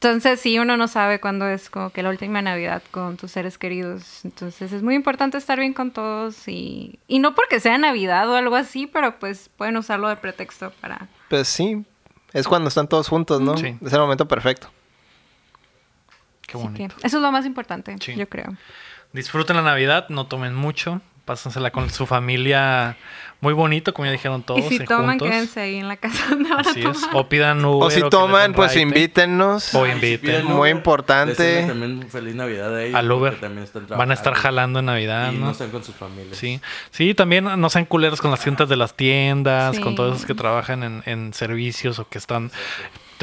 [SPEAKER 3] Entonces, sí, uno no sabe cuándo es como que la última Navidad con tus seres queridos. Entonces, es muy importante estar bien con todos y, y no porque sea Navidad o algo así, pero pues pueden usarlo de pretexto para...
[SPEAKER 2] pues sí, es cuando están todos juntos, ¿no?
[SPEAKER 1] Sí.
[SPEAKER 2] Es el momento perfecto.
[SPEAKER 1] Qué
[SPEAKER 3] Así que
[SPEAKER 1] bonito.
[SPEAKER 3] eso es lo más importante,
[SPEAKER 1] Sí.
[SPEAKER 3] yo creo.
[SPEAKER 1] Disfruten la Navidad, no tomen mucho. Pásensela con su familia muy bonito, como ya dijeron todos.
[SPEAKER 3] y si
[SPEAKER 1] eh,
[SPEAKER 3] toman,
[SPEAKER 1] juntos.
[SPEAKER 3] quédense ahí en la casa donde van a
[SPEAKER 1] Así es.
[SPEAKER 3] tomar.
[SPEAKER 1] O pidan Uber.
[SPEAKER 2] o si
[SPEAKER 1] que les
[SPEAKER 2] toman,
[SPEAKER 1] den
[SPEAKER 2] pues
[SPEAKER 1] raite.
[SPEAKER 2] invítennos.
[SPEAKER 1] O
[SPEAKER 4] Ay, si
[SPEAKER 1] inviten.
[SPEAKER 4] piden Uber,
[SPEAKER 2] Muy importante.
[SPEAKER 4] decirle también feliz Navidad a ellos.
[SPEAKER 1] Al Uber.
[SPEAKER 4] porque También están
[SPEAKER 1] Van a estar
[SPEAKER 4] trabajando
[SPEAKER 1] jalando en Navidad,
[SPEAKER 4] Y
[SPEAKER 1] ¿no?
[SPEAKER 4] no están con sus familias.
[SPEAKER 1] Sí. Sí, también no sean culeros con las tiendas de las tiendas,
[SPEAKER 3] Sí.
[SPEAKER 1] con todos esos que trabajan en, en servicios o que están.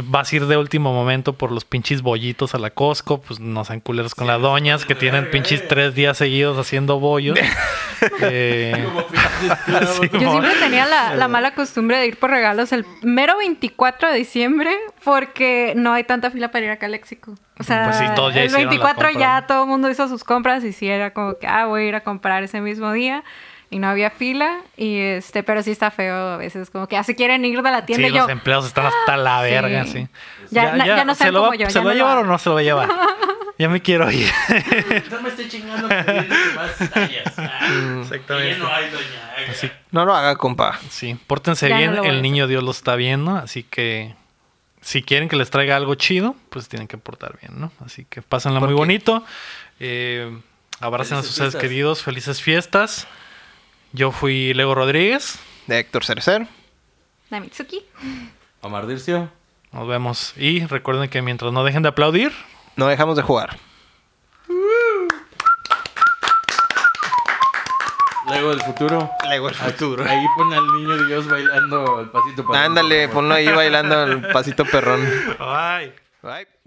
[SPEAKER 1] Vas a ir de último momento por los pinches bollitos a la Costco, pues no sean culeros con las doñas que tienen pinches tres días seguidos haciendo bollos. Eh,
[SPEAKER 4] Como pinches esclavos.
[SPEAKER 1] Sí.
[SPEAKER 3] Yo siempre tenía la, la mala costumbre de ir por regalos el mero 24 de diciembre porque no hay tanta fila para ir acá a Léxico. O sea,
[SPEAKER 1] Pues sí, todos ya
[SPEAKER 3] el
[SPEAKER 1] hicieron la
[SPEAKER 3] 24
[SPEAKER 1] compra, ¿no?
[SPEAKER 3] ya todo el mundo hizo sus compras y sí era como que, ah, voy a ir a comprar ese mismo día y no había fila y este, pero sí está feo a veces, como que ya se quieren ir de la tienda
[SPEAKER 1] sí,
[SPEAKER 3] y yo.
[SPEAKER 1] los empleados están hasta la
[SPEAKER 3] sí.
[SPEAKER 1] verga, sí.
[SPEAKER 3] Ya- na- ya no
[SPEAKER 1] ¿Se
[SPEAKER 3] sean
[SPEAKER 1] lo va,
[SPEAKER 3] como yo,
[SPEAKER 1] ¿se lo
[SPEAKER 3] ya no
[SPEAKER 1] va a
[SPEAKER 3] lo
[SPEAKER 1] llevar o
[SPEAKER 3] hagan.
[SPEAKER 1] no se lo va a llevar? Ya me quiero ir.
[SPEAKER 4] No me estoy chingando pidiendo que más tallas. Ah,
[SPEAKER 1] Exactamente.
[SPEAKER 4] que ya no hay doña.
[SPEAKER 1] Así,
[SPEAKER 2] No lo haga, compa.
[SPEAKER 1] sí, pórtense
[SPEAKER 3] Ya no
[SPEAKER 1] bien,
[SPEAKER 3] lo voy a
[SPEAKER 1] el
[SPEAKER 3] hacer.
[SPEAKER 1] niño Dios los está viendo, así que si quieren que les traiga algo chido, pues tienen que portar bien, ¿no? Así que pásenla muy
[SPEAKER 2] Porque-
[SPEAKER 1] bonito. Eh, abracen a
[SPEAKER 4] Felices
[SPEAKER 1] sus seres
[SPEAKER 4] fiestas.
[SPEAKER 1] queridos, felices fiestas. Yo fui Lego Rodríguez,
[SPEAKER 2] De Héctor Cercer.
[SPEAKER 3] La Mitsuki.
[SPEAKER 4] Omar Dircio.
[SPEAKER 1] nos vemos y recuerden que mientras no dejen de aplaudir,
[SPEAKER 2] No dejamos de jugar.
[SPEAKER 4] Luego del futuro.
[SPEAKER 2] Lego el futuro.
[SPEAKER 4] Ahí pone al niño Dios bailando el pasito para
[SPEAKER 2] Ándale, ponlo ahí bailando el pasito perrón.
[SPEAKER 1] ¡ay!
[SPEAKER 2] Bye.